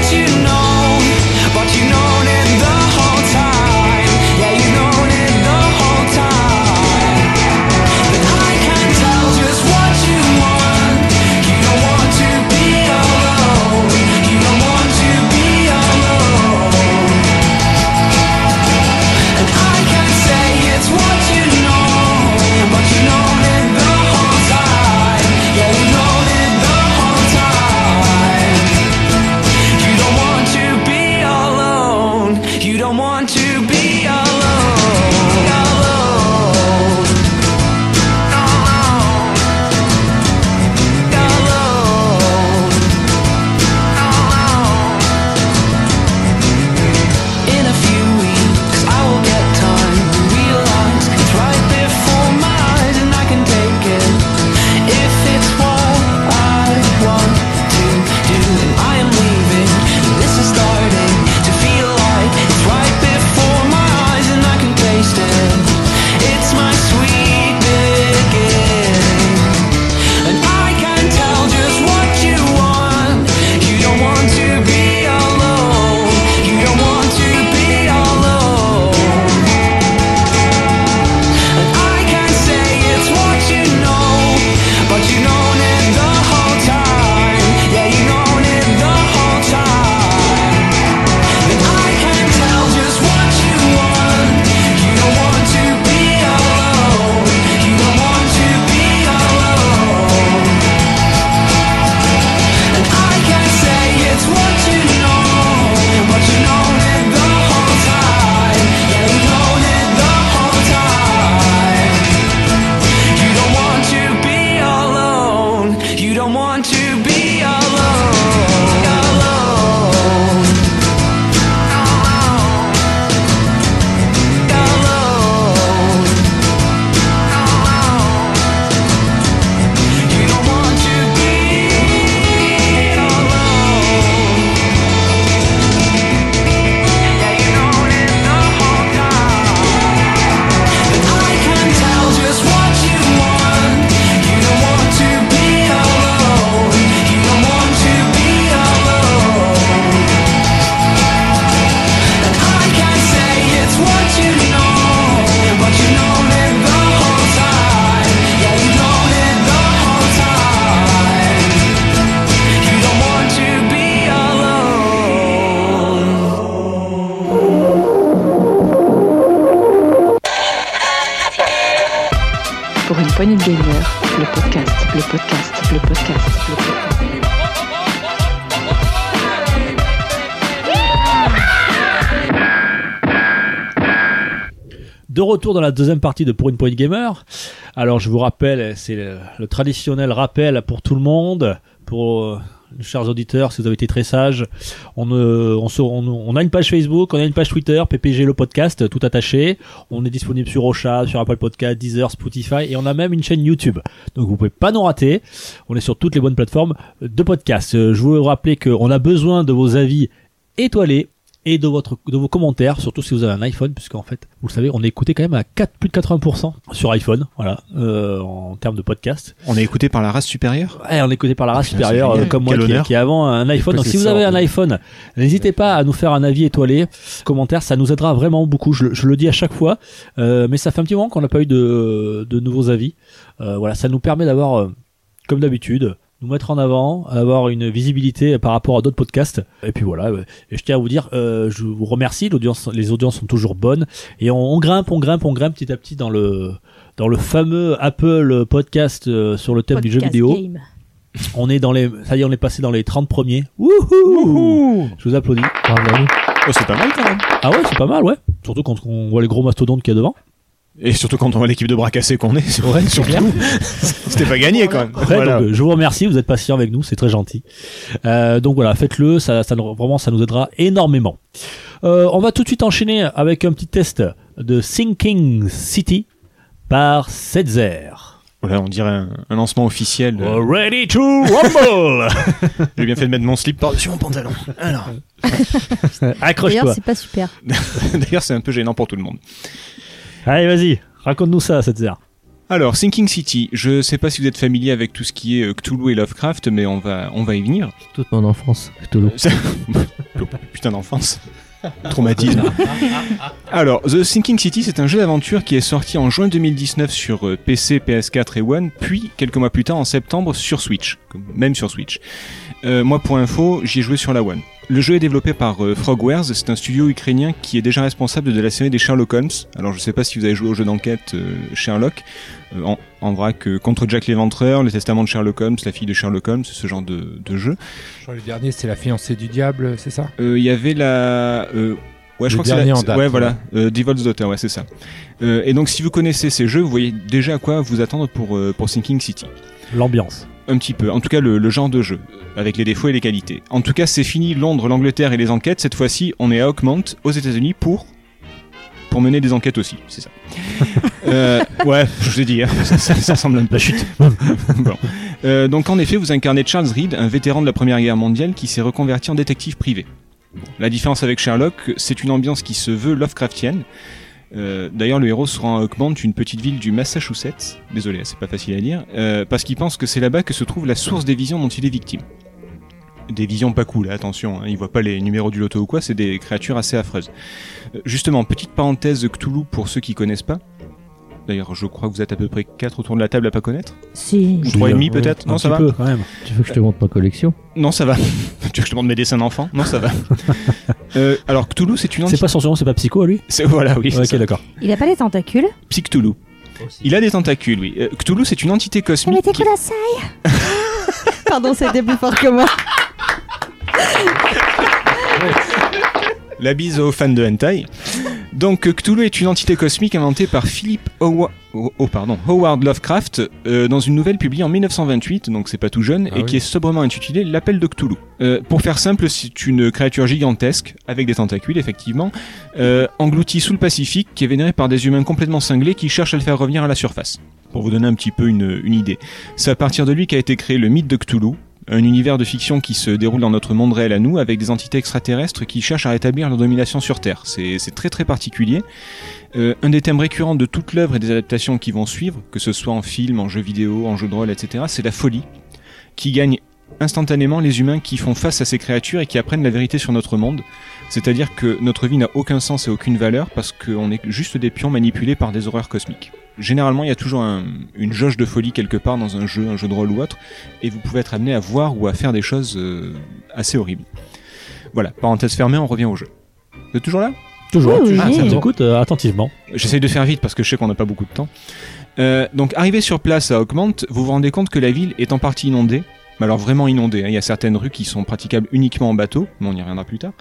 poignée de gamer, le podcast, le podcast, le podcast, le podcast. De retour dans la deuxième partie de Pour une poignée gamer. Alors je vous rappelle, c'est le, le traditionnel rappel pour tout le monde, pour euh, nos chers auditeurs, si vous avez été très sages. On, euh, on, se- on- on a une page Facebook, on a une page Twitter, PPG le podcast, tout attaché. On est disponible sur Ocha, sur Apple Podcast, Deezer, Spotify, et on a même une chaîne YouTube. Donc vous pouvez pas nous rater. On est sur toutes les bonnes plateformes de podcast. Euh, Je voulais vous rappeler qu'on a besoin de vos avis étoilés et de, votre, de vos commentaires, surtout si vous avez un iPhone, puisqu'en fait, vous le savez, on est écouté quand même à 4, plus de 80% sur iPhone, voilà, euh, en termes de podcast. On est écouté par la race supérieure Ouais, ah, on est écouté par la race Putain, supérieure, Ah, c'est euh, génial. comme moi Quel qui, honneur. qui ai avant un iPhone. Donc si vous possesseur avez un de- iPhone, n'hésitez pas à nous faire un avis étoilé, commentaire, ça nous aidera vraiment beaucoup, je le, je le dis à chaque fois, euh, mais ça fait un petit moment qu'on n'a pas eu de, de nouveaux avis. Euh, voilà, ça nous permet d'avoir, euh, comme d'habitude, nous mettre en avant, avoir une visibilité par rapport à d'autres podcasts. Et puis voilà, euh, et je tiens à vous dire, euh, je vous remercie, l'audience, les audiences sont toujours bonnes. Et on, on grimpe, on grimpe, on grimpe petit à petit dans le, dans le fameux Apple podcast euh, sur le thème du jeu Podcast vidéo. game. On est dans les, ça y est, on est passé dans les 30 premiers. Wouhou Je vous applaudis. Bravo. Oh, c'est pas mal quand même. Ah ouais, c'est pas mal, ouais. Surtout quand on voit les gros mastodontes qu'il y a devant. Et surtout quand on voit l'équipe de bras cassés qu'on est, sur- Ouais, c'est surtout. clair. C'était pas gagné quand même. Après, Voilà. donc, euh, je vous remercie, vous êtes patient avec nous, c'est très gentil. Euh, donc voilà, faites-le, ça, ça nous- vraiment, ça nous aidera énormément. Euh, on va tout de suite enchaîner avec un petit test de Sinking City par Setzer. Voilà, on dirait un, un lancement officiel. euh, Ready to rumble J'ai bien fait de mettre mon slip par-dessus mon pantalon. Alors. D'ailleurs, Accroche-toi. c'est pas super. D'ailleurs, c'est un peu gênant pour tout le monde. Allez, vas-y, raconte-nous ça, Setzer. Alors, Sinking City, je sais pas si vous êtes familier avec tout ce qui est euh, Cthulhu et Lovecraft, mais on va, on va y venir. Toute mon enfance, Cthulhu. Ça- Oh, Putain d'enfance. Traumatisme. Alors, The Sinking City, c'est un jeu d'aventure qui est sorti en juin 2019 sur euh, PC, PS4 et One, puis quelques mois plus tard en septembre sur Switch, comme- même sur Switch. Euh, moi, pour info, j'y ai joué sur la One. Le jeu est développé par euh, Frogwares, c'est un studio ukrainien qui est déjà responsable de la série des Sherlock Holmes. Alors, je sais pas si vous avez joué au jeu d'enquête euh, Sherlock, euh, en, en vrac euh, contre Jack l'Éventreur, les testaments de Sherlock Holmes, la fille de Sherlock Holmes, ce genre de, de jeu. Le dernier, c'est la fiancée du diable, c'est ça Euh, Il y avait la. euh, ouais, je Le crois que c'est dernier la. en c'est- date, ouais, voilà. Euh, Devil's Daughter, ouais, c'est ça. Euh, et donc, si vous connaissez ces jeux, vous voyez déjà à quoi vous attendre pour, euh, pour Sinking City. L'ambiance. Un petit peu. En tout cas, le, le genre de jeu, avec les défauts et les qualités. En tout cas, c'est fini Londres, l'Angleterre et les enquêtes. Cette fois-ci, on est à Oakmont, aux États-Unis, pour. Pour mener des enquêtes aussi, c'est ça. Euh, ouais, je vous ai dit, hein, ça, ça- ça semble un peu. La chute. Bon. Euh, donc en effet, vous incarnez Charles Reed, un vétéran de la Première Guerre mondiale qui s'est reconverti en détective privé. La différence avec Sherlock, c'est une ambiance qui se veut Lovecraftienne. Euh, D'ailleurs, le héros se rend à Oakmont, une petite ville du Massachusetts. Désolé, hein, c'est pas facile à dire. euh, parce qu'il pense que c'est là-bas que se trouve la source des visions dont il est victime. Des visions pas cool, hein, attention, hein, il voit pas les numéros du loto ou quoi, c'est des créatures assez affreuses. Euh, justement, petite parenthèse de Cthulhu pour ceux qui connaissent pas. D'ailleurs, je crois que vous êtes à peu près quatre autour de la table à pas connaître. Si. Ou trois et demi Ouais, peut-être euh, un Non, ça petit va peu, quand même. Tu veux que je te montre ma collection Non, ça va. tu veux que je te montre mes dessins d'enfants Non, ça va. Euh, alors, Cthulhu, c'est une C'est entité... pas censurant, c'est pas psycho à lui C'est... Voilà, oui. Ok, c'est ça. d'accord. Il a pas les tentacules. Psy Cthulhu. Il a des tentacules, oui. Euh, Cthulhu, c'est une entité Mais cosmique... t'es qui- Kudasai Pardon, c'était plus fort que moi. La bise aux fans de hentai. Donc, euh, Cthulhu est une entité cosmique inventée par Philip Howa- oh, oh, pardon, Howard Lovecraft euh, dans une nouvelle publiée en 1928, donc c'est pas tout jeune, Ah et oui. qui est sobrement intitulée L'appel de Cthulhu. Euh, pour faire simple, c'est une créature gigantesque, avec des tentacules effectivement, euh, englouti sous le Pacifique, qui est vénéré par des humains complètement cinglés qui cherchent à le faire revenir à la surface. Pour vous donner un petit peu une, une idée. C'est à partir de lui qu'a été créé le mythe de Cthulhu, un univers de fiction qui se déroule dans notre monde réel à nous, avec des entités extraterrestres qui cherchent à rétablir leur domination sur Terre. C'est c'est très très particulier. Euh, un des thèmes récurrents de toute l'œuvre et des adaptations qui vont suivre, que ce soit en film, en jeu vidéo, en jeu de rôle, etc., c'est la folie, qui gagne instantanément les humains qui font face à ces créatures et qui apprennent la vérité sur notre monde. C'est-à-dire que notre vie n'a aucun sens et aucune valeur parce qu'on est juste des pions manipulés par des horreurs cosmiques. Généralement, il y a toujours un- une jauge de folie quelque part dans un jeu, un jeu de rôle ou autre, et vous pouvez être amené à voir ou à faire des choses euh, assez horribles. Voilà, parenthèse fermée, on revient au jeu. Vous êtes toujours là Toujours. Oui, oui, Ah, ça oui. nous écoute euh, attentivement. J'essaye de faire vite parce que je sais qu'on n'a pas beaucoup de temps. Euh, donc arrivé sur place à Oakmont, vous vous rendez compte que la ville est en partie inondée. Mais alors vraiment inondée, hein. il y a certaines rues qui sont praticables uniquement en bateau, mais on y reviendra plus tard.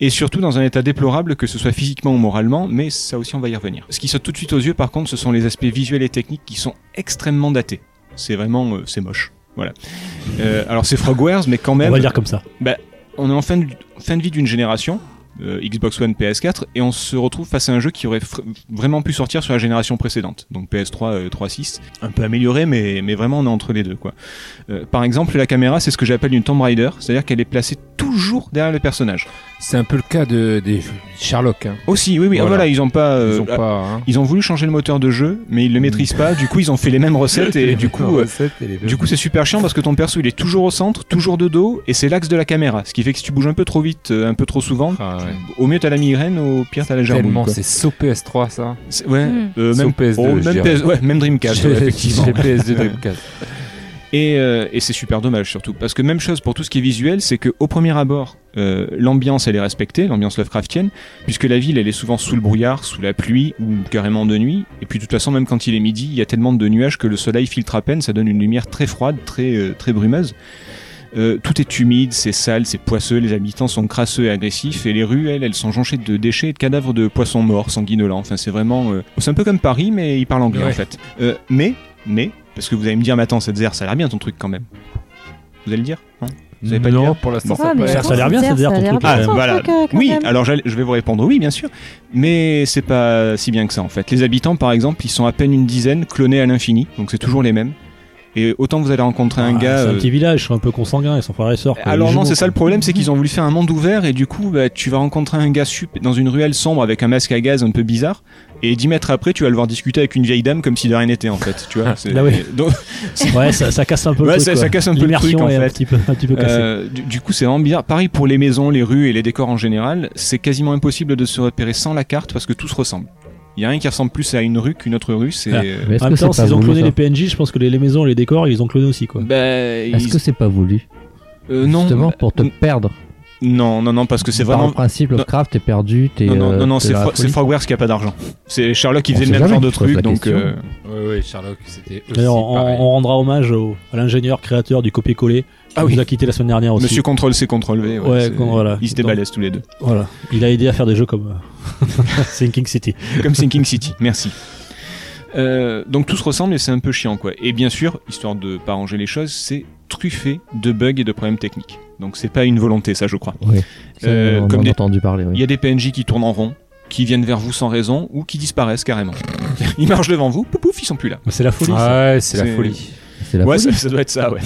Et surtout dans un état déplorable, que ce soit physiquement ou moralement, mais ça aussi on va y revenir. Ce qui saute tout de suite aux yeux par contre, ce sont les aspects visuels et techniques qui sont extrêmement datés. C'est vraiment, euh, c'est moche. Voilà. Euh, alors c'est Frogwares, mais quand On même va le dire comme ça. on est en fin de, fin de vie d'une génération, euh, Xbox One, PS4, et on se retrouve face à un jeu qui aurait fr- vraiment pu sortir sur la génération précédente, donc PS3, euh, 3.6, un peu amélioré, mais, mais vraiment on est entre les deux. Quoi. Euh, par exemple, la caméra, c'est ce que j'appelle une Tomb Raider, c'est-à-dire qu'elle est placée toujours derrière le personnage. C'est un peu le cas de, des Sherlock. hein. Aussi, oui, oui, ah, voilà, Voilà. ils ont pas... euh, Ils ont ah, pas. hein. ils ont voulu changer le moteur de jeu, mais ils le maîtrisent pas. Du coup, ils ont fait les mêmes recettes et du coup, euh, du coup, c'est super chiant parce que ton perso il est toujours au centre, toujours de dos, et c'est l'axe de la caméra. Ce qui fait que si tu bouges un peu trop vite, euh, un peu trop souvent, Ah ouais. au mieux t'as la migraine, au pire t'as la gerboule. Tellement, quoi. c'est SOP PS3 ça. C'est- Ouais, Mm. euh, Sauf même PS2, oh, je même, dirais. PS ouais, même Dreamcast, ouais, J'ai- effectivement. j'ai PS2 Dreamcast. Et, euh, et c'est super dommage surtout. Parce que même chose pour tout ce qui est visuel, c'est que au premier abord, euh, l'ambiance elle est respectée, l'ambiance Lovecraftienne, puisque la ville elle est souvent sous le brouillard, sous la pluie ou carrément de nuit. Et puis de toute façon, même quand il est midi, il y a tellement de nuages que le soleil filtre à peine, ça donne une lumière très froide, très, euh, très brumeuse. Euh, tout est humide, c'est sale, c'est poisseux, les habitants sont crasseux et agressifs, et les rues, elles, elles sont jonchées de déchets et de cadavres de poissons morts, sanguinolents. Enfin, c'est vraiment. euh, C'est un peu comme Paris, mais ils parlent anglais Ouais. en fait. Euh, mais, mais, parce que vous allez me dire, mais attends, cette ZR, ça a l'air bien ton truc quand même. Vous allez le dire hein Vous avez pas le Non, dire pour l'instant, Bon. ça Euh, a pas mais l'air. ça a l'air bien, ça a l'air ton truc. euh, Ah, Attends, voilà. Oui, alors j'allais- je vais vous répondre oui, bien sûr. Mais c'est pas si bien que ça en fait. Les habitants, par exemple, ils sont à peine une dizaine clonés à l'infini, donc c'est toujours les mêmes. Et autant que vous allez rencontrer un Ah, gars. c'est un euh, Ah, petit village, ils sont un peu consanguins, ils sont frères et sœurs. quoi, alors les non, jumeaux, c'est ça quoi. Mhm. le problème, c'est qu'ils ont voulu faire un monde ouvert et du coup, bah, tu vas rencontrer un gars sup dans une ruelle sombre avec un masque à gaz un peu bizarre. Et 10 mètres après, tu vas le voir discuter avec une vieille dame comme si de rien n'était en fait. Tu vois. c'est- Là, Bah oui. Donc, Ouais, ça, ça casse un peu Ouais, le truc. ça- quoi. ça casse un peu le L'immersion truc, en est un fait. petit peu, un petit peu cassée. euh, du, du coup, c'est vraiment bizarre. Pareil pour les maisons, les rues et les décors en général, c'est quasiment impossible de se repérer sans la carte parce que tout se ressemble. Il y a rien qui ressemble plus à une rue qu'une autre rue. C'est Ah. euh, Mais est-ce en que même temps, c'est pas s'ils ont voulu, cloné ça les PNJ, je pense que les, les maisons et les décors, ils ont cloné aussi, quoi. bah, Est-ce ils- que c'est pas voulu euh, non, Justement bah, pour te n- perdre. non, non, non, parce que c'est Par vraiment le principe, Lovecraft, t'es perdu, t'es. non, non, euh, non, non, t'es c'est dans la Fro- c'est folie. Frogwares qui a pas d'argent. C'est Sherlock qui On faisait sait le même jamais, genre de on se pose truc, la donc. question. euh, Oui, oui, Sherlock, c'était aussi D'ailleurs, on, pareil. on rendra hommage au- à l'ingénieur créateur du copier-coller qui Ah nous oui. a quitté la semaine dernière aussi. Monsieur Contrôle C, Contrôle V. Ouais, c'est- con- voilà. Ils se débalaissent tous les deux. Voilà. Il a aidé à faire des jeux comme euh, Sinking City. Comme Thinking City. Merci. Euh, donc tout se ressemble et c'est un peu chiant quoi. Et bien sûr, histoire de pas ranger les choses, c'est truffé de bugs et de problèmes techniques. Donc c'est pas une volonté ça je crois. Ça, Euh, on comme en a des- entendu parler. Il Oui. y a des PNJ qui tournent en rond, qui viennent vers vous sans raison ou qui disparaissent carrément. ils marchent devant vous, pouf pouf, ils sont plus là. Mais C'est la folie. ça. Ah ouais, c'est C'est- la folie. C'est la ouais, folie. ça, ça doit être ça, ouais.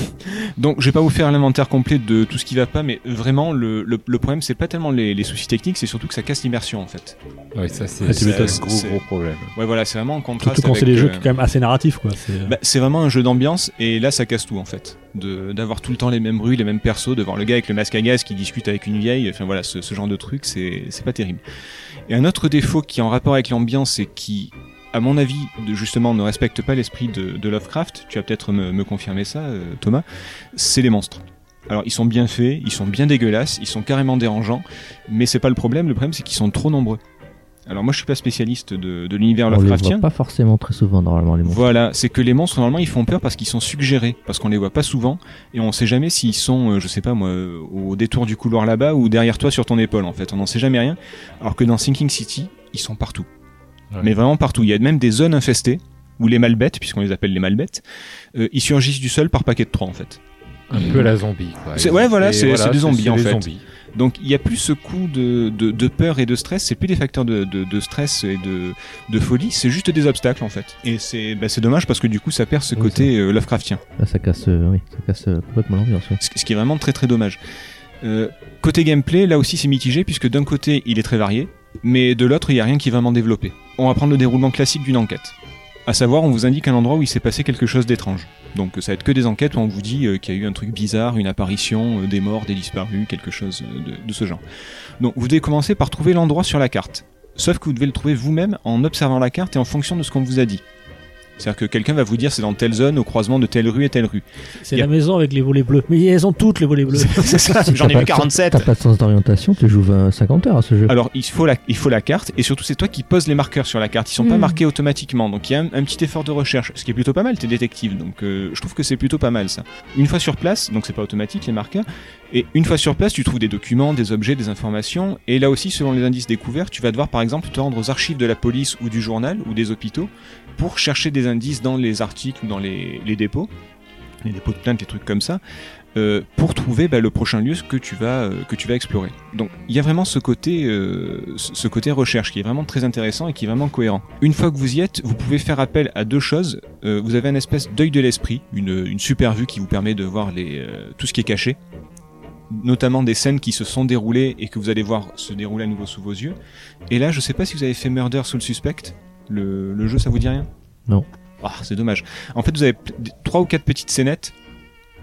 Donc, je vais pas vous faire l'inventaire complet de tout ce qui va pas, mais vraiment, le, le, le problème, c'est pas tellement les, les soucis techniques, c'est surtout que ça casse l'immersion, en fait. Ouais, ça, c'est Ah, tu c'est m'étonnes. un gros, C'est- gros problème. Ouais, voilà, c'est vraiment en contraste. Surtout quand c'est avec, des jeux euh, qui sont quand même assez narratifs, quoi. C'est- bah, c'est vraiment un jeu d'ambiance et là ça casse tout en fait. De- D'avoir tout le temps les mêmes rues, les mêmes persos, de voir le gars avec le masque à gaz qui discute avec une vieille, enfin voilà, ce, ce genre de truc c'est c'est pas terrible. Et un autre défaut qui est en rapport avec l'ambiance et qui, à mon avis, de- justement ne respecte pas l'esprit de, de Lovecraft, tu vas peut-être me, me confirmer ça euh, Thomas, c'est les monstres. Alors ils sont bien faits, ils sont bien dégueulasses, ils sont carrément dérangeants, mais c'est pas le problème, le problème c'est qu'ils sont trop nombreux. Alors moi je suis pas spécialiste de, de l'univers On les voit Lovecraftien, pas forcément très souvent normalement les monstres. voilà, c'est que les monstres normalement ils font peur parce qu'ils sont suggérés, parce qu'on les voit pas souvent et on sait jamais s'ils sont, euh, je sais pas moi, euh, au détour du couloir là-bas ou derrière toi sur ton épaule en fait. On n'en sait jamais rien. Alors que dans Sinking City, ils sont partout. Ouais. Mais vraiment partout. Il y a même des zones infestées où les malbêtes, puisqu'on les appelle les malbêtes, euh, ils surgissent du sol par paquet de trois en fait. Un peu la zombie, quoi. C'est- ouais, voilà, c'est- c'est des zombies, en des fait. zombies. Donc il n'y a plus ce coup de, de, de peur et de stress, c'est plus des facteurs de, de, de stress et de, de folie, c'est juste des obstacles en fait. Et c'est bah, c'est dommage parce que du coup ça perd ce Oui, côté euh, Lovecraftien. Là, ça casse, euh, oui, ça casse euh, complètement l'ambiance. oui. ce ce qui est vraiment très très dommage. Euh, côté gameplay, là aussi c'est mitigé puisque d'un côté il est très varié, mais de l'autre il n'y a rien qui est vraiment développé. On va prendre le déroulement classique d'une enquête. À savoir, on vous indique un endroit où il s'est passé quelque chose d'étrange. Donc ça va être que des enquêtes où on vous dit euh, qu'il y a eu un truc bizarre, une apparition, euh, des morts, des disparus, quelque chose euh, de, de ce genre. Donc vous devez commencer par trouver l'endroit sur la carte. Sauf que vous devez le trouver vous-même en observant la carte et en fonction de ce qu'on vous a dit. C'est-à-dire que quelqu'un va vous dire c'est dans telle zone, au croisement de telle rue et telle rue. C'est Y a- la maison avec les volets bleus. Mais elles ont toutes les volets bleus. C'est ça, Si j'en t'as ai pas vu de- 47. T'as pas de sens d'orientation, tu joues 20, 50 heures à ce jeu. Alors il faut la, il faut la carte et surtout c'est toi qui poses les marqueurs sur la carte. Ils sont pas Hmm. marqués automatiquement, donc il y a un, un petit effort de recherche, ce qui est plutôt pas mal. T'es détective, donc euh, je trouve que c'est plutôt pas mal ça. Une fois sur place, donc c'est pas automatique les marqueurs. Et une fois sur place, tu trouves des documents, des objets, des informations. Et là aussi, selon les indices découverts, tu vas devoir par exemple te rendre aux archives de la police ou du journal ou des hôpitaux pour chercher des indices dans les articles ou dans les, les dépôts, les dépôts de plainte, les trucs comme ça euh, pour trouver bah, le prochain lieu que tu vas euh, que tu vas explorer. Donc il y a vraiment ce côté euh, ce ce côté recherche qui est vraiment très intéressant et qui est vraiment cohérent. Une fois que vous y êtes, vous pouvez faire appel à deux choses. Euh, vous avez un espèce d'œil de l'esprit, une, une super vue qui vous permet de voir les, euh, tout ce qui est caché, notamment des scènes qui se sont déroulées et que vous allez voir se dérouler à nouveau sous vos yeux. Et là, je sais pas si vous avez fait Murder sous le suspect. Le, le jeu, ça vous dit rien Non. Ah, c'est dommage. En fait, vous avez p- des- trois ou quatre petites scénettes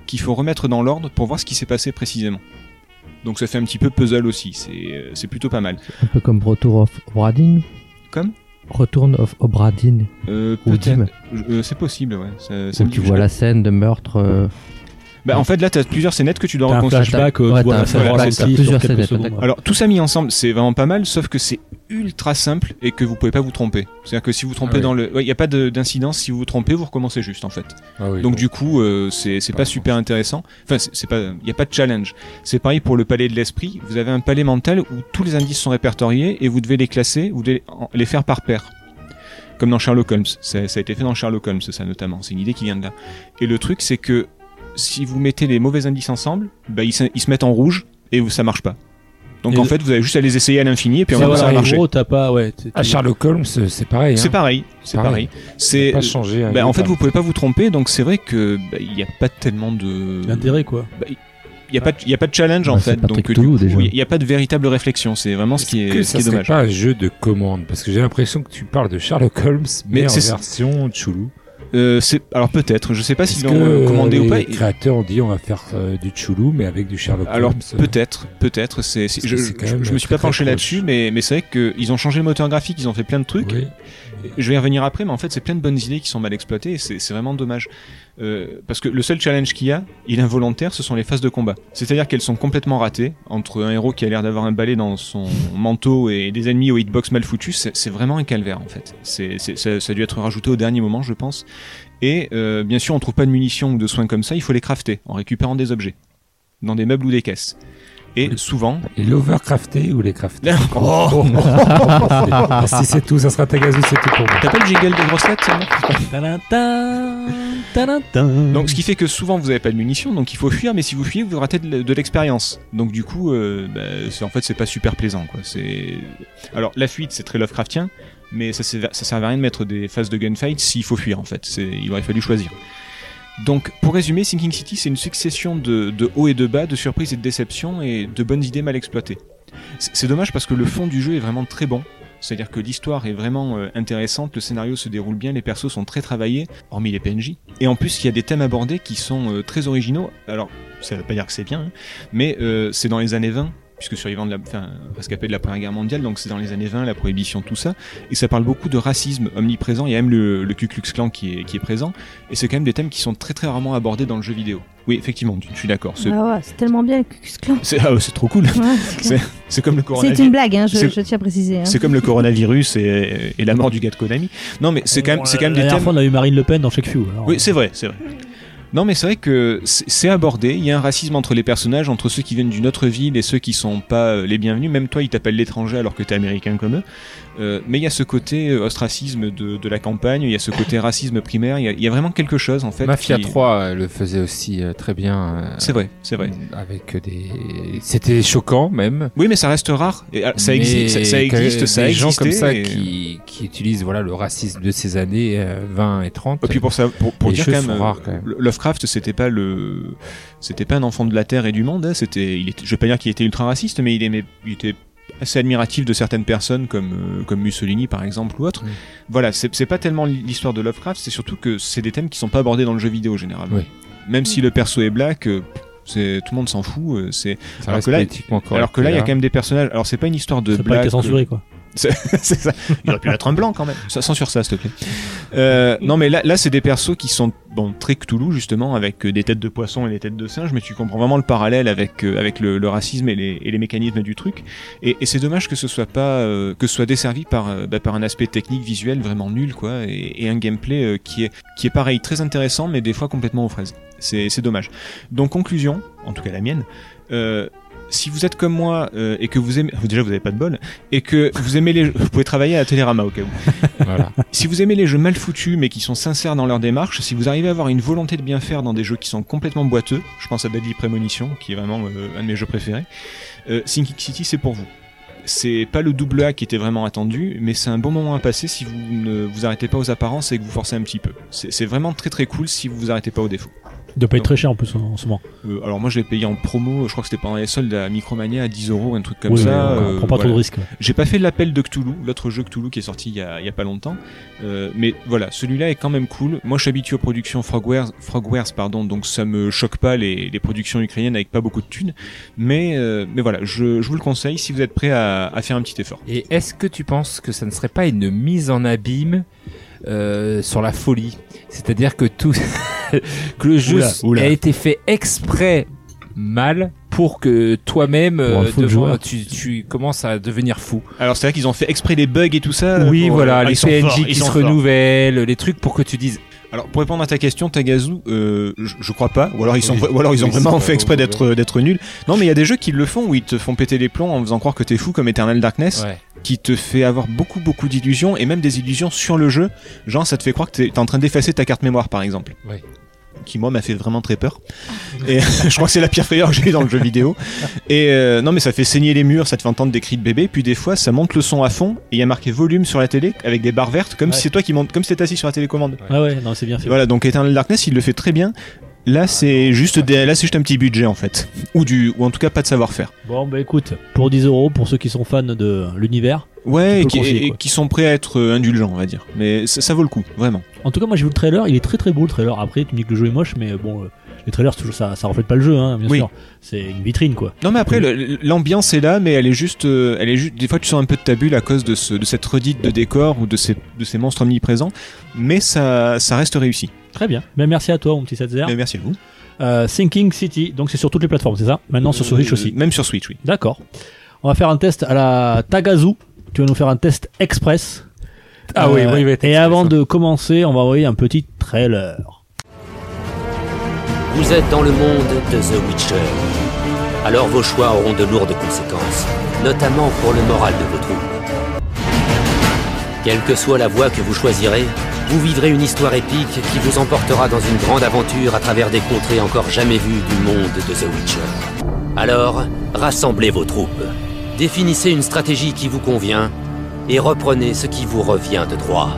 qu'il faut remettre dans l'ordre pour voir ce qui s'est passé précisément. Donc ça fait un petit peu puzzle aussi, c'est euh, c'est plutôt pas mal. Un peu comme Retour of Obradin. Comme Return of Obradin. Euh, Ou peut-être- Dim. je- euh, c'est possible, ouais. Ça- ça Où me tu dit- vois je- la scène de meurtre. euh, Bah, en fait, là, t'as plusieurs scénettes que tu dois T'as un reconstruire. flashback, euh, Ouais, tu vois t'as un la flashback, photographie t'as sur plusieurs quelques scénettes, secondes, d'accord. ouais. Alors tout ça mis ensemble, c'est vraiment pas mal, sauf que c'est ultra simple et que vous pouvez pas vous tromper. C'est-à-dire que si vous trompez Ah oui. dans le, il n'y a pas de- d'incidence. Si vous vous trompez, vous recommencez juste en fait. Ah oui, Donc bon. du coup, euh, c'est c'est Pas pas de super intéressant. Enfin, c'est c'est pas, il y a pas de challenge. C'est pareil pour le palais de l'esprit. Vous avez un palais mental où tous les indices sont répertoriés et vous devez les classer, vous devez en- les faire par paire. Comme dans Sherlock Holmes. Ça, ça a été fait dans Sherlock Holmes, ça notamment. C'est une idée qui vient de là. Et le truc, c'est que si vous mettez les mauvais indices ensemble, bah, ils, se- ils se mettent en rouge et vous- ça marche pas. Donc Et en le- fait, vous avez juste à les essayer à l'infini et puis on Ça, va voir voilà, si ça va en marcher. gros, t'as pas. Ouais, t'es- à Sherlock Holmes, euh, c'est pareil. C'est hein. pareil, c'est Pareil. pareil. Ça C'est a pas changé. hein, bah, en fait, pas- vous pouvez pas vous tromper, donc c'est vrai que bah, il n'y a pas tellement de. L'intérêt, quoi. Il n'y a, pas de- il y a pas de challenge en Bah, fait, c'est Patrick donc du Toulouse, coup, déjà. il n'y a pas de véritable réflexion. C'est vraiment ce qui est, que ce qui ça est serait dommage. pas un jeu de commande parce que j'ai l'impression que tu parles de Sherlock Holmes mais, Mais en c'est ça. version Chulu. Euh, c'est- alors peut-être, je sais pas Est-ce s'ils que l'ont euh, commandé les ou pas. créateurs ont dit on va faire euh, du Chulu mais avec du Sherlock Alors Holmes peut-être, peut-être. C'est, c'est- Parce je, que c'est quand je- même je me suis très, pas très penché proche. là-dessus, mais, mais c'est vrai qu'ils ont changé le moteur graphique, ils ont fait plein de trucs. Oui. Je vais y revenir après, mais en fait, c'est plein de bonnes idées qui sont mal exploitées et c'est c'est vraiment dommage. Euh, parce que le seul challenge qu'il y a, il est involontaire, ce sont les phases de combat. C'est-à-dire qu'elles sont complètement ratées. Entre un héros qui a l'air d'avoir un balai dans son manteau et des ennemis au hitbox mal foutu, c'est c'est vraiment un calvaire en fait. C'est- c'est- ça, ça a dû être rajouté au dernier moment, je pense. Et euh, bien sûr, on trouve pas de munitions ou de soins comme ça, il faut les crafter en récupérant des objets. Dans des meubles ou des caisses. Et Oui. souvent. Et l'overcrafté ou les craftés Oh Si c'est tout, ça sera ta gazou, c'est tout pour moi. T'as pas le jiggle des grosses têtes, ça, non Donc, Donc, ce qui fait que souvent vous n'avez pas de munitions, donc il faut fuir, mais si vous fuyez, vous ratez de de l'expérience. Donc, du coup, euh, bah, c'est- en fait, c'est pas super plaisant, quoi. C'est. Alors, la fuite, c'est très Lovecraftien, mais ça, sert- ça sert à rien de mettre des phases de gunfight s'il faut fuir, en fait. C'est- Il aurait fallu choisir. Donc, pour résumer, Sinking City, c'est une succession de, de hauts et de bas, de surprises et de déceptions, et de bonnes idées mal exploitées. C'est c'est dommage parce que le fond du jeu est vraiment très bon. C'est-à-dire que l'histoire est vraiment euh, intéressante, le scénario se déroule bien, les persos sont très travaillés, hormis les PNJ. Et en plus, il y a des thèmes abordés qui sont euh, très originaux. Alors, ça ne veut pas dire que c'est bien, hein, mais euh, c'est dans les années 20, puisque survivant de la, enfin, rescapé de la Première Guerre mondiale, donc c'est dans les années 20, la prohibition, tout ça. Et ça parle beaucoup de racisme omniprésent, il y a même le, le Ku Klux Klan qui est, qui est présent. Et c'est quand même des thèmes qui sont très très rarement abordés dans le jeu vidéo. Oui, effectivement, tu- je suis d'accord. C'est Ah ouais, c'est tellement bien le Ku Klux Klan. c'est- ah, c'est trop cool. Ouais, c'est clair. C'est comme le C'est coronavirus. une blague, hein, je, C'est- je tiens à préciser. hein. C'est comme le coronavirus et, et la mort du gars de Konami. Non, mais c'est quand même, c'est quand même la des dernière thèmes. fois, on a eu Marine Le Pen dans Check Few. alors, Oui, c'est vrai, c'est vrai. Oh. Non, mais c'est vrai que c'est c'est abordé. Il y a un racisme entre les personnages, entre ceux qui viennent d'une autre ville et ceux qui sont pas euh, les bienvenus. Même toi, ils t'appellent l'étranger alors que t'es américain comme eux. Euh, mais il y a ce côté euh, ostracisme de, de la campagne, il y a ce côté racisme primaire. Il y a, il y a vraiment quelque chose en fait. Mafia qui- 3 euh, le faisait aussi euh, très bien. euh, C'est vrai, c'est vrai. Avec des. C'était choquant même. Oui, mais ça reste rare. Et, ah, ça, Mais existe, ça, ça que existe, ça a Des gens existé, comme ça et- qui, qui utilisent voilà, le racisme de ces années euh, 20 et 30. Et puis pour ça, pour, pour Les dire quand choses même, sont euh, rares, quand même. Lo- Lovecraft, c'était pas le, c'était pas un enfant de la terre et du monde. hein, c'était, il était, je vais pas dire qu'il était ultra raciste, mais il aimait, il était assez admiratif de certaines personnes comme euh, comme Mussolini par exemple ou autre. Mm. Voilà, c'est c'est pas tellement l'histoire de Lovecraft, c'est surtout que c'est des thèmes qui sont pas abordés dans le jeu vidéo généralement. Oui. Même si le perso est black, euh, c'est tout le monde s'en fout. euh, C'est Ça alors reste que là- politiquement correct, hein. alors que là, il y a quand même des personnages. Alors c'est pas une histoire de C'est pas black. été euh, censuré, quoi. C'est c'est ça. Il aurait pu mettre un blanc quand même. Ça- Censure ça, s'il te plaît. Euh, non, mais là, là c'est des persos qui sont bon, très Cthulhu, justement, avec euh, des têtes de poisson et des têtes de singe, mais tu comprends vraiment le parallèle avec, euh, avec le, le racisme et les, et les mécanismes du truc. Et, et c'est dommage que ce soit pas euh, que ce soit desservi par, euh, bah, par un aspect technique, visuel vraiment nul, quoi, et, et un gameplay euh, qui, est, qui est pareil, très intéressant, mais des fois complètement aux fraises. C'est c'est dommage. Donc, conclusion, en tout cas la mienne, euh, si vous êtes comme moi euh, et que vous aimez. Déjà, vous avez pas de bol. Et que vous aimez les. Vous pouvez travailler à Télérama au cas où. Voilà. Si vous aimez les jeux mal foutus mais qui sont sincères dans leur démarche, si vous arrivez à avoir une volonté de bien faire dans des jeux qui sont complètement boiteux, je pense à Deadly Premonition qui est vraiment euh, un de mes jeux préférés, euh, Sinking City c'est pour vous. C'est pas le double A qui était vraiment attendu, mais c'est un bon moment à passer si vous ne vous arrêtez pas aux apparences et que vous forcez un petit peu. C'est c'est vraiment très très cool si vous vous arrêtez pas aux défauts. De pas être très cher en plus en, en ce moment. Euh, alors moi je l'ai payé en promo, je crois que c'était pendant les soldes à Micromania à 10 euros, un truc comme Oui, on ça. euh, prend pas voilà. trop de risques. J'ai pas fait l'appel de Cthulhu, l'autre jeu Cthulhu qui est sorti il y a, il y a pas longtemps. Euh, mais voilà, celui-là est quand même cool. Moi, je suis habitué aux productions Frogwares, Frogwares pardon, donc ça me choque pas les, les productions ukrainiennes avec pas beaucoup de thunes. Mais, euh, mais voilà, je, je vous le conseille si vous êtes prêt à, à faire un petit effort. Et est-ce que tu penses que ça ne serait pas une mise en abîme euh, sur la folie C'est-à-dire que tout que le jeu Oula, oula. a été fait exprès mal pour que toi-même Pour un euh, fou de devant, joueur. tu, tu commences à devenir fou. Alors, c'est vrai qu'ils ont fait exprès des bugs et tout ça. oui, pour- voilà, Ah, les ils sont PNJ forts, ils qui se sont forts. renouvellent, les trucs pour que tu dises Alors, pour répondre à ta question, Tagazu, euh, je, je crois pas. Ou alors ils, sont, Oui. ou alors ils ont Oui, vraiment c'est- fait exprès d'être d'être nuls. Non, mais il y a des jeux qui le font où ils te font péter les plombs en faisant croire que t'es fou comme Eternal Darkness. ouais. qui te fait avoir beaucoup beaucoup d'illusions et même des illusions sur le jeu. Genre ça te fait croire que t'es t'es en train d'effacer ta carte mémoire par exemple. Ouais. Qui moi m'a fait vraiment très peur. Et je crois que c'est la pire frayeur que j'ai eu dans le jeu vidéo. Et euh, non mais ça fait saigner les murs, ça te fait entendre des cris de bébé, puis des fois ça monte le son à fond et il y a marqué volume sur la télé avec des barres vertes comme Ouais. si c'est toi qui monte, comme si t'étais assis sur la télécommande. Ah ouais, non, c'est bien fait. Voilà donc Eternal Darkness il le fait très bien. Là Ah, c'est juste des- là c'est juste un petit budget en fait ou du ou en tout cas pas de savoir-faire. Bon, bah écoute, pour 10 euros, pour ceux qui sont fans de l'univers. Tu peux Ouais, et le qui, conseiller, et- et quoi. qui sont prêts à être euh, indulgents, on va dire. Mais ça, ça vaut le coup, vraiment. En tout cas, moi j'ai vu le trailer, il est très très beau le trailer. Après, tu me dis que le jeu est moche, mais bon, euh, les trailers, toujours, ça, ça reflète pas le jeu, hein, bien Oui. sûr. C'est une vitrine quoi. Non mais après le- l'ambiance est là mais elle est juste euh, elle est juste des fois tu sens un peu de ta bulle à cause de, ce, de cette redite de décor ou de ces, de ces monstres omniprésents mais ça, ça reste réussi. Très bien. Ben, merci à toi, mon petit Setzer. Mais merci à vous. Euh, Thinking City, donc c'est sur toutes les plateformes, c'est ça Maintenant sur Switch Euh, aussi. Même sur Switch oui. D'accord. On va faire un test à la Tagazu. Tu vas nous faire un test express. Euh, Ah oui, oui, oui, Et express, avant hein. de commencer, on va envoyer un petit trailer. Vous êtes dans le monde de The Witcher. Alors vos choix auront de lourdes conséquences, notamment pour le moral de vos troupes. Quelle que soit la voie que vous choisirez, vous vivrez une histoire épique qui vous emportera dans une grande aventure à travers des contrées encore jamais vues du monde de The Witcher. Alors, rassemblez vos troupes, définissez une stratégie qui vous convient et reprenez ce qui vous revient de droit.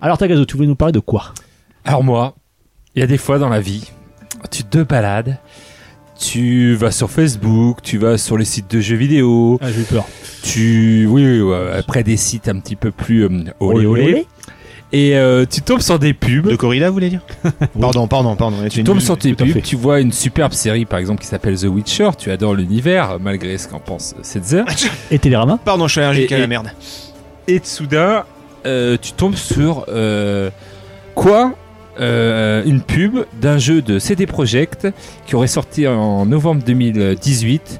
Alors Tagazu, tu voulais nous parler de quoi Alors moi, il y a des fois dans la vie, tu te balades, tu vas sur Facebook, tu vas sur les sites de jeux vidéo, Ah, j'ai eu peur. tu oui, oui, ouais, après des sites un petit peu plus euh, olé, olé. et euh, tu tombes sur des pubs De corrida, vous voulez dire Pardon, pardon, pardon. tu une- tombes sur tes tout à pubs, fait. tu vois une superbe série par exemple qui s'appelle The Witcher, tu adores l'univers malgré ce qu'en pense euh, Setzer, Et Télérama Pardon je suis allergique Et- à et- la merde. et soudain euh, tu tombes sur euh, quoi Euh, une pub d'un jeu de CD Projekt qui aurait sorti en novembre 2018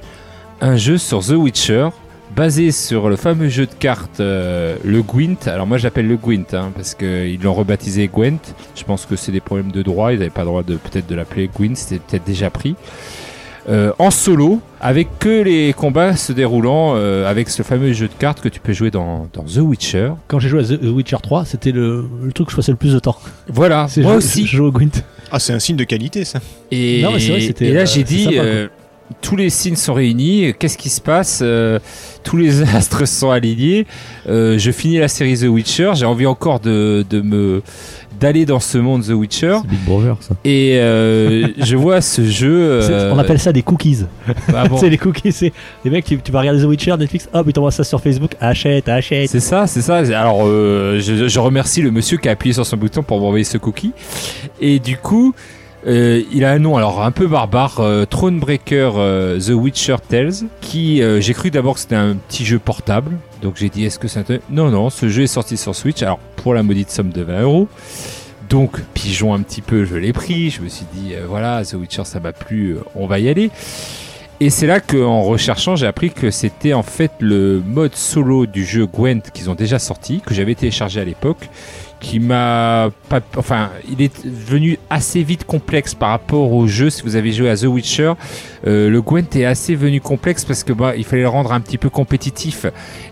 un jeu sur The Witcher basé sur le fameux jeu de cartes euh, le Gwent. Alors moi j'appelle le Gwent hein, parce qu'ils l'ont rebaptisé Gwent. Je pense que c'est des problèmes de droit, ils n'avaient pas le droit de peut-être de l'appeler Gwent, c'était peut-être déjà pris. Euh, en solo, avec que les combats se déroulant euh, avec ce fameux jeu de cartes que tu peux jouer dans, dans The Witcher. Quand j'ai joué à The Witcher 3, c'était le, le truc que je passais le plus de temps. Voilà, Ah, C'est moi jouer- aussi. jouer au Gwent. Ah c'est un signe de qualité ça. Et, Non, mais c'est vrai, c'était, et là, euh, j'ai c'est dit, sympa, quoi. euh, tous les signes sont réunis, euh, qu'est-ce qui se passe Euh, Tous les astres sont alignés. Euh, je finis la série The Witcher, j'ai envie encore de, de me d'aller dans ce monde The Witcher C'est Big Brother, ça. et euh, je vois ce jeu C'est- euh, On appelle ça des cookies. bah bon, C'est les cookies, c'est les mecs, tu, tu vas regarder The Witcher, Netflix, hop, ils t'envoient ça sur Facebook, achète, achète. c'est ça c'est ça alors euh, je, je remercie le monsieur qui a appuyé sur son bouton pour m'envoyer ce cookie et du coup Euh, il a un nom alors un peu barbare, euh, Thronebreaker euh, The Witcher Tales, qui euh, j'ai cru d'abord que c'était un petit jeu portable. Donc j'ai dit est-ce que c'est un... Non, non, ce jeu est sorti sur Switch, alors pour la maudite somme de 20 euros. Donc, pigeon un petit peu, je l'ai pris. Je me suis dit, euh, voilà, The Witcher, ça m'a plu, euh, on va y aller. Et c'est là qu'en recherchant, j'ai appris que c'était en fait le mode solo du jeu Gwent qu'ils ont déjà sorti, que j'avais téléchargé à l'époque, qui m'a pas. Enfin, il est devenu assez vite complexe par rapport au jeu. Si vous avez joué à The Witcher, euh, le Gwent est assez venu complexe parce que bah, il fallait le rendre un petit peu compétitif.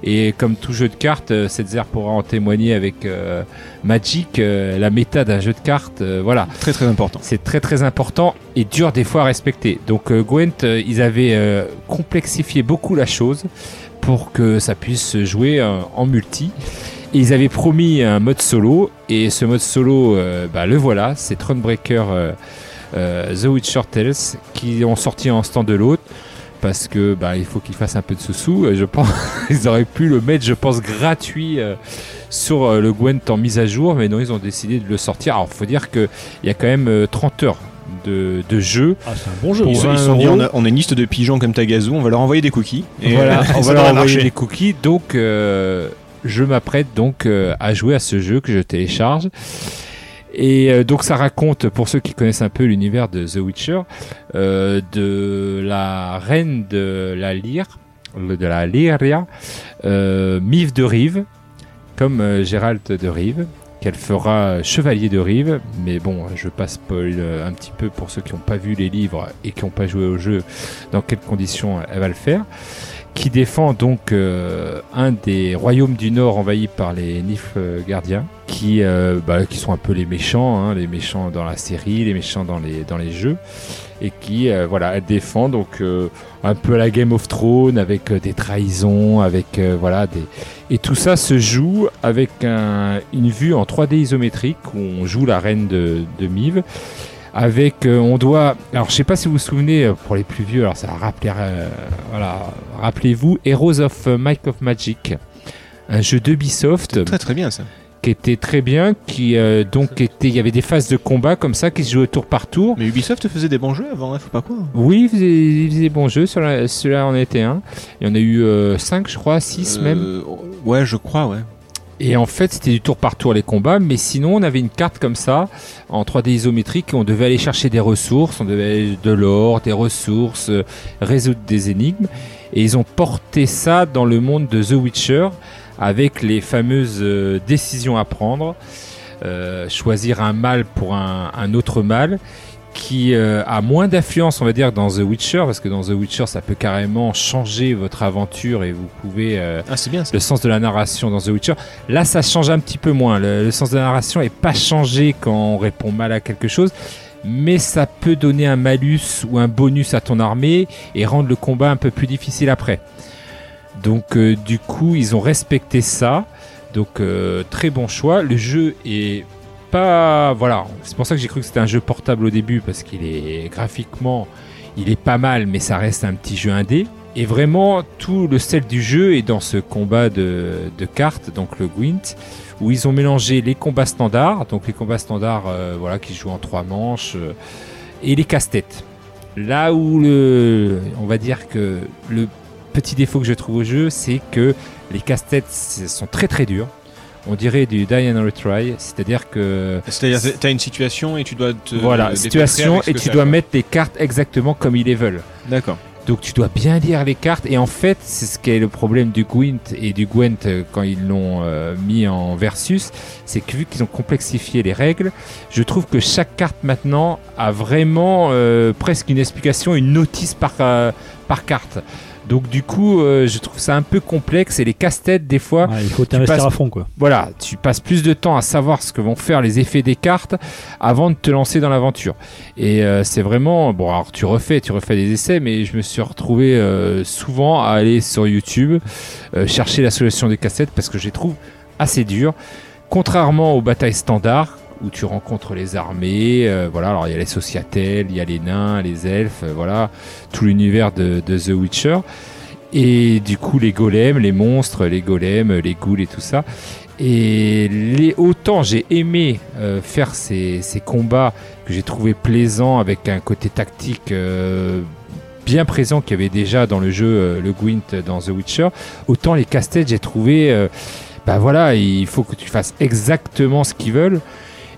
Et comme tout jeu de cartes, euh, Setzer pourra en témoigner avec euh, Magic, euh, la méta d'un jeu de cartes, euh, voilà. Très très important. C'est très très important et dur des fois à respecter. Donc euh, Gwent, euh, ils avaient euh, complexifié beaucoup la chose pour que ça puisse se jouer euh, en multi. Et ils avaient promis un mode solo et ce mode solo, euh, bah, le voilà, c'est Thronebreaker euh, euh, The Witcher Tales qui ont sorti en stand de l'autre parce que bah, il faut qu'ils fassent un peu de sous-sous. euh, Je pense ils auraient pu le mettre, je pense, gratuit euh, sur euh, le Gwent en mise à jour, mais non, ils ont décidé de le sortir. Alors, faut dire que il y a quand même euh, 30 heures de, de jeu. Ah, c'est un bon jeu. Pour Ils se ils 20 se sont dit, euros. on a, on a une liste de pigeons comme Tagazu, on va leur envoyer des cookies. Et euh, voilà, on ça va leur devrait envoyer marcher. des cookies. Donc, euh, je m'apprête donc euh, à jouer à ce jeu que je télécharge. Et euh, donc, ça raconte, pour ceux qui connaissent un peu l'univers de The Witcher, euh, de la reine de la lyre, de la Lyria, euh, Mive de Rive, comme euh, Gérald de Rive, qu'elle fera chevalier de Rive. Mais bon, je passe Paul euh, un petit peu pour ceux qui n'ont pas vu les livres et qui n'ont pas joué au jeu, dans quelles conditions elle va le faire. Qui défend donc euh, un des royaumes du Nord envahis par les Nif gardiens, qui, euh, bah, qui sont un peu les méchants, hein, les méchants dans la série, les méchants dans les, dans les jeux, et qui euh, voilà, elle défend donc euh, un peu à la Game of Thrones avec euh, des trahisons, avec euh, voilà des et tout ça se joue avec un- une vue en 3D isométrique où on joue la reine de, de Mive. Avec, euh, on doit. Alors, je sais pas si vous vous souvenez, euh, pour les plus vieux, alors ça va rappeler. euh, voilà, rappelez-vous Heroes of euh, Might of Magic, un jeu d'Ubisoft Très très bien ça. qui était très bien, qui euh, donc était. Il y avait des phases de combat comme ça qui se jouaient tour par tour. Mais Ubisoft faisait des bons jeux avant, hein, faut pas croire. Oui, il faisait, il faisait bon jeu, celui-là celui-là en était un. Il y en a eu 5, je crois, 6 Euh, même. Ouais, je crois, ouais. Et en fait, c'était du tour par tour les combats, mais sinon, on avait une carte comme ça, en 3D isométrique, et on devait aller chercher des ressources, on devait aller de l'or, des ressources, euh, résoudre des énigmes. Et ils ont porté ça dans le monde de The Witcher, avec les fameuses euh, décisions à prendre, euh, choisir un mal pour un, un autre mal, qui euh, a moins d'affluence, on va dire, dans The Witcher, parce que dans The Witcher, ça peut carrément changer votre aventure, et vous pouvez... euh, Ah, c'est bien ça. le sens de la narration dans The Witcher. Là, ça change un petit peu moins. Le, le sens de la narration est pas changé quand on répond mal à quelque chose, mais ça peut donner un malus ou un bonus à ton armée et rendre le combat un peu plus difficile après. Donc, euh, du coup, ils ont respecté ça. Donc, euh, très bon choix. Le jeu est pas voilà c'est pour ça que j'ai cru que c'était un jeu portable au début parce qu'il est graphiquement il est pas mal mais ça reste un petit jeu indé et vraiment tout le sel du jeu est dans ce combat de, de cartes donc le Gwent où ils ont mélangé les combats standards donc les combats standards euh, voilà qui se jouent en trois manches euh, et les casse-têtes là où le on va dire que le petit défaut que je trouve au jeu c'est que les casse-têtes c'est- sont très très durs on dirait du die and retry c'est-à-dire que C'est-à-dire, t'as une situation et tu dois te. voilà, dépatrer situation avec ce et que tu t'as, dois quoi. mettre les cartes exactement comme ils les veulent. D'accord. Donc tu dois bien lire les cartes et en fait c'est ce qui est le problème du Gwent et du Gwent euh, quand ils l'ont euh, mis en versus, c'est que vu qu'ils ont complexifié les règles, je trouve que chaque carte maintenant a vraiment euh, presque une explication, une notice par, euh, par carte. Donc du coup euh, je trouve ça un peu complexe et les casse-têtes des fois Ouais, il faut t'investir passes- à fond, quoi. voilà, tu passes plus de temps à savoir ce que vont faire les effets des cartes avant de te lancer dans l'aventure. Et euh, c'est vraiment bon. Alors tu refais, tu refais des essais, mais je me suis retrouvé euh, souvent à aller sur YouTube euh, chercher la solution des cassettes parce que je les trouve assez dures. Contrairement aux batailles standards où tu rencontres les armées, euh, voilà. Alors il y a les sociatels, il y a les nains, les elfes, euh, voilà, tout l'univers de, de The Witcher. Et du coup, les golems, les monstres, les golems, les ghouls et tout ça. Et les, autant j'ai aimé euh, faire ces, ces combats que j'ai trouvé plaisants avec un côté tactique euh, bien présent qu'il y avait déjà dans le jeu, euh, le Gwent dans The Witcher, autant les casse-têtes j'ai trouvé, euh, bah voilà, il faut que tu fasses exactement ce qu'ils veulent.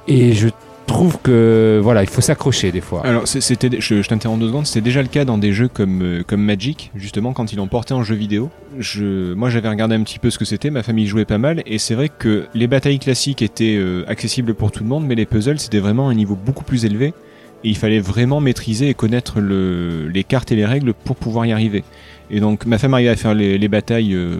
Et je trouve que voilà, il faut s'accrocher des fois. Alors, c'est- c'était, dé- je, je t'interromps deux secondes, c'était déjà le cas dans des jeux comme, euh, comme Magic, justement, quand ils l'ont porté en jeu vidéo. Je, moi, j'avais regardé un petit peu ce que c'était, ma famille jouait pas mal, et c'est vrai que les batailles classiques étaient euh, accessibles pour tout le monde, mais les puzzles, c'était vraiment un niveau beaucoup plus élevé, et il fallait vraiment maîtriser et connaître le, les cartes et les règles pour pouvoir y arriver. Et donc, ma femme arrivait à faire les, les batailles, euh,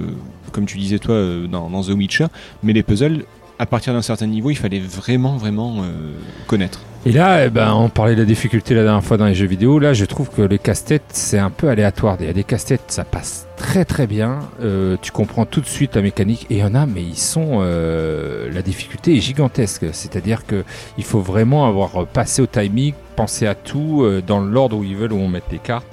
comme tu disais toi, euh, dans, dans The Witcher, mais les puzzles, à partir d'un certain niveau, il fallait vraiment, vraiment euh, connaître. Et là, eh ben, on parlait de la difficulté la dernière fois dans les jeux vidéo. Là, je trouve que les casse-têtes, c'est un peu aléatoire. Il y a des casse-têtes, ça passe très très bien. Euh, tu comprends tout de suite la mécanique. Et il y en a, mais ils sont. euh, la difficulté est gigantesque. C'est-à-dire que il faut vraiment avoir passé au timing, penser à tout euh, dans l'ordre où ils veulent, où on met les cartes.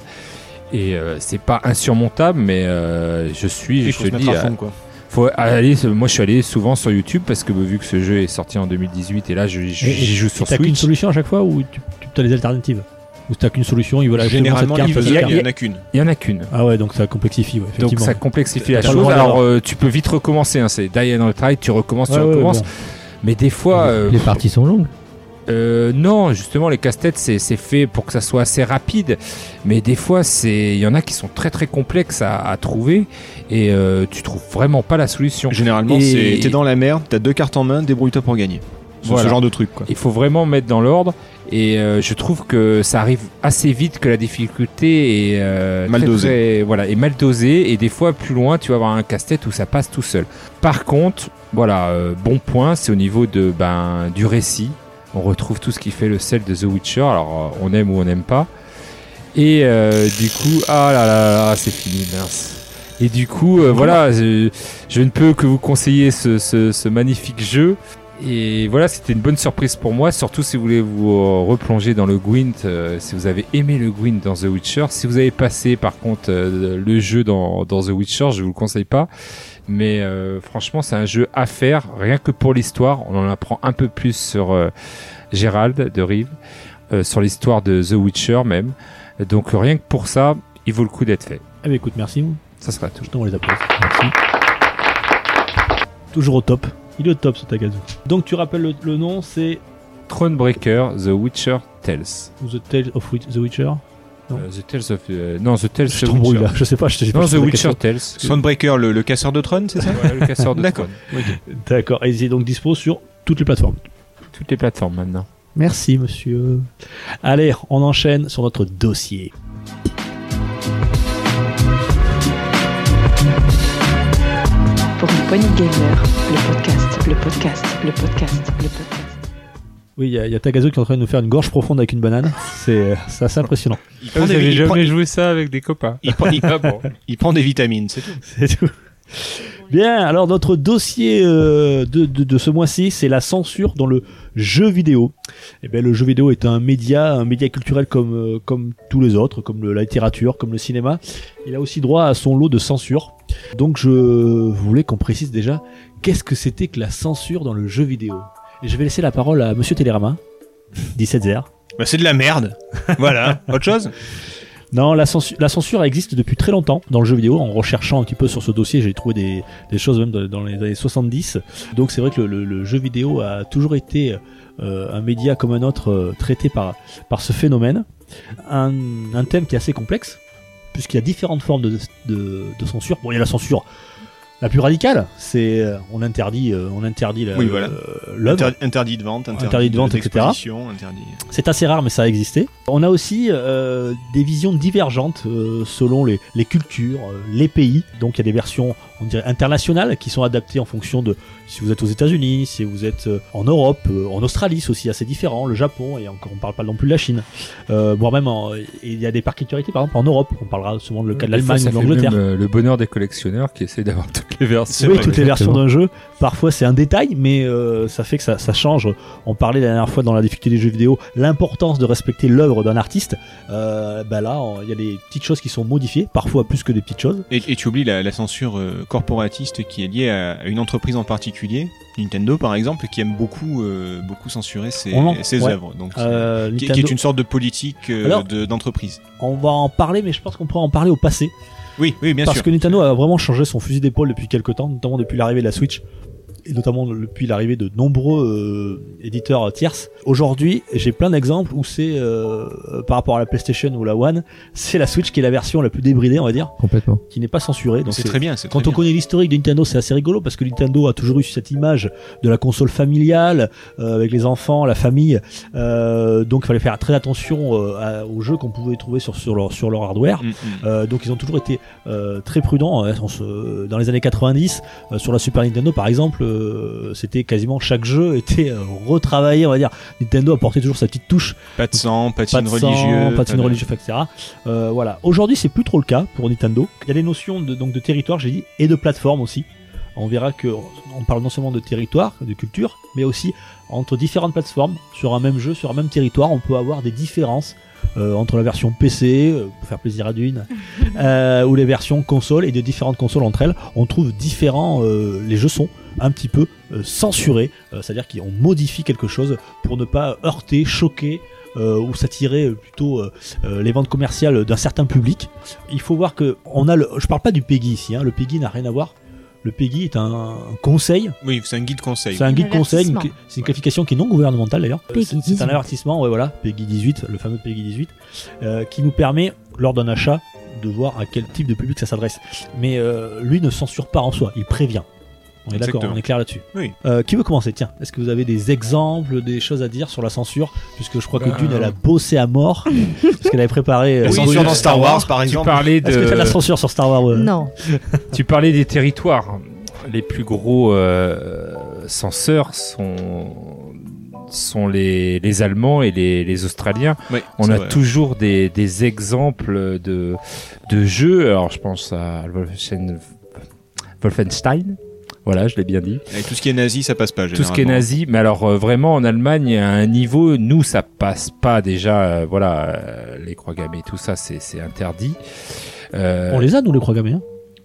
Et euh, c'est pas insurmontable, mais euh, je suis, Il je faut te se mettre dis, à fond, euh, quoi. faut aller, moi je suis allé souvent sur YouTube parce que vu que ce jeu est sorti en 2018 et là je- je- Et- et- j'y joue sur et T'as qu'une Switch. solution à chaque fois ou tu, as les alternatives Ou t'as qu'une solution, ils veulent acheter Généralement, cette les carte, puzzles, cette il y en carte. a qu'une. Il y en a qu'une. Ah ouais, donc ça complexifie, ouais, Donc effectivement. ça complexifie la T'as le chose. droit Alors d'avoir- euh, tu peux vite recommencer. hein, C'est die and retry. Tu recommences, Ouais, tu ouais, recommences. bon. Mais des fois, euh, Les parties sont longues. euh, non, justement, les casse-têtes, c'est c'est fait pour que ça soit assez rapide. Mais des fois, c'est il y en a qui sont très très complexes à, à trouver et euh, tu trouves vraiment pas la solution. Généralement, Et- c'est t'es dans la merde, t'as deux cartes en main, débrouille-toi pour gagner. Ce- Voilà. Ce genre de truc, quoi. Il faut vraiment mettre dans l'ordre et euh, je trouve que ça arrive assez vite que la difficulté est euh, Mal très, dosée. très- voilà, est mal dosée et des fois plus loin tu vas avoir un casse-tête où ça passe tout seul. Par contre, voilà, euh, bon point, c'est au niveau de ben du récit. On retrouve tout ce qui fait le sel de The Witcher. Alors euh, on aime ou on n'aime pas. Et euh, du coup, ah là là, là, c'est fini, mince. Et du coup, euh, voilà, je, je ne peux que vous conseiller ce, ce- ce magnifique jeu. Et voilà, c'était une bonne surprise pour moi, surtout si vous voulez vous euh, replonger dans le Gwent, euh, si vous avez aimé le Gwent dans The Witcher. Si vous avez passé par contre euh, le jeu dans, dans The Witcher, je vous le conseille pas. Mais euh, franchement, c'est un jeu à faire, rien que pour l'histoire. On en apprend un peu plus sur euh, Gérald de Rive, euh, sur l'histoire de The Witcher même. Donc rien que pour ça, il vaut le coup d'être fait. Eh bien, écoute, merci. Ça sera tout. Je t'envoie les applaudissements. Toujours au top. Il est au top ce Tagazu. Donc tu rappelles le, le nom, c'est Thronebreaker, The Witcher Tales. The Tale of Wit- The Witcher. Non. Euh, the Tales of... euh, non, The Tales Je of t'embrouille Witcher. là, je sais pas, je t'ai j'ai Non, pas The posé la Witcher question. Tales. Soundbreaker, le, le casseur de trône, c'est ça Voilà, le casseur de D'accord. trônes. D'accord, et c'est donc dispo sur toutes les plateformes. Toutes les plateformes maintenant. Merci monsieur. Allez, on enchaîne sur notre dossier. Pour une poignée de gamer, le podcast, le podcast, le podcast, le podcast. Oui, il y, a- il y a Tagazu qui est en train de nous faire une gorge profonde avec une banane. C'est euh, c'est assez impressionnant. il Vous prend, des, avez il prend- jamais joué ça avec des copains il prend- il- Ah bon il prend des vitamines, c'est tout. C'est tout. Bien, alors notre dossier euh, de, de- de ce mois-ci, c'est la censure dans le jeu vidéo. Eh bien, le jeu vidéo est un média, un média culturel comme, euh, comme tous les autres, comme le- la littérature, comme le cinéma. Il a aussi droit à son lot de censure. Donc je voulais qu'on précise déjà qu'est-ce que c'était que la censure dans le jeu vidéo. Et je vais laisser la parole à Monsieur Télérama, 17h. Bah, c'est de la merde. voilà. Autre chose Non, la censure, la censure elle existe depuis très longtemps dans le jeu vidéo. En recherchant un petit peu sur ce dossier, j'ai trouvé des, des choses même de- dans les années 70. Donc c'est vrai que le, le- le jeu vidéo a toujours été euh, un média comme un autre euh, traité par, par ce phénomène. Un, un thème qui est assez complexe, puisqu'il y a différentes formes de, de- de censure. Bon, il y a la censure la plus radicale, c'est euh, on interdit, euh, on interdit la- Oui, voilà. euh, l'œuvre. Inter- Interdit de vente, interdit, Interdit de vente, etc. d'exposition, Interdit... C'est assez rare, mais ça a existé. On a aussi euh, des visions divergentes euh, selon les, les cultures, euh, les pays. Donc il y a des versions, on dirait, internationales qui sont adaptées en fonction de si vous êtes aux États-Unis, si vous êtes euh, en Europe, euh, en Australie, c'est aussi assez différent, le Japon, et encore on parle pas non plus de la Chine. Euh, voire même, en- et il y a des particularités, par exemple, en Europe, on parlera souvent le cas de Des fois, l'Allemagne ça ou de fait l'Angleterre. même, euh, le bonheur des collectionneurs qui essaient d'avoir toutes toutes les versions. Oui, toutes les versions d'un jeu. Parfois, c'est un détail, mais euh, ça fait que ça, ça change. On parlait la dernière fois dans la difficulté des jeux vidéo, l'importance de respecter l'œuvre d'un artiste. Euh, bah là, on- il y a des petites choses qui sont modifiées, parfois plus que des petites choses. Et, et tu oublies la, la censure euh, corporatiste qui est liée à, à une entreprise en particulier, Nintendo par exemple, qui aime beaucoup, euh, beaucoup censurer ses, On en- ses ouais. œuvres. Donc, Euh, qui, qui Nintendo- est une sorte de politique euh, Alors- de- d'entreprise. On va en parler, mais je pense qu'on pourra en parler au passé. Oui, oui, bien Parce sûr. que Nintendo a vraiment changé son fusil d'épaule depuis quelques temps, notamment depuis l'arrivée de la Switch et notamment depuis l'arrivée de nombreux euh, éditeurs euh, tierces. Aujourd'hui, j'ai plein d'exemples où c'est euh, euh, par rapport à la PlayStation ou la One, c'est la Switch qui est la version la plus débridée, on va dire, Complètement. qui n'est pas censurée. Donc C'est très bien, c'est Quand très on bien. connaît l'historique de Nintendo, c'est assez rigolo parce que Nintendo a toujours eu cette image de la console familiale euh, avec les enfants, la famille. Euh, donc il fallait faire très attention euh, à- aux jeux qu'on pouvait trouver sur, sur, leur, sur leur hardware. Mm, mm. Euh, donc ils ont toujours été euh, très prudents. Euh, on se- Dans les années 90, euh, sur la Super Nintendo par exemple, euh, c'était quasiment chaque jeu était euh, retravaillé, on va dire. Nintendo apportait toujours sa petite touche Pas de sang, pas de pas signe de religieux. sang, pas de signe de- religieux, etc. Euh, voilà. Aujourd'hui, c'est plus trop le cas pour Nintendo. Il y a les notions de, donc de territoire, j'ai dit, et de plateforme aussi. On verra que on parle non seulement de territoire, de culture, mais aussi entre différentes plateformes sur un même jeu, sur un même territoire, on peut avoir des différences euh, entre la version PC euh, pour faire plaisir à Dune euh, ou les versions consoles et des différentes consoles entre elles. On trouve différents euh, les jeux sont un petit peu euh, censurés, euh, c'est-à-dire qu'on modifie quelque chose pour ne pas heurter, choquer euh, ou s'attirer euh, plutôt euh, euh, les ventes commerciales d'un certain public. Il faut voir que on a le, je parle pas du PEGI ici, hein, le PEGI n'a rien à voir. Le PEGI est un conseil, Oui, c'est un guide conseil. c'est un guide conseil, une- avertissement. c'est une qualification qui est non gouvernementale d'ailleurs. Euh, PEGI C'est c'est un 18. avertissement, ouais, voilà, PEGI 18, le fameux PEGI 18, euh, qui nous permet, lors d'un achat, de voir à quel type de public ça s'adresse. Mais euh, lui ne censure pas en soi, il prévient. On est d'accord, Exactement. on est clair là-dessus. Oui. Euh, qui veut commencer Tiens, est-ce que vous avez des exemples, des choses à dire sur la censure Puisque je crois que Ben, Dune, elle a bossé à mort, parce qu'elle avait préparé. euh, La Oui, censure sur dans Star Wars, par Tu exemple. parlais Est-ce que t'as de la de. censure sur Star Wars euh Non. Tu parlais des territoires. Les plus gros euh, censeurs sont sont les, les Allemands et les, les Australiens. Oui, On c'est a vrai. toujours des, des exemples de, de jeux. Alors, je pense à Wolfen- Wolfenstein. Voilà, je l'ai bien dit. Et tout ce qui est nazi, ça passe pas. Tout ce qui est généralement. nazi. Mais alors, euh, vraiment, en Allemagne, à un niveau, nous, ça passe pas déjà. euh, voilà, euh, les croix gammées, tout ça, c'est c'est interdit. Euh, On les a, nous, les croix gammées. hein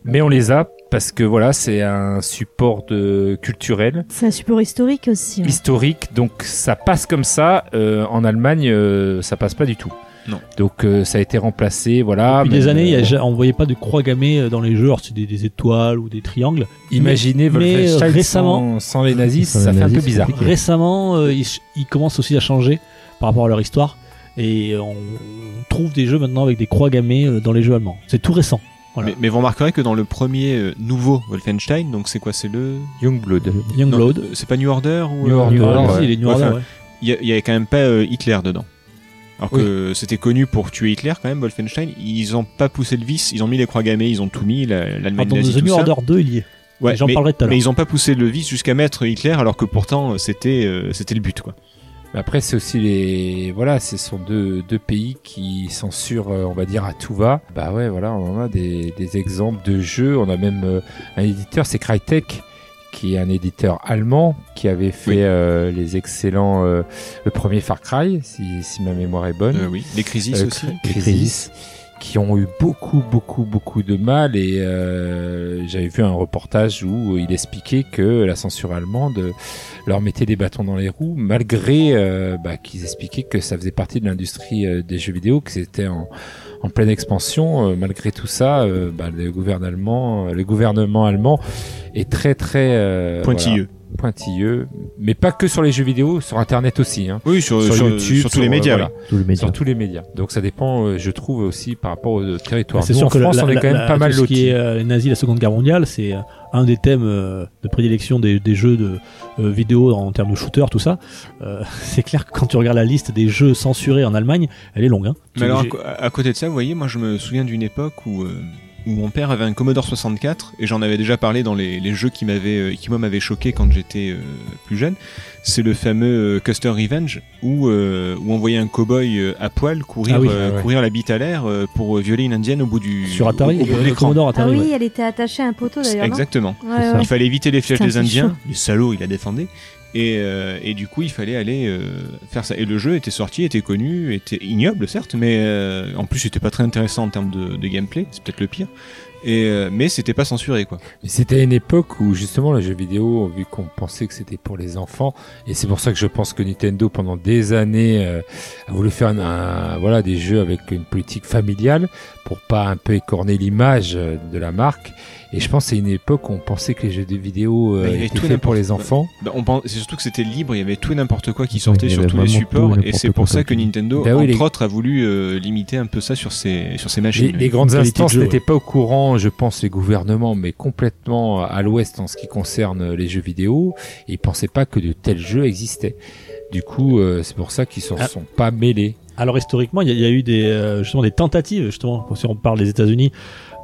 mais on les a parce que voilà, c'est un support de, culturel, C'est un support historique aussi. hein. historique, donc ça passe comme ça. Euh, en Allemagne, euh, ça passe pas du tout. Non. Donc euh, ça a été remplacé, voilà. Depuis des mais, années, il y a euh, ja- on voyait pas de croix gammées euh, dans les jeux, alors c'est des, des étoiles ou des triangles. Imaginez Mais, euh, Wolfenstein récemment- sans, sans les nazis, Sans les ça fait un nazis, peu c'est bizarre. compliqué. Récemment, euh, ils, ch- ils commencent aussi à changer par rapport à leur histoire, et euh, on trouve des jeux maintenant avec des croix gammées euh, dans les jeux allemands. C'est tout récent. Voilà. Mais, mais vous remarquerez que dans le premier euh, nouveau Wolfenstein, donc c'est quoi C'est le. Youngblood. Youngblood. Non, C'est pas New Order ou, New euh, Order, New Order, ouais. Ah, si, il est New Ouais, Order, enfin, ouais. il y a- il y avait quand même pas euh, Hitler dedans. Alors que c'était connu pour tuer Hitler quand même, Wolfenstein. Ils ont pas poussé le vice, ils ont mis les croix gammées, ils ont tout mis, la- l'Allemagne Attends, nazie, The tout New ça. Order 2, il y est. Ouais, mais j'en mais, parlerai tout à l'heure. mais ils ont pas poussé le vice jusqu'à mettre Hitler, alors que pourtant euh, c'était euh, c'était le but quoi. Mais Après, c'est aussi les. Voilà, ce sont deux, deux pays qui censurent, euh, on va dire, à tout va. Bah ouais, voilà, on en a des, des exemples de jeux. On a même euh, un éditeur, c'est Crytek, qui est un éditeur allemand, qui avait fait Oui. euh, les excellents. euh, le premier Far Cry, si, si ma mémoire est bonne. Euh, oui, les crises Euh, aussi. Crysis, qui ont eu beaucoup, beaucoup, beaucoup de mal. Et euh, j'avais vu un reportage où il expliquait que la censure allemande leur mettait des bâtons dans les roues, malgré euh, bah, qu'ils expliquaient que ça faisait partie de l'industrie euh, des jeux vidéo, que c'était en, en pleine expansion. Euh, malgré tout ça, euh, bah, le, gouvernement, le gouvernement allemand est très, très euh, Pointilleux. voilà, pointilleux. Mais pas que sur les jeux vidéo, sur Internet aussi. hein. Oui, sur, Sur, sur- YouTube, sur tous les euh, médias. voilà oui. Tout le média. sur tous les médias. Donc ça dépend, euh, je trouve aussi par rapport au territoire. C'est Nous, sûr en que France, la- on est la- quand même la- pas mal tout ce qui lotis. est euh, les nazis, la Seconde Guerre mondiale, c'est euh, un des thèmes euh, de prédilection des, des jeux de euh, vidéo en termes de shooter, tout ça. Euh, c'est clair que quand tu regardes la liste des jeux censurés en Allemagne, elle est longue. Hein. Mais alors, à, J'ai- co- à côté de ça, vous voyez, moi je me souviens d'une époque où euh, où mon père avait un Commodore 64 et j'en avais déjà parlé dans les, les jeux qui m'avaient euh, qui moi m'avaient choqué quand j'étais euh, plus jeune. C'est le fameux euh, Custer Revenge où euh, où on voyait un cowboy euh, à poil courir Ah oui, euh, ouais. courir la bite à l'air euh, pour euh, violer une indienne au bout du Sur Atari, au, au bout de le l'écran. Commodore Ah Atari, oui, ouais. elle était attachée à un poteau d'ailleurs. non Exactement. Ouais, ouais. Il fallait éviter les flèches Putain, des c'est Indiens. chaud. Les salauds, il la défendait. Et, euh, et du coup, il fallait aller euh, faire ça. Et le jeu était sorti, était connu, était ignoble, certes, mais euh, en plus, c'était pas très intéressant en termes de, de gameplay. C'est peut-être le pire. Et, euh, mais c'était pas censuré, quoi. Mais c'était à une époque où justement le jeu vidéo, vu qu'on pensait que c'était pour les enfants, et c'est pour ça que je pense que Nintendo pendant des années euh, a voulu faire un, un- voilà des jeux avec une politique familiale pour pas un peu écorner l'image euh, de la marque. Et je pense que c'est une époque où on pensait que les jeux de vidéo euh, Bah, il y avait étaient tout et faits pour n'importe- les enfants. Bah, on pense- c'est surtout que c'était libre, il y avait tout et n'importe quoi qui sortait il y sur avait tous les vraiment tout et supports. Et n'importe c'est pour quoi, ça que comme tu dis. Nintendo, Bah oui, entre les- autres, a voulu euh, limiter un peu ça sur ses, sur ses machines. Les, les oui. grandes instances n'étaient pas au courant, je pense, les gouvernements, mais complètement à l'ouest en ce qui concerne les jeux vidéo. Et ils pensaient pas que de tels jeux existaient. Du coup, euh, c'est pour ça qu'ils s'en Ah. sont pas mêlés. Alors historiquement, il y, a- il y a eu des euh, justement des tentatives, justement, pour- si on parle des États-Unis,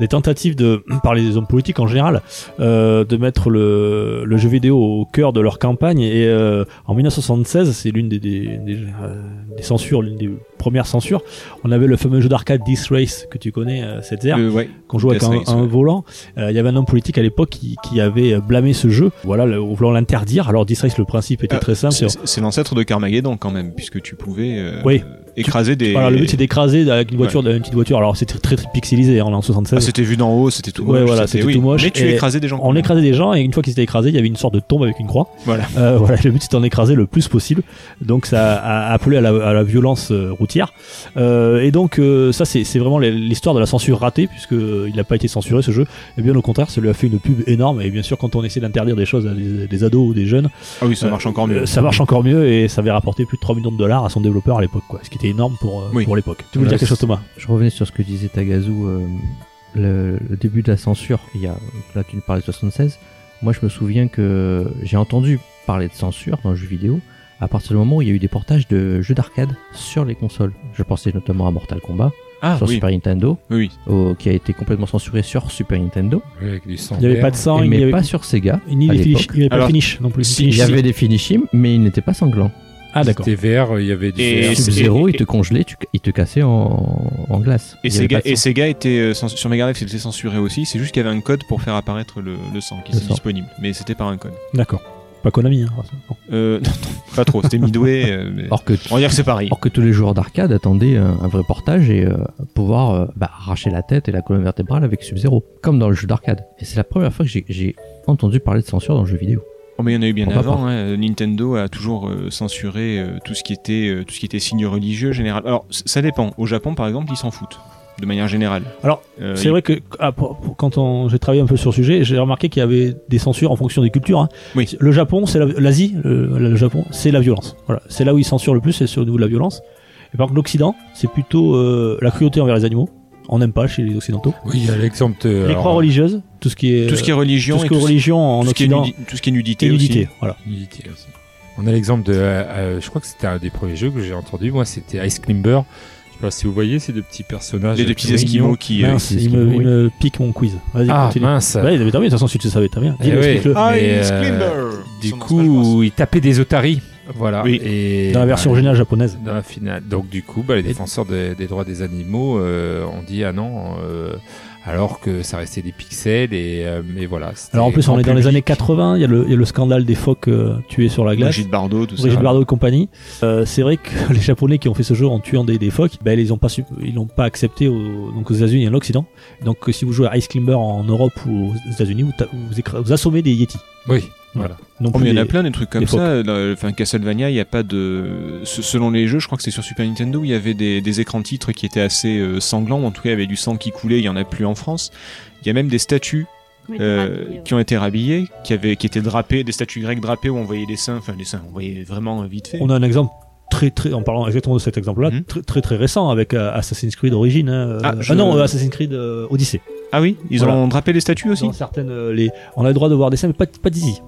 des tentatives de par les hommes politiques en général euh, de mettre le, le jeu vidéo au cœur de leur campagne. Et euh, en 1976, c'est l'une des, des, des, euh, des censures, l'une des premières censures. On avait le fameux jeu d'arcade Death Race que tu connais, euh, cette Euh, ouais. qu'on jouait avec Death un, Race, un ouais. volant. Euh, Il y avait un homme politique à l'époque qui, qui avait blâmé ce jeu, voilà, le- voulant l'interdire. Alors Death Race, le principe était Ah, très simple. c'est- c'est- C'est c'est l'ancêtre de Carmageddon, quand même, puisque tu pouvais euh, Oui. écraser des. Voilà, le but c'est d'écraser avec une Ouais. voiture, une petite voiture. Alors c'était très, très pixelisé hein, en 76. Ah, c'était vu d'en haut, c'était tout Ouais, moche, voilà, c'était- c'était oui. tout moche. Mais tu Et écrasais des gens. On écrasait des gens et une fois qu'ils étaient écrasés, il y avait une sorte de tombe avec une croix. Voilà. Euh, voilà, le but c'était d'en écraser le plus possible. Donc ça a appelé à la, à la violence euh, routière. Euh, et donc euh, ça c'est c'est vraiment l'histoire de la censure ratée puisque euh, il n'a pas été censuré ce jeu. Et bien au contraire, ça lui a fait une pub énorme. Et bien sûr, quand on essaie d'interdire des choses à des, des ados ou des jeunes, euh, Ah oui, ça marche encore mieux. ça marche encore mieux et ça avait rapporté plus de 3 millions de dollars à son développeur à l'époque, quoi. Ce qui était énorme pour euh, Oui. pour l'époque. Tu voulais dire quelque chose, Thomas Je revenais sur ce que disait Tagazu, euh, le, le début de la censure. Il y a, là, tu nous parlais de 76. Moi, je me souviens que j'ai entendu parler de censure dans le jeu vidéo à partir du moment où il y a eu des portages de jeux d'arcade sur les consoles. Je pensais notamment à Mortal Kombat Ah, sur oui. Super Nintendo, Oui, au- qui a été complètement censuré sur Super Nintendo. Oui, avec du sang Il y avait vert. pas de sang, Et il mais y avait- pas sur Sega. Il n'y à avait finish- l'époque. il n'y avait pas de Alors, finish non plus. si, Finish, il y si. avait des finishim, mais ils n'étaient pas sanglants. Ah d'accord. C'était vert, il y avait du Et vert. c'est- Sub-Zero, et- il te congelait, tu- il te cassait en, en glace. Et Il y avait Sega, pas de et sang. Sega était euh, cens- sur Mega Drive, c'était censuré aussi. C'est juste qu'il y avait un code pour faire apparaître le, le sang qui Le était sang. disponible, mais c'était par un code. D'accord. Pas Konami. Hein. Bon. Euh, non, non, pas trop. C'était Midway. euh, mais- Or que, On va dire que c'est pareil. or que tous les joueurs d'arcade attendaient un, un vrai portage et euh, pouvoir euh, bah, arracher la tête et la colonne vertébrale avec Sub-Zero, comme dans le jeu d'arcade. Et c'est la première fois que j'ai- j'ai entendu parler de censure dans le jeu vidéo. Oh, mais il y en a eu bien On va avant. hein. Nintendo a toujours euh, censuré euh, tout ce qui était euh, tout ce qui était signe religieux général. Alors c- ça dépend. Au Japon, par exemple, ils s'en foutent de manière générale. Alors, Euh, C'est ils- vrai que ah, pour- pour- quand on- j'ai travaillé un peu sur le sujet, j'ai remarqué qu'il y avait des censures en fonction des cultures. hein. Oui. Le Japon, c'est la- l'Asie, le, le Japon, c'est la violence. Voilà, c'est là où ils censurent le plus, c'est sur le niveau de la violence. Et par contre, l'Occident, c'est plutôt euh, la cruauté envers les animaux. On n'aime pas chez les Occidentaux. Oui, il y a l'exemple de. les alors, croix religieuses, tout ce qui est Euh, tout ce qui est religion, tout ce qui est et euh, tout ce- religion en tout ce qui est Occident, nudi- tout ce qui est nudité, et nudité. aussi. Voilà. Unity aussi. On a l'exemple de. euh, euh, je crois que c'était un des premiers jeux que j'ai entendu. Moi, c'était Ice Climber. Je sais pas si vous voyez ces deux petits personnages. Les deux petits esquimaux qui. euh, Mince, c'est ce il qu'il me, faut, il oui. me pique mon quiz. Vas-y, Ah, continue. mince. Bah, mais t'as bien, de toute façon, si tu le savais, t'as bien. Eh Dis-le, ouais. explique-le. Ah, Mais, Ice euh, Climber Du coup, ils tapaient des otaries. Voilà. Oui. Et, Dans la version bah, originale japonaise. Dans la finale. Donc du coup, bah, les défenseurs des- des droits des animaux euh, ont dit ah non, euh, alors que ça restait des pixels et, euh, et voilà. c'était Alors en plus, on grand est dans les public. années 80, il y, a le- il y a le scandale des phoques euh, tués sur la glace. Brigitte Bardot, tout ça. Brigitte Bardot et compagnie. Euh, c'est vrai que les Japonais qui ont fait ce jeu en tuant des, des phoques, ben, ils ont pas su- ils l'ont pas accepté aux, donc aux États-Unis et à l'Occident. Donc euh, si vous jouez à Ice Climber en Europe ou aux États-Unis, vous, ta- vous, écra- vous assommez des Yétis. Oui, voilà. Non Oh, mais il y en a des- plein des trucs comme des phoques. ça. Dans le- Enfin, Castlevania, il n'y a pas de. se- Selon les jeux, je crois que c'est sur Super Nintendo, il y avait des, des écrans titres qui étaient assez euh, sanglants, ou en tout cas, il y avait du sang qui coulait, il n'y en a plus en France. Il y a même des statues Oui, euh, rapide, ouais. qui ont été rhabillées, qui, avaient, qui étaient drapées, des statues grecques drapées où on voyait les seins, enfin, les seins, on voyait vraiment euh, vite fait. On a un exemple très très en parlant exactement de cet exemple-là, Mhm. très, très très récent avec euh, Assassin's Creed Origin. hein, Ah, euh, je- non, euh, Assassin's Creed euh, Odyssey. Ah oui Ils Voilà. ont drapé les statues aussi Dans certaines, euh, les, on a le droit de voir des scènes, mais pas pas d'Izzy.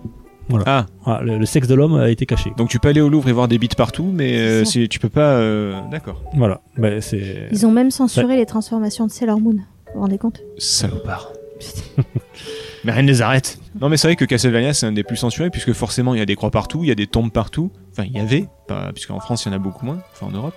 Ah, Voilà, le, le sexe de l'homme a été caché. donc tu peux aller au Louvre et voir des bites partout, mais euh, C'est ça. c'est- tu peux pas. euh, D'accord. Voilà, ben c'est. Ils ont même censuré les transformations de Sailor Moon. Vous vous rendez compte Salopard. mais rien ne les arrête. Non, mais c'est vrai que Castlevania, c'est un des plus censurés, puisque forcément, il y a des croix partout, il y a des tombes partout. Enfin, il y avait, pas- puisqu'en France, il y en a beaucoup moins, enfin en Europe.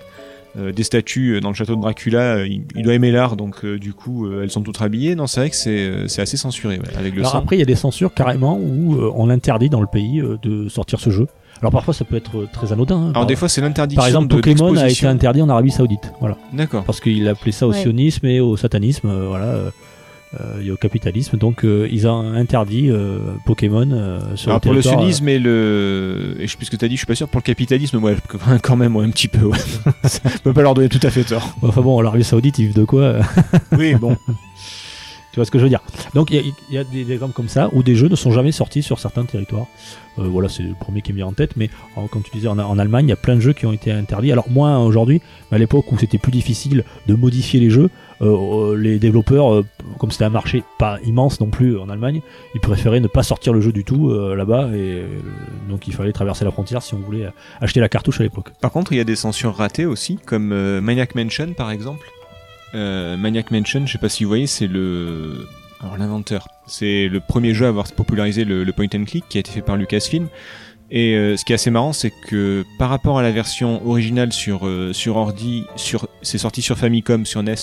Euh, des statues euh, dans le château de Dracula, euh, il, il doit aimer l'art, donc euh, du coup, euh, elles sont toutes habillées. Non, c'est vrai que c'est euh, c'est assez censuré, ouais, avec le Alors sang. après, il y a des censures carrément où euh, on interdit dans le pays euh, de sortir ce jeu. Alors parfois, ça peut être euh, très anodin. hein. Alors, Par- des fois, c'est l'interdiction Par exemple, de- Pokémon a été d'exposition. interdit en Arabie Saoudite. Voilà. D'accord. Parce qu'il appelait ça au Ouais. sionisme et au satanisme, euh, voilà, euh, euh, et au capitalisme. Donc euh, ils ont interdit euh, Pokémon euh, sur le Alors Ah, pour le territoire, euh, sionisme et le. Et je sais plus ce que t'as dit, je suis pas sûr. Pour le capitalisme, ouais, quand même, ouais, un petit peu, ouais. Je peux pas leur donner tout à fait tort. Ouais, euh, Enfin bon, l'Arabie Saoudite, ils vivent de quoi euh. Oui, bon. Tu vois ce que je veux dire. Donc il y a- il y, a des exemples comme ça où des jeux ne sont jamais sortis sur certains territoires. Euh, voilà, c'est le premier qui me vient en tête. Mais en- comme tu disais, en, en Allemagne, il y a plein de jeux qui ont été interdits. Alors moins aujourd'hui, mais à l'époque où c'était plus difficile de modifier les jeux, euh, euh, les développeurs, euh, comme c'était un marché pas immense non plus en Allemagne, ils préféraient ne pas sortir le jeu du tout euh, là-bas. Et euh, donc il fallait traverser la frontière si on voulait euh, acheter la cartouche à l'époque. Par contre, il y a des censures ratées aussi, comme euh, Maniac Mansion par exemple. Euh, Maniac Mansion, je sais pas si vous voyez, c'est le. Alors, l'inventeur. C'est le premier jeu à avoir popularisé le, le point and click qui a été fait par Lucasfilm. Et euh, ce qui est assez marrant, c'est que par rapport à la version originale sur, euh, sur ordi, sur, c'est sorti sur Famicom, sur NES,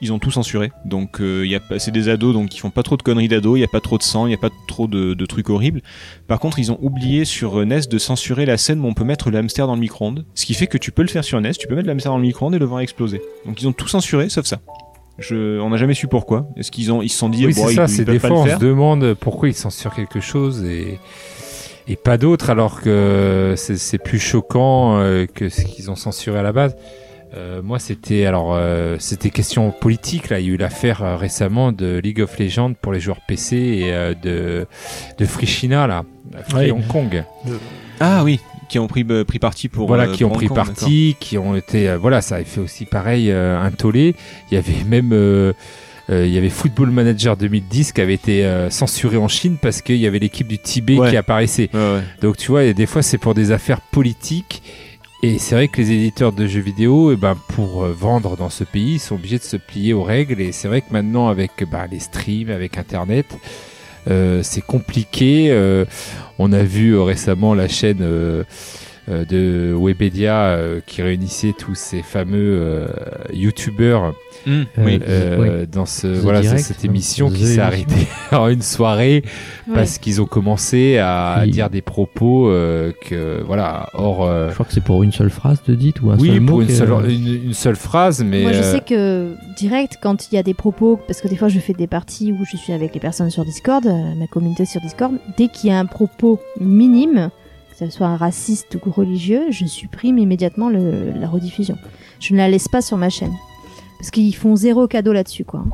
ils ont tout censuré. Donc euh, il y a pas- c'est des ados, donc ils font pas trop de conneries d'ados, il y a pas trop de sang, il y a pas trop de, de trucs horribles. Par contre, ils ont oublié sur euh, NES de censurer la scène où on peut mettre le hamster dans le micro-ondes, ce qui fait que tu peux le faire sur NES, tu peux mettre le hamster dans le micro-ondes et le voir exploser. Donc ils ont tout censuré, sauf ça. Je, on n'a jamais su pourquoi. Est-ce qu'ils ont, ils se sont dit, Oui, bon, c'est ils, ça, ils c'est peuvent des pas fois le on faire. se demande pourquoi ils censurent quelque chose et, et pas d'autre alors que c'est c'est plus choquant euh, que ce qu'ils ont censuré à la base. Euh, moi, c'était alors euh, c'était question politique là. Il y a eu l'affaire euh, récemment de League of Legends pour les joueurs PC et euh, de de Free China là, Free Ouais. Hong Kong. Ah oui, qui ont pris, euh, pris parti pour. Voilà, euh, qui ont pour pris Hong Kong, parti, qui ont été. euh, voilà, ça avait fait aussi pareil, euh, un tollé. Il y avait même. euh, euh, il y avait Football Manager 2010 qui avait été euh, censuré en Chine parce qu'il y avait l'équipe du Tibet qui apparaissait. Donc tu vois, et des fois c'est pour des affaires politiques. Et c'est vrai que les éditeurs de jeux vidéo, eh ben, pour euh, vendre dans ce pays, ils sont obligés de se plier aux règles. Et c'est vrai que maintenant, avec bah, les streams, avec Internet, euh, c'est compliqué. Euh, on a vu euh, récemment la chaîne euh, euh, de Webedia euh, qui réunissait tous ces fameux euh, youtubeurs Mm, oui. euh, Oui. dans ce, The voilà, Direct, cette non, émission The qui s'est Émission. arrêtée en une soirée Ouais. parce qu'ils ont commencé à Oui. dire des propos euh, que voilà hors euh, Je crois que c'est pour une seule phrase de dite ou un oui seul mot. pour une que- seule, une, une seule phrase mais Moi, je euh, sais que direct, quand il y a des propos, parce que des fois, je fais des parties où je suis avec les personnes sur Discord, euh, ma communauté sur Discord, dès qu'il y a un propos minime, que ce soit un raciste ou religieux, je supprime immédiatement le- la rediffusion. Je ne la laisse pas sur ma chaîne. Parce qu'ils font zéro cadeau là-dessus, quoi. hein.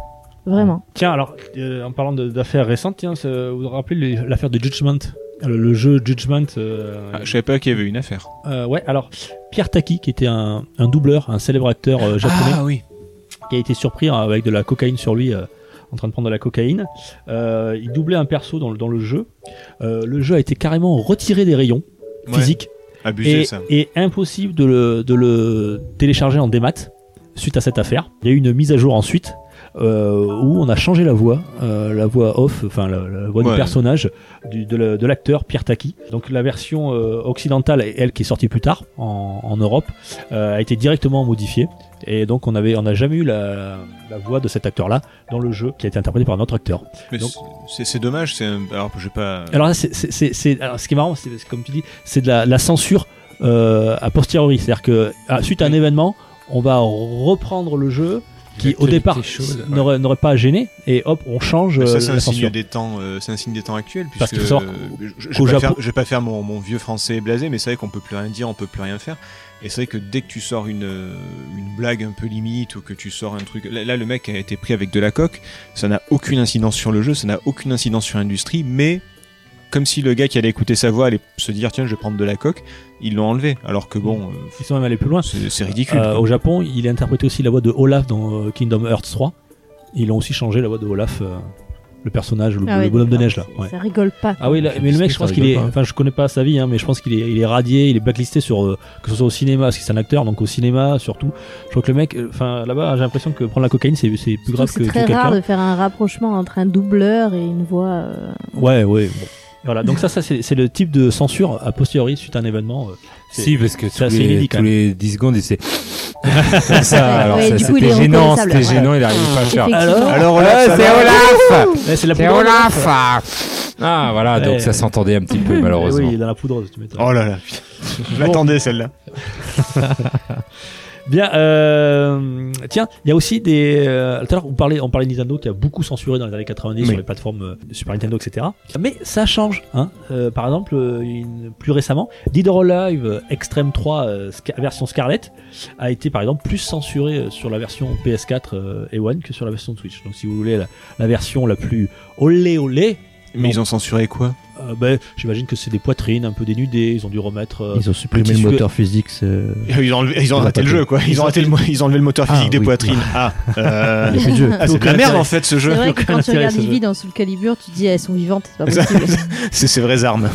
Vraiment. Tiens, alors, euh, en parlant de- d'affaires récentes, tiens, ça- vous vous rappelez les- l'affaire de Judgment le, le jeu Judgment. euh, Ah, je savais pas qu'il y avait une affaire. euh, ouais, alors, Pierre Taki, qui était un, un doubleur, un célèbre acteur euh, japonais, qui a été surpris hein, avec de la cocaïne sur lui, euh, en train de prendre de la cocaïne. Euh, il doublait un perso dans, le- dans le jeu. Euh, le jeu a été carrément retiré des rayons Ouais. physiques. Abusé, et, ça. et impossible de le, de le télécharger en démat suite à cette affaire. Il y a eu une mise à jour ensuite euh, où on a changé la voix, euh, la voix off, enfin la, la voix Ouais. du personnage, du- de la- de l'acteur Pierre Taki. Donc la version euh, occidentale, elle qui est sortie plus tard en, en Europe, euh, a été directement modifiée. Et donc on avait, on n'a jamais eu la, la voix de cet acteur-là dans le jeu qui a été interprété par un autre acteur. Mais Donc- c'est- c'est dommage, c'est un- Alors, je vais pas. alors là, c'est, c'est- c'est- c'est- alors, ce qui est marrant, c'est c'est comme tu dis, c'est de la, la censure euh, a posteriori. C'est-à-dire que à- suite à un événement, on va reprendre le jeu qui au L'actualité départ chaude, ouais. n'aurait, n'aurait pas gêné et hop, on change Mais euh, ça, c'est la un, signe censure. des temps, euh, c'est un signe des temps actuels. Puisque, Parce qu'il faut savoir euh, je, je qu'au vais pas Japon- faire- je vais pas faire mon, mon vieux français blasé, mais c'est vrai qu'on peut plus rien dire, on peut plus rien faire. Et c'est vrai que dès que tu sors une, euh, une blague un peu limite ou que tu sors un truc. Là, là, le mec a été pris avec de la coque, ça n'a aucune incidence sur le jeu, ça n'a aucune incidence sur l'industrie, mais comme si le gars qui allait écouter sa voix allait se dire tiens, je vais prendre de la coque, ils l'ont enlevé. Alors que bon, euh, Ils sont même allés plus loin. C'est, c'est ridicule. Euh, quoi. au Japon, il a interprété aussi la voix de Olaf dans euh, Kingdom Hearts 3. Ils ont aussi changé la voix de Olaf. euh, le personnage, le, Ah ouais, le bonhomme de d'accord, neige là. c'est- ouais. ça rigole pas. Ah oui, là, mais le mec, je Ça pense rigole qu'il est. pas. Enfin, je connais pas sa vie, hein, mais je pense qu'il est, il est radié, il est blacklisté sur euh, que ce soit au cinéma, parce que c'est un acteur, donc au cinéma surtout. Je crois que le mec, euh, enfin là-bas, j'ai l'impression que prendre la cocaïne, c'est c'est plus grave que C'est tuer très rare quelqu'un. de faire un rapprochement entre un doubleur et une voix. euh, Ouais, ouais. bon. Voilà, donc ça, ça c'est c'est le type de censure a posteriori suite à un événement. euh, c'est- Si, parce que c'est tous assez les, inédit, tous quand même. les 10 secondes, il s'est. Comme ça, alors Ouais, ça, du coup, il c'était est gênant, reconnaissable, c'était ouais. gênant, il n'arrivait pas à le faire. Effectivement. Alors Ah, là, ça c'est va. Olaf Ouais, c'est la C'est poudre Olaf. Olaf Ah, Ah, voilà, donc Ouais. ça s'entendait un petit peu, Eh malheureusement. Oui, il a la poudreuse, tu m'étonnes. Oh là là, Je l'attendais celle-là. Bien, euh, tiens, il y a aussi des. euh, tout à l'heure, on parlait, on parlait de Nintendo qui a beaucoup censuré dans les années 90 Oui. sur les plateformes euh, Super Nintendo, etc. Mais ça change. Hein. Euh, par exemple, euh, une- plus récemment, Dead or Alive euh, Extreme 3 euh, Sca- version Scarlett a été par exemple plus censuré euh, sur la version PS4 euh, et One que sur la version de Switch. Donc, si vous voulez la, la version la plus olé olé. Mais ils ont censuré quoi euh, ben, J'imagine que c'est des poitrines un peu dénudées, ils ont dû remettre. euh, Ils ont supprimé des le tissus- moteur physique. euh, c'est- Ah, Ils ont, enlevé- ils ont On l'a raté pas le fait. jeu, quoi. Ils ont, raté le, mo- ils ont enlevé le moteur Ah, physique des oui. poitrines. Ah, euh... Il y a plus de jeu. ah, c'est de la Aucun merde, intérêt. en fait, ce jeu. C'est vrai que quand tu regardes ce une jeu. vie dans Soul Calibur, tu te dis elles sont vivantes, c'est pas possible. C'est ses vraies armes.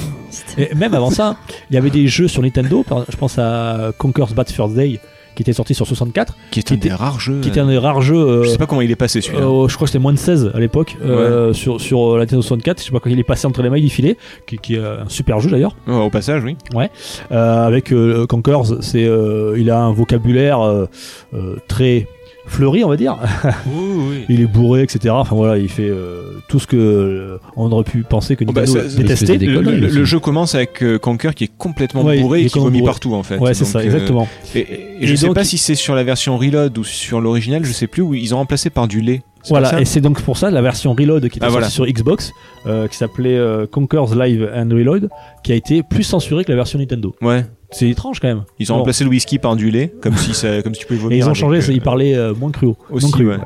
Et même avant ça, il y avait des jeux sur Nintendo, par- je pense à Conker's Bad First Day, qui était sorti sur 64. Qui était un des rares jeux. Qui était un des rares jeux. euh, Je sais pas comment il est passé celui-là. euh, je crois que c'était moins de 16 à l'époque euh, sur, sur euh, la Nintendo 64. Je sais pas quand il est passé entre les mailles du filet, qui, qui est un super jeu d'ailleurs. Ouais, Oh, au passage, oui. Ouais. Euh, avec euh, Conkers, c'est, euh, il a un vocabulaire euh, euh, très fleuri, on va dire. il est bourré, etc. Enfin voilà, il fait euh, tout ce que euh, on aurait pu penser que Oh, bah, Nintendo ça- détestait. le, le- le jeu commence avec euh, Conker qui est complètement Ouais, il bourré est et qui vomit complètement bourré. partout en fait. Ouais, c'est Donc, euh, ça, exactement. Et, et- et je Et sais donc, pas si c'est sur la version Reload ou sur l'original, je sais plus, où ils ont remplacé par du lait. C'est pas Voilà, ça et c'est donc pour ça la version Reload qui était Ah, sortie voilà. sur Xbox, euh, qui s'appelait euh, Conker's Live and Reload, qui a été plus censurée que la version Nintendo. Ouais. C'est étrange quand même. Ils ont Bon. remplacé le whisky par du lait, comme si, ça, comme si tu pouvais vomir. Et ils ont avec, changé, euh, ça, ils parlaient euh, moins cruau. Aussi, non cru, ouais.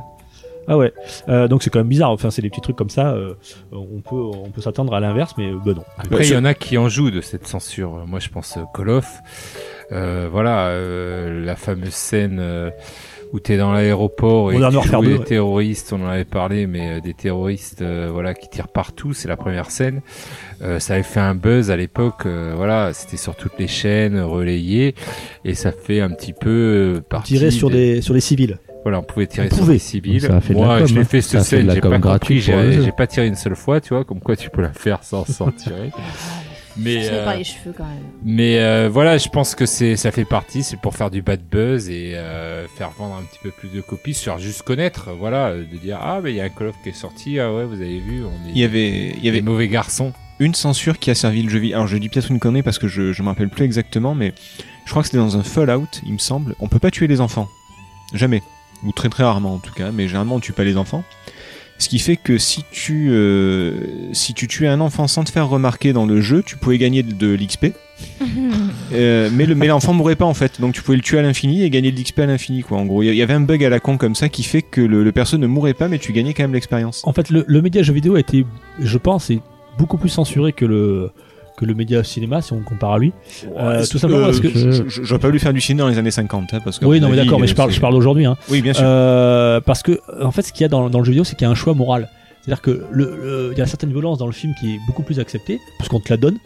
Ah ouais, Euh, donc c'est quand même bizarre. Enfin, c'est des petits trucs comme ça. euh, on peut, on peut s'attendre à l'inverse, mais euh, bah non. Après, il y en a qui en jouent de cette censure. Moi, je pense euh, Call of. Euh, voilà, euh, la fameuse scène euh, où tu es dans l'aéroport et Modern tu Warfare joues 2, des ouais. terroristes, on en avait parlé, mais euh, des terroristes euh, voilà, qui tirent partout, c'est la première scène. Euh, ça avait fait un buzz à l'époque, euh, voilà, c'était sur toutes les chaînes, euh, relayé, et ça fait un petit peu euh, partie... Tirer sur des- des, sur les civils. Voilà, on pouvait tirer On sur pouvait. les civils. Ça a fait de la Moi, com, je hein. l'ai fait Ça cette a fait scène, de la j'ai com pas compris, gratuite pour le j'ai jeu. j'ai pas tiré une seule fois, tu vois, comme quoi tu peux la faire sans, sans tirer. Mais, Tirez par euh, les cheveux quand même. mais euh, voilà, je pense que c'est ça fait partie, c'est pour faire du bad buzz et euh, faire vendre un petit peu plus de copies, se faire juste connaître, voilà, euh, de dire ah mais il y a un Call of qui est sorti, ah ouais vous avez vu, on est Il y avait, il y avait des mauvais garçons. une censure qui a servi le jeu vidéo. Alors je dis peut-être une connerie parce que je je me rappelle plus exactement, mais je crois que c'était dans un Fallout, il me semble. On peut pas tuer les enfants, jamais, ou très très rarement en tout cas. Mais généralement on tue pas les enfants. Ce qui fait que si tu euh, si tu tuais un enfant sans te faire remarquer dans le jeu, tu pouvais gagner de, l'XP. mais le mais l'enfant mourait pas en fait, donc tu pouvais le tuer à l'infini et gagner de l'XP à l'infini quoi. En gros, il y- y avait un bug à la con comme ça qui fait que le, le perso ne mourait pas, mais tu gagnais quand même l'expérience. En fait, le, le média jeu vidéo a été, je pense, est beaucoup plus censuré que le que le média cinéma si on compare à lui. Euh, tout simplement parce que je, je- j'aurais pas voulu faire du ciné dans les années 50 hein, parce que Oui, non, mais d'accord, mais je parle, je parle d'aujourd'hui. Hein. Oui, bien sûr. Euh, parce que, en fait, ce qu'il y a dans, dans le jeu vidéo, c'est qu'il y a un choix moral. C'est-à-dire que le, le- il y a certaines violences dans le film qui est beaucoup plus acceptée, parce qu'on te la donne.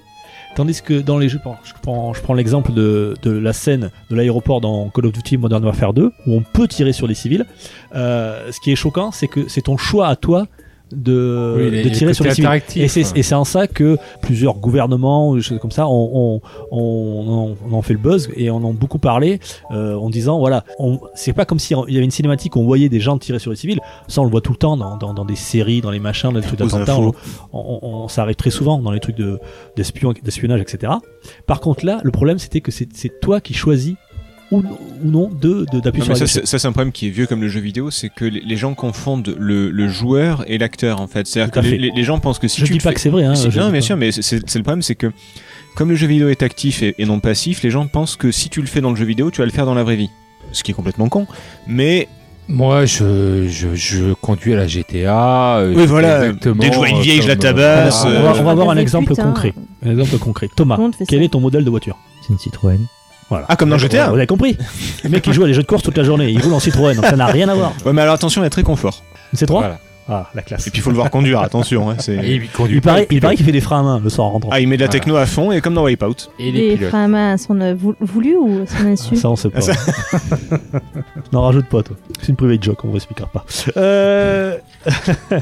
Tandis que dans les jeux, par- je prends, je prends l'exemple de, de la scène de l'aéroport dans Call of Duty Modern Warfare 2, où on peut tirer sur les civils. Euh, ce qui est choquant, c'est que c'est ton choix à toi de, Oui, il est- Euh, de il est tirer sur côté les civils. interactif, Et hein. c'est et c'est en ça que plusieurs gouvernements ou des choses comme ça, on, on, on, on en fait le buzz et on en a beaucoup parlé euh, en disant voilà, on- c'est pas comme s'il y avait une cinématique où on voyait des gens tirer sur les civils. Ça, on le voit tout le temps dans, dans, dans des séries, dans les machins, dans les trucs Aux d'attentats. infos. On, on, on- ça arrive très souvent dans les trucs de- d'espion- d'espionnage, etc. Par contre, là, le problème, c'était que c'est c'est toi qui choisis ou, ou non d'appuyer de, d'appuyer Non, sur mais la ça, gâchette. c'est- ça, c'est un problème qui est vieux comme le jeu vidéo, c'est que les les gens confondent le, le joueur et l'acteur en fait. C'est-à-dire Tout à que les, fait. les- les gens pensent que si Je tu dis te pas fais- que c'est vrai, hein, si- je non, dis bien pas. sûr, mais c'est- c'est c'est le problème, c'est que comme le jeu vidéo est actif et, et non passif, les gens pensent que si tu le fais dans le jeu vidéo, tu vas le faire dans la vraie vie. Ce qui est complètement con. Mais Moi je, je, je conduis à la GTA. euh, Oui, je voilà, fais exactement, dès que je vois une euh, vieille, je la comme, tabasse, euh, On va, on va avoir un Le exemple but, hein. concret. Un exemple concret. Thomas, Tout le monde fait quel ça. est ton modèle de voiture C'est une Citroën. Voilà. Ah, comme dans GTA. Vous avez compris Le mec qui joue à des jeux de course toute la journée, il roule en Citroën, donc ça n'a rien à voir. ouais, mais alors attention, il y a très confort. C'est 3 Voilà. Ah, la classe. Et puis il faut le voir conduire, attention. hein, c'est- Ah, il paraît, il paraît qu'il fait des freins à main le soir en rentrant. Ah, il met de la techno à fond et comme dans Wipeout. Les freins à main sont euh, vou- voulus ou sont insu Ça, on sait pas. Ah, ça- N'en rajoute pas, toi. C'est une private joke, on vous expliquera pas. Euh...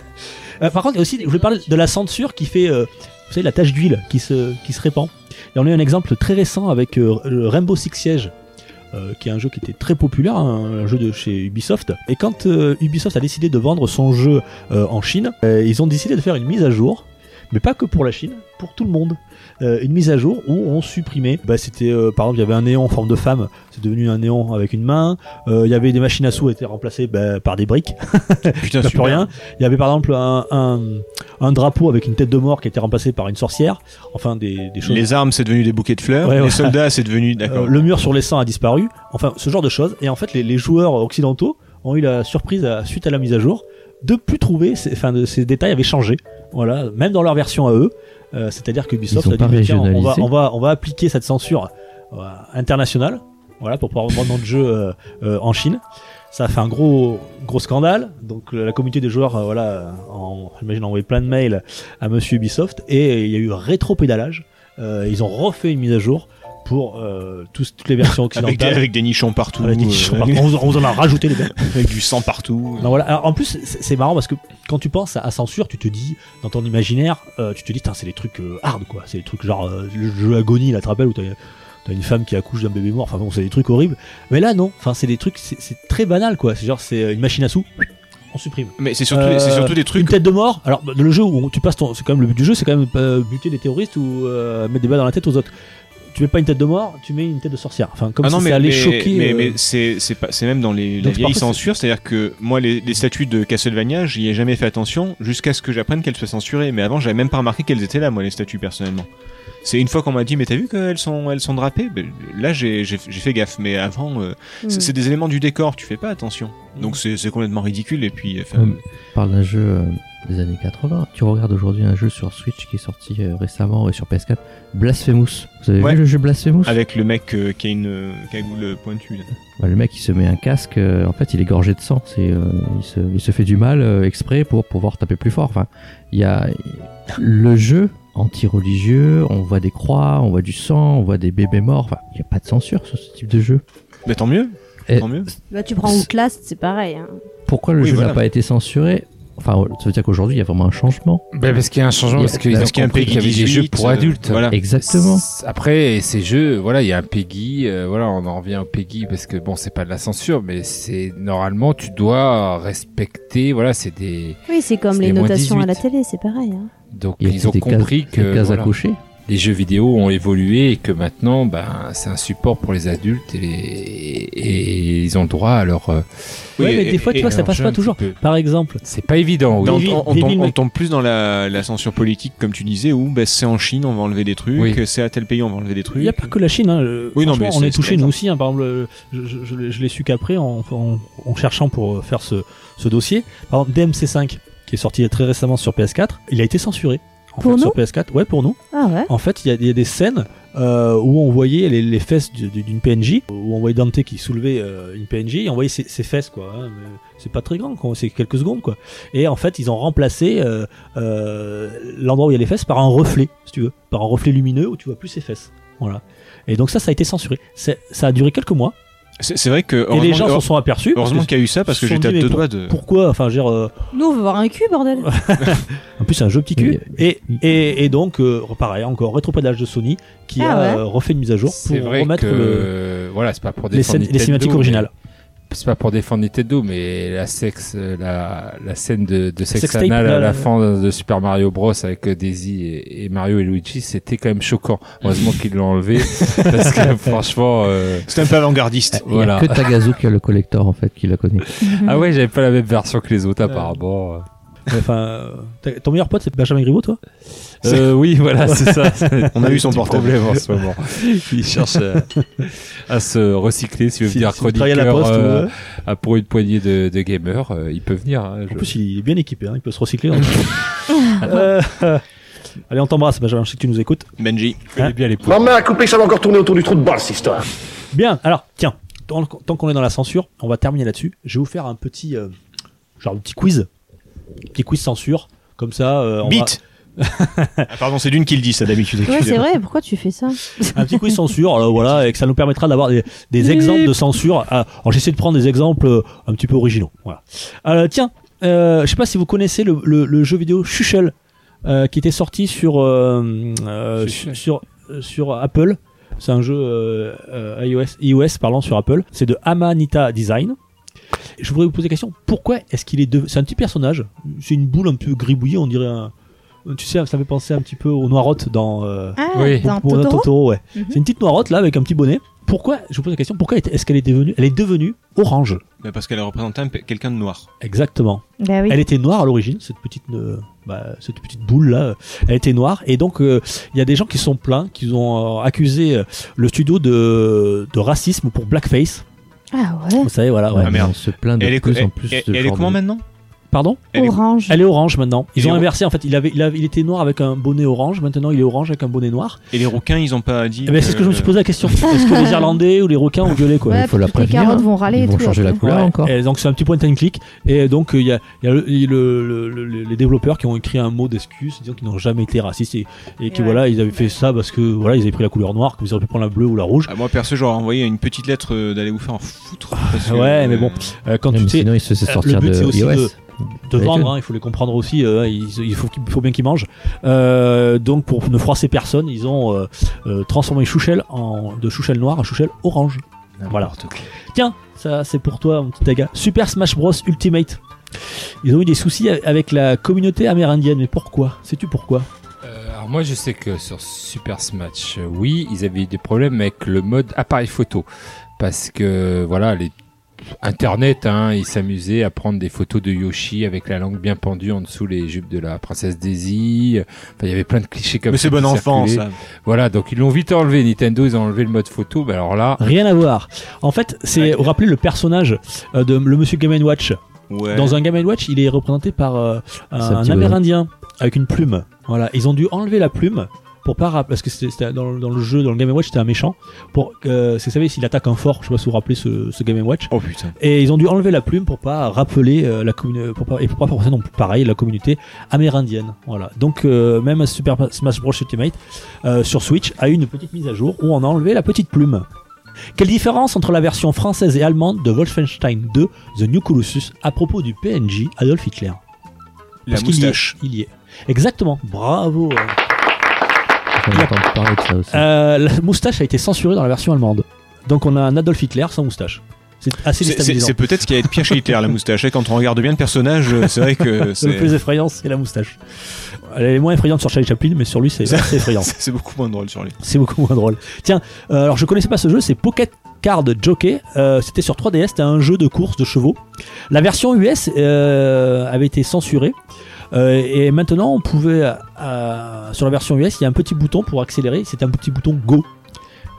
euh, Par contre, aussi, je voulais parler de la censure qui fait, euh, vous savez, la tache d'huile qui se, qui se répand. Et on a eu un exemple très récent avec euh, le Rainbow Six Siege. euh, qui est un jeu qui était très populaire, hein, un jeu de chez Ubisoft. Et quand euh, Ubisoft a décidé de vendre son jeu euh, en Chine, euh, ils ont décidé de faire une mise à jour, mais pas que pour la Chine, pour tout le monde. Euh, une mise à jour où on supprimait, bah, c'était euh, par exemple il y avait un néon en forme de femme, c'est devenu un néon avec une main. Euh, Il y avait des machines à sous qui étaient remplacées bah, par des briques. Ah, T'as Putain, plus super. rien. Il y avait par exemple un, un, un drapeau avec une tête de mort qui était remplacée par une sorcière. Enfin des, des choses. Les armes, c'est devenu des bouquets de fleurs. Ouais, les voilà. soldats, c'est devenu. Euh, D'accord. le mur sur les sangs a disparu. Enfin, ce genre de choses. Et en fait, les, les joueurs occidentaux ont eu la surprise à- suite à la mise à jour de plus trouver. ces- Enfin, de- ces détails avaient changé. Voilà, même dans leur version à eux. Euh, C'est-à-dire que Ubisoft Ils ont a dit pas mais tiens, on va, régionalisé. on va on va appliquer cette censure euh, internationale. Voilà, pour pouvoir vendre notre jeu euh, euh, en Chine. Ça a fait un gros gros scandale. Donc le- la communauté des joueurs, euh, voilà, en, j'imagine, a envoyé plein de mails à Monsieur Ubisoft et euh, il y a eu rétro-pédalage. Euh, ils ont refait une mise à jour pour euh, tous- toutes les versions Avec des, occidentales. avec des nichons partout. Avec des nichons euh, partout. On vous en- on vous en a rajouté les gars. avec du sang partout. Non, voilà. Alors, en plus, c'est c'est marrant parce que quand tu penses à, à censure, tu te dis, dans ton imaginaire, euh, tu te dis, Tain, c'est des trucs euh, hard, quoi. C'est des trucs genre euh, le jeu Agony, la te rappelle, où t'as t'as une femme qui accouche d'un bébé mort. Enfin bon, c'est des trucs horribles. Mais là, non. Enfin, c'est des trucs, c'est c'est très banal, quoi. C'est genre, c'est euh, une machine à sous, on supprime. Mais c'est surtout, c'est Euh, surtout des Une trucs. tête de mort. Alors, bah, le jeu où on- tu passes ton. C'est quand même le but du jeu, c'est quand même euh, buter des terroristes ou euh, mettre des balles dans la tête aux autres. Tu mets pas une tête de mort, tu mets une tête de sorcière. Enfin, comme Ah si non, ça mais, allait mais- choquer. mais- euh, mais c'est, c'est, pas- c'est même dans les, la Donc, vieille parfois, c'est- censure, c'est-à-dire que moi, les, les statues de Castlevania, j'y ai jamais fait attention jusqu'à ce que j'apprenne qu'elles soient censurées. Mais avant, j'avais même pas remarqué qu'elles étaient là, moi, les statues, personnellement. C'est une fois qu'on m'a dit, mais t'as vu qu'elles sont, elles sont drapées Ben, Là, j'ai, j'ai, j'ai fait gaffe, mais avant, euh, Hmm. c'est, Hmm. Mm. c'est des éléments du décor, tu fais pas attention. Donc c'est, c'est complètement ridicule, et puis. Euh, enfin, Hmm. Hum. parle d'un jeu euh, des années 80. Tu regardes aujourd'hui un jeu sur Switch qui est sorti euh, récemment et sur PS4, Blasphemous. Vous avez Ouais. vu le jeu Blasphemous Avec le mec euh, qui a une euh, cagoule pointue, là. Bah, Le mec il se met un casque, euh, en fait il est gorgé de sang. C'est, euh, il, se, il se fait du mal euh, exprès pour pouvoir taper plus fort. Enfin, il y a le jeu anti-religieux, on voit des croix, on voit du sang, on voit des bébés morts. Enfin, il n'y a pas de censure sur ce type de jeu. Mais Bah, tant mieux. Et- Tant mieux. Bah, tu prends Outlast, c'est pareil. hein. Pourquoi le Oui, jeu voilà. n'a pas été censuré Enfin, ça veut dire qu'aujourd'hui il y a vraiment un changement. Bah, parce qu'il y a un changement, Il y a- parce qu'ils ont Parce qu'il y a un compris qu'il y avait Peggy des jeux 18, pour euh, adultes. Ah, Voilà. Exactement. S- Après, ces jeux, voilà, il y a un PEGI, euh, voilà, on en revient au PEGI parce que bon, c'est pas de la censure, mais c'est normalement, tu dois respecter, voilà, c'est des. Oui, c'est comme C'est les moins notations 18. à la télé, c'est pareil. hein. Donc, Il y a ils ont des cases- compris des que cases voilà, à cocher. les jeux vidéo ont évolué et que maintenant, ben, c'est un support pour les adultes et, les- et ils ont le droit à leur. euh, Ouais, mais et- des fois, tu et- vois que ça leur passe jeu pas un toujours. petit peu. Par exemple, C'est pas évident, oui. Non, Des on, on villes- tombe, des on villes- tombe plus dans la, la censure politique, comme tu disais, où bah, c'est en Chine, on va enlever des trucs, Oui. c'est à tel pays, on va enlever des trucs. il n'y a pas que la Chine. Hein. euh, Oui, non, franchement, mais on c'est- est c'est touché un nous exemple. aussi, hein. par exemple, euh, je, je- je l'ai- je l'ai su qu'après en, en- en cherchant pour euh, faire ce, ce dossier. Par exemple, DMC5, qui est sorti très récemment sur PS4, il a été censuré. En Pour fait, nous sur PS4, ouais, pour nous. Ah ouais En fait, il y, a- il y a des scènes euh, où on voyait les, les fesses du- du- d'une PNJ, où on voyait Dante qui soulevait euh, une PNJ, et on voyait ses, ses fesses, quoi. hein, mais c'est pas très grand, quoi, c'est quelques secondes, quoi. Et en fait, ils ont remplacé euh, euh, l'endroit où il y a les fesses par un reflet, si tu veux, par un reflet lumineux où tu vois plus ses fesses. Voilà. Et donc ça, ça a été censuré. C'est- Ça a duré quelques mois, C'est c'est vrai que. et les gens heureusement- s'en sont aperçus. parce Heureusement que- qu'il y a eu ça, parce que se sont j'étais à dit, mais deux pour- doigts de. pourquoi, enfin, je veux dire, euh, Nous, on veut voir un cul, bordel. En plus, c'est un jeu petit cul. Oui. Et, et, et donc, euh, pareil, encore rétropédage de Sony qui Ah a ouais. euh, refait une mise à jour pour C'est vrai remettre que le- voilà, c'est pas pour les, défendre scènes- les Nintendo, cinématiques mais- originales. C'est pas pour défendre Nintendo, mais la sexe, la, la scène de, de sexe Sex tape, anal à là, la là. fin de Super Mario Bros avec euh, Daisy et, et Mario et Luigi, c'était quand même choquant. Heureusement qu'ils l'ont enlevé parce que franchement, euh, C'est un peu Ah, avant-gardiste. Il n'y a voilà. que Tagazu qui a le collector en fait, qui l'a connu. Ah ouais, j'avais pas la même version que les autres apparemment. Enfin, euh, t'as- ton meilleur pote, c'est Benjamin Griveaux, toi Euh, oui, voilà, c'est ça. On a eu son Petit portable. problème en ce moment. Il cherche à, à se recycler, si je veux Si- dire si vous travaillez à la chroniqueur, poste, euh, ouais. à- pour une poignée de, de gamers, euh, il peut venir. hein, je- En plus, il est bien équipé, hein, il peut se recycler. hein. Euh, euh, allez, on t'embrasse, Benjamin, je sais que tu nous écoutes. Hein Benji. je connais bien les Ma main a coupé, ça va encore tourner autour du trou de balle, cette histoire. Bien, alors, tiens, tant, tant qu'on est dans la censure, on va terminer là-dessus. Je vais vous faire un petit, euh, genre, un petit quiz. Petit quiz censure, comme ça. euh, on Bite. va- Ah, pardon, c'est d'une qui le dit, ça d'habitude. Ouais, c'est vrai, pourquoi tu fais ça un petit quiz censure, alors voilà, et que ça nous permettra d'avoir des, des Bip. exemples de censure. Ah, Alors j'essaie de prendre des exemples euh, un petit peu originaux. Voilà. Euh, tiens, euh, je sais pas si vous connaissez le, le- le jeu vidéo Shushel, euh, qui était sorti sur euh, euh, sur, sur sur Apple. C'est un jeu euh, euh, iOS, iOS parlant sur Apple. C'est de Amanita Design. Je voudrais vous poser la question. Pourquoi est-ce qu'il est de... C'est un petit personnage. C'est une boule un peu gribouillée, on dirait un. Tu sais, ça fait penser un petit peu aux noirottes dans. euh, Ah, Oui. dans pour- Totoro ouais. Mhm. C'est une petite noirotte là avec un petit bonnet. Pourquoi Je vous pose la question. Pourquoi est- est-ce qu'elle est devenue Elle est devenue orange. Bah, parce qu'elle représente un pe- quelqu'un de noir. Exactement. Bah oui. Elle était noire à l'origine, cette petite, euh, bah, cette petite boule là. euh, Elle était noire et donc euh, il y a des gens qui se sont plaints, qui ont euh, accusé euh, le studio de, de racisme pour blackface. Ah Mmh. ouais Vous savez, voilà. Ouais, Ouais. mais on se plaint de Elle est- plus en elle- plus. elle- de elle est genre de- comment maintenant Pardon Elle est- Orange. Elle est orange maintenant. Ils Elle ont est- inversé en fait. Il avait, il avait- il était noir avec un bonnet orange. Maintenant, il est orange avec un bonnet noir. Et les rouquins, ils ont pas dit. Eh ben, c'est ce que je me euh, suis posé la question. Est-ce que les Irlandais ou les requins ont gueulé quoi Ouais, Il faut la parce que les prévenir. carottes vont râler Ils et vont tout changer après. la couleur encore. Et donc c'est un petit point and click. Et donc il y a, il y a le- il y a le- le- le- les développeurs qui ont écrit un mot d'excuse disant qu'ils n'ont jamais été racistes et, et qui voilà ils avaient fait ça parce que voilà ils avaient pris la couleur noire, qu'ils auraient pu prendre la bleue ou la rouge. Ah, moi, perso, j'aurais envoyé une petite lettre euh, d'aller vous faire en foutre. parce que, Ah, Ouais, mais bon, euh, quand Non, tu mais sais, sinon, il se fait euh, sortir le but de c'est aussi iOS. de, de Ouais, vendre, tu- hein, il faut les comprendre aussi, euh, il, il faut, qu'il- faut bien qu'ils mangent. Euh, donc pour ne froisser personne, ils ont euh, euh, transformé Chouchel en, de Chouchel noir à Chouchel orange. Voilà. Tiens, ça c'est pour toi mon petit Daga. Super Smash Bros Ultimate. Ils ont eu des soucis a- avec la communauté amérindienne, mais pourquoi Sais-tu pourquoi Euh, alors moi je sais que sur Super Smash, euh, oui, ils avaient eu des problèmes avec le mode appareil photo. Parce que voilà, les Internet, hein, ils s'amusaient à prendre des photos de Yoshi avec la langue bien pendue en dessous les jupes de la princesse Daisy. Enfin, il y avait plein de clichés comme Mais ça. c'est qui bon enfant, circulaient. hein. ça. Voilà, donc ils l'ont vite enlevé. Nintendo, ils ont enlevé le mode photo. Bah alors là, Ah, Rien à voir. En fait, c'est vous rappelez le personnage euh, de le monsieur Game Watch. Ouais. Dans un Game Watch, il est représenté par euh, C'est un un petit bonhomme. Amérindien avec une plume. Voilà, ils ont dû enlever la plume pour pas rapp- parce que c'était c'était dans, le- dans le jeu dans le Game Watch c'était un méchant pour euh, parce que vous savez s'il attaque un fort je sais pas si vous vous rappelez ce, ce Game Watch oh putain et ils ont dû enlever la plume pour pas rappeler euh, la commune pour pas et pour pas forcer non plus pareil la communauté amérindienne voilà donc euh, même Super Smash Bros Ultimate euh, sur Switch a eu une petite mise à jour où on a enlevé la petite plume quelle différence entre la version française et allemande de Wolfenstein 2 The New Colossus à propos du PNJ Adolf Hitler La Parce qu'il y est, moustache. Ah, il y est exactement bravo euh. On entend parler de ça aussi. Euh, la moustache a été censurée dans la version allemande donc on a un Adolf Hitler sans moustache c'est assez C'est- C'est déstabilisant c'est peut-être ce qui a été pire chez Hitler, la moustache. Et Quand on regarde bien le personnage, euh, c'est vrai que le c'est. plus effrayant, c'est la moustache. Elle est moins effrayante sur Charlie Chaplin, mais sur lui, c'est assez effrayant. C'est beaucoup moins drôle sur lui. C'est beaucoup moins drôle. Tiens, euh, alors je connaissais pas ce jeu, c'est Pocket Card Jockey. Euh, c'était sur 3DS, c'était un jeu de course de chevaux. La version US euh, avait été censurée. Euh, et maintenant, on pouvait euh, sur la version US, il y a un petit bouton pour accélérer. C'est un petit bouton Go.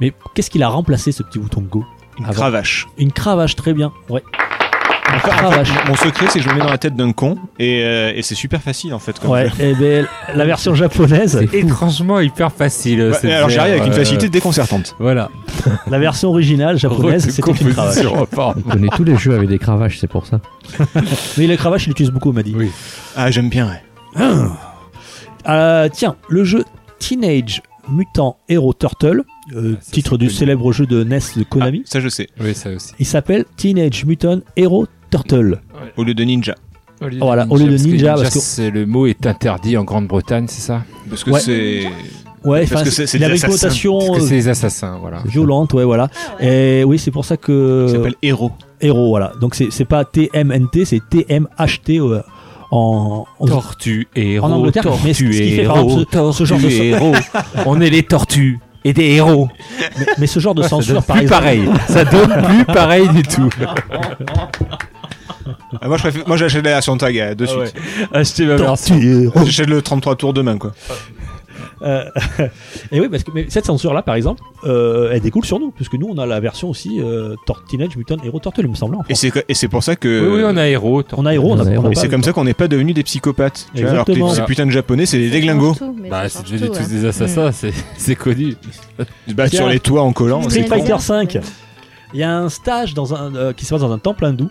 Mais qu'est-ce qu'il a remplacé ce petit bouton Go Une cravache. Une cravache, très bien. Ouais. Une En fait, cravache. mon secret, c'est que je me mets dans la tête d'un con et, euh, et c'est super facile en fait. Comme Ouais, jeu. et ben, la version japonaise. étrangement hyper facile. euh, Ouais, cette alors j'y arrive guerre, avec une euh, facilité déconcertante. Voilà. La version originale japonaise, c'était une cravache. Recomposition On connaît tous les jeux avec des cravaches, c'est pour ça. Mais la cravache, il l'utilise beaucoup, on m'a dit. Oui. Ah, j'aime bien, ouais. Euh, tiens, le jeu Teenage Mutant Hero Turtle, euh, Ah, titre du célèbre jeu de NES de Konami, Ça, je sais. Oui, ça aussi. il s'appelle Teenage Mutant Hero Turtle. Au lieu de ninja. Voilà, au lieu de ninja, parce que- c'est- le mot est interdit en Grande-Bretagne, c'est ça Parce que Ouais. c'est. Ouais, parce enfin, que c'est c'est il des avait une assassins. connotation Parce que c'est euh, les assassins, voilà. violente, ouais, voilà. Et oui, c'est pour ça que. Il s'appelle Hero. Hero, voilà. Donc c'est c'est pas TMNT, c'est TMHT euh, en, en- Tortue héros. En Angleterre, mais ce- ce qui fait, par exemple, ce- ce genre de- On est les tortues et des héros. Mais, mais ce genre de Ça censure, donne par plus exemple. pareil. Ça donne plus pareil du tout. Ah, moi, je préfère- moi, j'achète la version tag euh, de Ah, suite. Achetez ma version. J'achète le 33 tours demain, quoi. Euh, et oui, parce que mais cette censure-là, par exemple, euh, elle découle sur nous, puisque nous, on a la version aussi euh, Tor- Teenage Mutant Hero Turtle, il me semble. en Et France. Euh, c'est que- et c'est pour ça que. Oui, oui, on a héros. On a héros, on a pas- on a Et c'est pas- comme ça qu'on n'est pas devenus des psychopathes. Tu vois, alors que les- Exactement. ces putains de japonais, c'est des déglingos. Bah, c'est devenu hein. tous des assassins, c'est- c'est connu. Ils se battent sur les toits en collant. Street c'est Fighter con. 5 Il y a un stage dans un, euh, qui se passe dans un temple hindou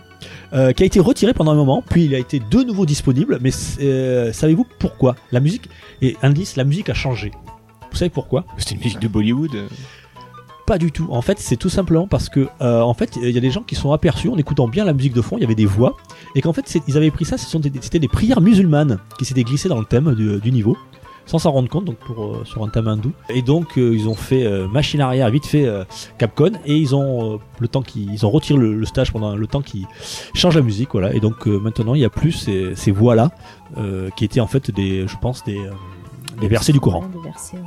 euh, qui a été retiré pendant un moment, puis il a été de nouveau disponible. Mais c'est- euh, savez-vous pourquoi La musique et indice, la musique a changé. Vous savez pourquoi C'était une musique de Bollywood. Pas du tout. En fait, c'est tout simplement parce que, euh, en fait, il y a des gens qui sont aperçus en écoutant bien la musique de fond, il y avait des voix, et qu'en fait, c'est- ils avaient pris ça, ce sont des- c'était des prières musulmanes qui s'étaient glissées dans le thème du, du niveau, sans s'en rendre compte, donc pour, euh, sur un thème hindou. Et donc, euh, ils ont fait euh, machine arrière, vite fait euh, Capcom, et ils ont euh, le temps qu'ils ils ont retiré le, le stage pendant le temps qu'ils changent la musique, voilà. Et donc, euh, maintenant, il n'y a plus ces, ces voix-là, euh, qui étaient en fait des, je pense, des, euh, des versets du Coran. Des versets, ouais.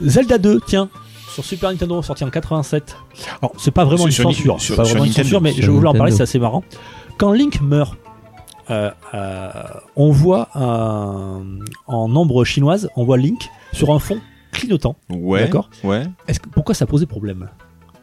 Zelda 2, tiens, sur Super Nintendo, sorti en 87. Alors, c'est pas vraiment C'est une sur Ni- censure, c'est sur- pas sur vraiment une Nintendo. censure, mais Sur je voulais en Nintendo. parler, c'est assez marrant. Quand Link meurt, euh, euh, on voit un- en ombre chinoise, on voit Link sur un fond clignotant. Ouais. D'accord Ouais. Est-ce que- Pourquoi ça posait problème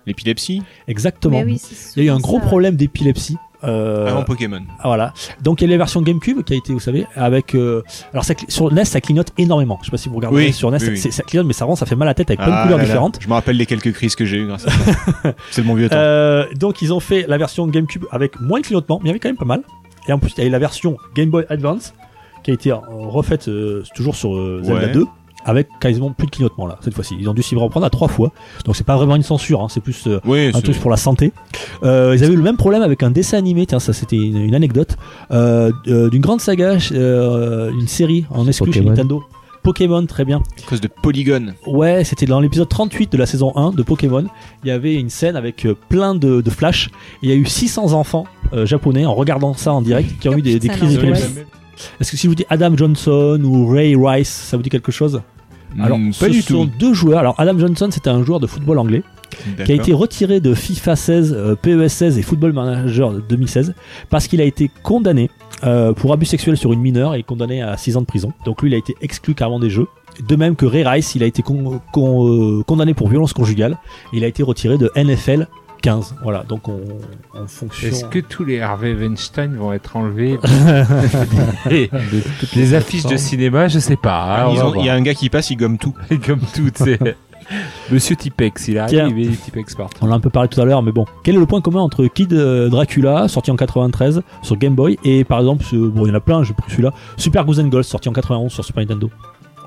L'épilepsie Exactement. Mais oui, il y a eu un gros ça, ouais. problème d'épilepsie. euh, Avant Pokémon. ah, Voilà. Donc il y a la version GameCube qui a été, vous savez, avec. euh, alors ça cli- sur NES, ça clignote énormément. Je sais pas si vous regardez Oui, sur NES, oui, oui. c'est- ça clignote, mais ça rend, ça fait mal à la tête avec plein Ah de couleurs là là, différentes. Je me rappelle les quelques crises que j'ai eues grâce à ça. C'est le bon vieux temps. Euh, donc ils ont fait la version GameCube avec moins de clignotements, mais il y avait quand même pas mal. Et en plus, il y a eu la version Game Boy Advance qui a été euh, refaite euh, toujours sur euh, Zelda Ouais. 2 avec quasiment plus de clignotements là cette fois-ci. Ils ont dû s'y reprendre à trois fois. Donc c'est pas vraiment une censure, hein, c'est plus euh, Oui, un c'est- truc pour la santé. Euh, ils avaient eu le même problème avec un dessin animé, tiens ça c'était une, une anecdote euh, euh, d'une grande saga, euh, une série en exclu chez Pokémon. Nintendo. Pokémon, très bien. À cause de Polygon. Ouais, c'était dans l'épisode 38 de la saison 1 de Pokémon. Il y avait une scène avec euh, plein de, de flash. Il y a eu 600 enfants euh, japonais en regardant ça en direct qui ont eu des, des putain, crises l'angoisse. d'épilepsie. Est-ce que si je vous dis Adam Johnson ou Ray Rice, ça vous dit quelque chose Alors, Hmm, ce pas du sont tout. deux joueurs. Alors, Adam Johnson, c'était un joueur de football anglais qui a D'accord. été retiré de FIFA 16, euh, PES 16 et Football Manager 2016 parce qu'il a été condamné euh, pour abus sexuel sur une mineure et condamné à 6 ans de prison. Donc lui, il a été exclu carrément des jeux. De même que Ray Rice, il a été con- con- euh, condamné pour violence conjugale. Il a été retiré de NFL 15. Voilà, donc on, en fonction. Est-ce que tous les Harvey Weinstein vont être enlevés De des, toutes des les affiches de plateformes. cinéma Je sais pas. Ah, hein, on Ah, Ils va ont- Il y a voir. un gars qui passe, il gomme tout. Il gomme tout, tu sais. Monsieur Tipex, il arrive, Tiens. il met les Tipex partout. On l'a un peu parlé tout à l'heure, mais bon. Quel est le point commun entre Kid euh, Dracula, sorti en 93 sur Game Boy, et par exemple, ce- bon, il y en a plein, j'ai pris celui-là, Super Goose and Ghost, sorti en 91 sur Super Nintendo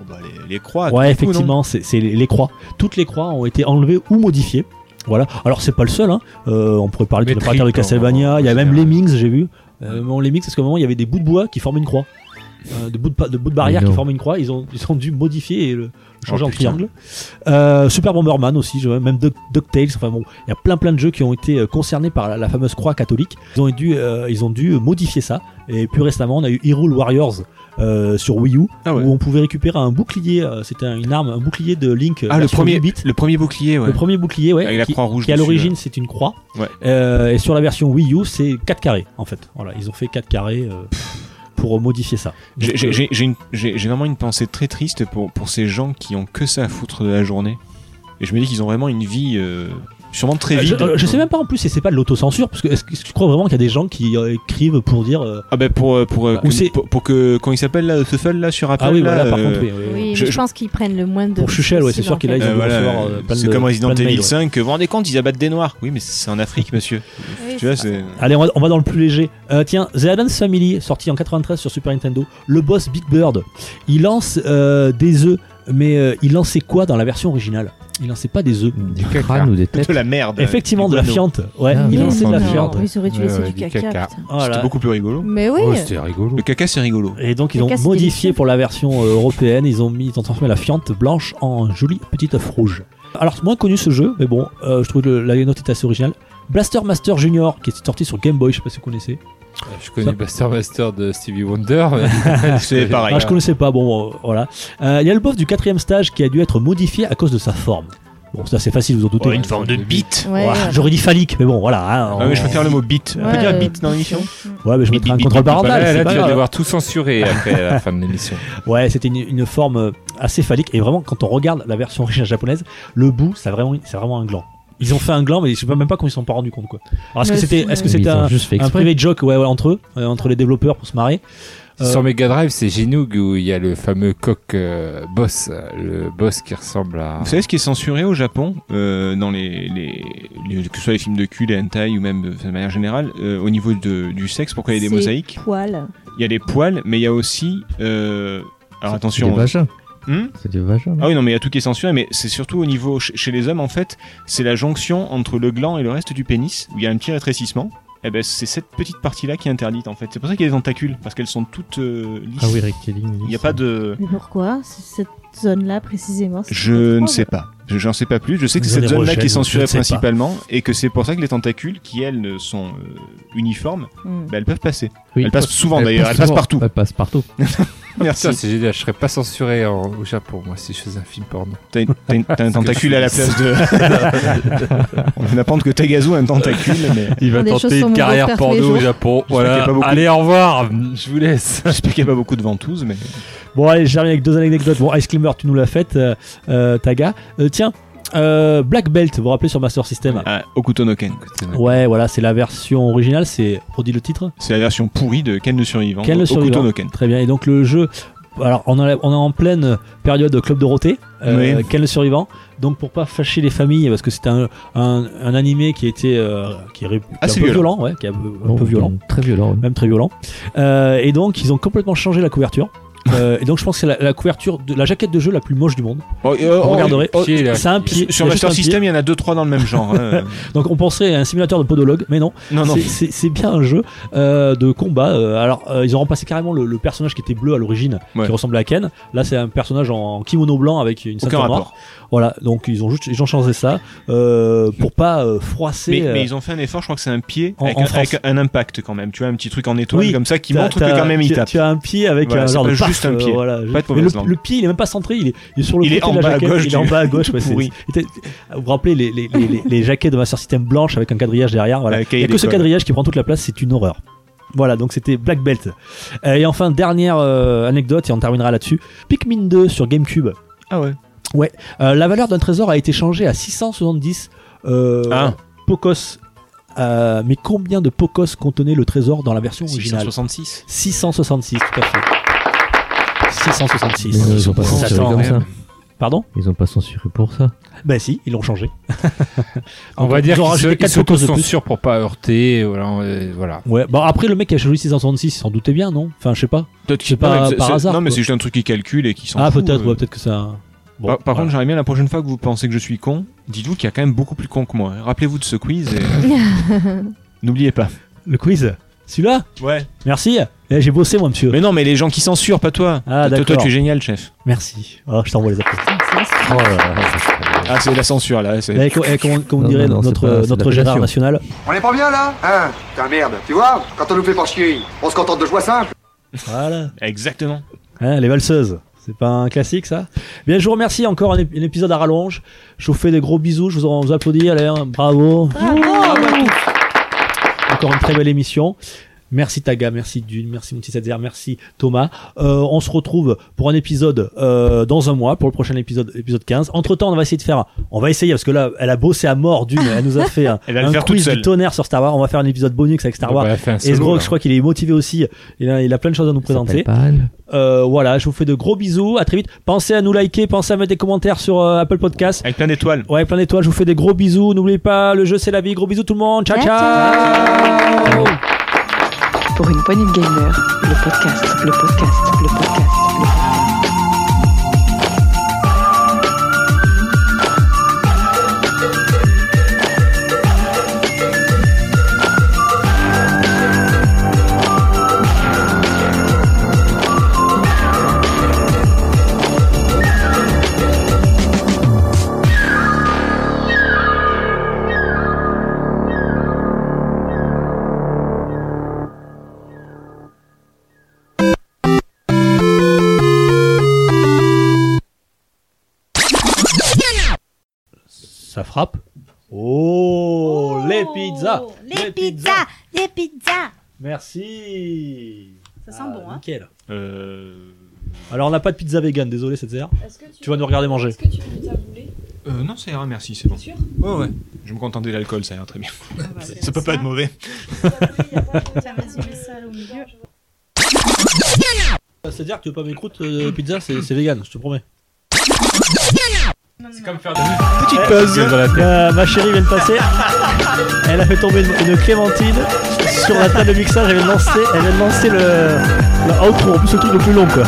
Oh, bah, les, les croix. ouais, tout le coup, non effectivement, c'est c'est les, les croix. Toutes les croix ont été enlevées ou modifiées. Voilà. Alors c'est pas le seul. Hein. Euh, on pourrait parler de la caractère de tripes, Castlevania. Il y a même Lemmings, j'ai vu. Euh, mais on Lemmings, parce qu'à un moment il y avait des bouts de bois qui formaient une croix, Euh, de bouts de, pa- de, bouts de barrière non. qui formaient une croix. Ils ont ils ont dû modifier et le le changer Oh, en putain. triangle. Euh, Super Bomberman aussi, je vois, même Duck- DuckTales. Enfin bon, il y a plein plein de jeux qui ont été euh, concernés par la, la fameuse croix catholique. Ils ont dû euh, ils ont dû modifier ça. Et plus récemment, on a eu Hyrule Warriors. euh, sur Wii U Ah où on pouvait récupérer un bouclier euh, c'était un- une arme un bouclier de Link euh, Ah, le version premier, 8 bits. le premier bouclier, ouais. Ah, Le premier bouclier, ouais. Avec la qui, croix rouge qui à dessus, l'origine, ouais. c'est une croix. Ouais. Euh, et sur la version Wii U, c'est 4 carrés, en fait. Voilà, ils ont fait 4 carrés euh, pour modifier ça. J'ai- Donc, J'ai euh, j'ai- j'ai une- j'ai- j'ai vraiment une pensée très triste pour, pour ces gens qui ont que ça à foutre de la journée. Et je me dis qu'ils ont vraiment une vie euh, sûrement très euh, je, vide. euh, je sais même pas en plus si c'est pas de l'autocensure, parce que est-ce que est-ce que tu crois vraiment qu'il y a des gens qui euh, écrivent pour dire. euh, Ah bah pour euh, pour euh, Ou que, c'est- pour, pour que quand il s'appelle là Fuffle là sur Apple Ah oui, là, voilà, par euh, contre, oui, oui, Oui, mais je- je, je- pense qu'ils prennent le moins de. Pour Chuchel, ouais, c'est possible, sûr en qu'il a- fait. ils ont dû recevoir, euh, plein c'est de- comme Resident plein de Evil mails, ouais. 5 vous vous rendez compte ils abattent des noirs oui mais c'est en Afrique monsieur tu Ah, vois c'est Allez, on va, on va dans le plus léger. Euh, tiens, The Adams Family, sorti en 93 sur Super Nintendo. Le boss Big Bird, il lance euh, des œufs, mais euh, il lançait quoi dans la version originale Il lançait pas des œufs. Du crâne ou des têtes de la merde Effectivement, Du de la guano. fiente. Ouais, Bah, Ah, il oui, lançait de la non, fiente. oui, ça aurait tué, Ouais, c'est ouais, du caca, putain. Voilà. c'était beaucoup plus rigolo Mais oui. Oh, c'était rigolo le caca c'est rigolo Et donc ils Le ont cas, c'est modifié pour la version euh, européenne, ils ont mis, ils ont transformé la fiente blanche en joli petit œuf rouge. Alors c'est moins connu ce jeu, mais bon, euh, je trouve que le- la note est assez originale. Blaster Master Junior qui est sorti sur Game Boy, je sais pas si vous connaissez. Je connais Buster Master de Stevie Wonder. C'est pareil. Ah, je connaissais pas, bon euh, voilà. Euh, Il y a le boss du quatrième stage qui a dû être modifié à cause de sa forme. Bon, ça c'est facile, vous en doutez. Ouais, une forme de bite. Ouais, Ouais. J'aurais dit phallique, mais bon, voilà. hein, Ah, mais je on- préfère le mot bite On peut dire bite. dans l'émission Ouais, mais je mettrai un contrôle parental. Là, c'est là, pas tu vas grave. devoir tout censurer après à la fin de l'émission. Ouais, c'était une, une forme euh, assez phallique et vraiment quand on regarde la version originale japonaise, le bout, ça a vraiment, c'est vraiment un gland. Ils ont fait un gland, mais je sais pas- même pas comment ils s'en sont pas rendus compte quoi. Alors est-ce que Ouais, c'était, c'est- est-ce que Mais c'était ils ont un, juste fait un exprès. private joke ouais, ouais, entre eux, euh, entre les développeurs pour se marrer Euh, Sur Mega Drive, c'est Genoog où il y a le fameux coq euh, boss, euh, le boss qui ressemble à. Ah, Vous savez ce qui est censuré au Japon euh, dans les, les, les- que ce soit les films de cul, les hentai ou même de, de manière générale euh, au niveau de- du sexe pourquoi il y a des mosaïques Poil. Il y a des poils, mais il y a aussi euh, alors attention des vagins. Hmm C'est des vagins. ah oui, non, mais il y a tout qui est censuré, mais c'est surtout au niveau ch- chez les hommes, en fait, c'est la jonction entre le gland et le reste du pénis, où il y a un petit rétrécissement. Et ben, c'est cette petite partie-là qui est interdite, en fait. C'est pour ça qu'il y a des tentacules, parce qu'elles sont toutes euh, lisses. Ah oui, rectiligne, Il n'y a pas de. Mais pourquoi C'est cette zone-là précisément c'est- Je ne sais pas. Je- J'en sais pas plus. Je sais que Ils c'est ont cette des zone-là qui est rejets, censurée je ne sais pas. principalement, et que c'est pour ça que les tentacules, qui elles ne sont euh, uniformes, Hmm. Mm. ben, elles peuvent passer. Oui, elles passent parce- souvent d'ailleurs, elles passent souvent. partout. Elles passent partout. Merci. Putain, c'est génial, je serais pas censuré en- au Japon, moi, si je faisais un film porno. T'as une- t'as une- t'as un tentacule à la place de. On vient d'apprendre que Tagazu a un tentacule, mais. Il va Des choses tenter sur une mon carrière grand-père tous les porno au jours. Japon. J'espère qu'il y a Voilà. pas beaucoup de- Allez, au revoir. Je vous laisse. J'espère qu'il n'y a pas beaucoup de ventouses, mais. Bon, allez, j'arrive avec deux anecdotes. Bon, Ice Climber, tu nous l'as faite, euh, euh, Taga. Euh, tiens, euh, Black Belt, vous vous rappelez sur Master System Ah, Okutonoken. Ouais, voilà, c'est la version originale, c'est, redis le titre C'est la version pourrie de Ken le survivant. Ken le survivant. Okutonoken. Très bien, et donc le jeu. Alors, on est on est en pleine période Club Dorothée, euh, Oui. Ken le survivant. Donc, pour pas fâcher les familles, parce que c'était un, un, un animé qui était euh, qui est, ré- qui est Assez un peu violent. violent, ouais, qui est un peu- un Oh, peu violent. Très violent. oui. même très violent. Euh, et donc, ils ont complètement changé la couverture. Euh, et donc, je pense que c'est la, la couverture, de, la jaquette de jeu la plus moche du monde. Oh, euh, Vous oh, regarderez. oh, Pied, là. C'est un pied. sur Il y a juste Master un pied. System, il y en a 2-3 dans le même genre. hein. Donc, on penserait à un simulateur de podologue, mais non. Non, Ah non. C'est- C'est c'est bien un jeu euh, de combat. Euh, alors, euh, ils ont remplacé carrément le, le personnage qui était bleu à l'origine, Ouais. qui ressemblait à Ken. Là, c'est un personnage en, en kimono blanc avec une Aucun ceinture noire. rapport. Voilà. Donc, ils ont juste, ils ont changé ça euh, pour pas euh, froisser. Mais, euh, mais ils ont fait un effort, je crois que c'est un pied en- avec, en un, France. avec un impact quand même. Tu vois, un petit truc en étoile Oui, comme ça qui T'as- montre t'as- que quand même il tu, tape. tu as un pied avec Voilà, un c'est genre pas de paf, juste un euh, pied. voilà. Pas de mais le, mauvaise langue. le pied, il est même pas centré, il est, il est sur le Il côté est en de la bas à jaquette, gauche il est en du- bas à gauche. tout ouais, c'est- pourri. c'est- vous vous rappelez les, les, les, les, les jaquettes de Master System blanches avec un quadrillage derrière. Voilà. Ouais, Il cahier n'y a que ce d'école. quadrillage qui prend toute la place, c'est une horreur. Voilà, donc c'était Black Belt. Euh, Et enfin, dernière euh, anecdote, et on terminera là-dessus. Pikmin 2 sur GameCube. Ah ouais. Euh, la valeur d'un trésor a été changée à 670 euh, Ah. Pocos. Euh, mais combien de Pocos contenait le trésor dans la version originale 666. 666, tout à fait. 666. Mais non, ils ont pas Ça censuré tend. comme ça. Pardon Ils ont pas censuré pour ça. Ben si, ils l'ont changé. On va dire Ils ont rajouté qu'ils quatre se photos de plus. censurent pour pas heurter. Voilà. euh, voilà. Ouais, bon après le mec qui a choisi 666, il s'en doutait bien, non Enfin, je sais pas. Peut-être C'est pas par hasard, Non, mais quoi. c'est juste un truc qui calcule et qui s'en Ah, fout, peut-être, euh. ouais, peut-être que ça. Bon, par par voilà. contre, j'aimerais bien la prochaine fois que vous pensez que je suis con, dites-vous qu'il y a quand même beaucoup plus con que moi. hein. Rappelez-vous de ce quiz et n'oubliez pas. le quiz, celui-là Ouais. Merci. Eh, J'ai bossé, moi, monsieur. Mais non, mais les gens qui censurent, pas toi. Ah, Toi- toi, d'accord. tu es génial, chef. Merci. Oh, je t'envoie les applaudissements. Ah, c'est la censure là. c'est- Eh, co- eh, Comme, comme Non, dirait non, non, c'est notre, pas- c'est notre de la Gérard pression. national. On est pas bien là Hein Putain merde, tu vois Quand on nous fait pas chier, on se contente de joie simple. Voilà. Exactement. Hein, les valseuses. C'est pas un classique, ça Bien, je vous remercie encore un, ép- un épisode à rallonge. Je vous fais des gros bisous. Je vous, en- vous applaudis. Allez, hein, bravo. Encore une très belle émission. Merci Taga, merci Dune, merci mon petit Sadzer, merci Thomas. Euh, on se retrouve pour un épisode euh, dans un mois, pour le prochain épisode, épisode 15. Entre temps, on va essayer de faire, un- on va essayer parce que là, elle a bossé à mort Dune, elle nous a fait un, Elle va le un faire toute quiz du seule. Ah bah, tonnerre sur Star Wars. On va faire un épisode bonus avec Star On Wars. va faire Ah, un Et solo, hein. Sgrogg, hein. là. je crois qu'il est motivé aussi. Il a, il a plein de choses à nous présenter. Pal. Euh, voilà, je vous fais de gros bisous. À très vite. Pensez à nous liker, pensez à mettre des commentaires sur euh, Apple Podcast. Avec plein d'étoiles. Ouais, plein d'étoiles. Je vous fais des gros bisous. N'oubliez pas, le jeu c'est la vie. Gros bisous tout le monde. Ciao, Ciao, ciao. Pour une poignée de gamer, le podcast, le podcast, le podcast, le podcast. Ça frappe. Oh, les pizzas. Les pizzas Les pizzas Merci. Ah, Ça sent bon, hein Nickel. Euh... Alors on n'a pas de pizza vegan, désolé, c'est Est-ce que Tu vas nous regarder manger. que tu veux pizza boulée Euh, non, ça ira, merci, c'est bon. Ouais, ouais. Je me contentais d'alcool, ça ira très bien. ça peut pas être mauvais. C'est-à-dire que tu veux pas mes croûtes euh, pizza, c'est c'est vegan, je te promets. C'est comme faire Petite pause. ma chérie vient de passer. Elle a fait tomber une, une clémentine sur la table de mixage. Elle vient de lancer, elle vient de lancer le, le outro. En plus, le truc le plus long, quoi.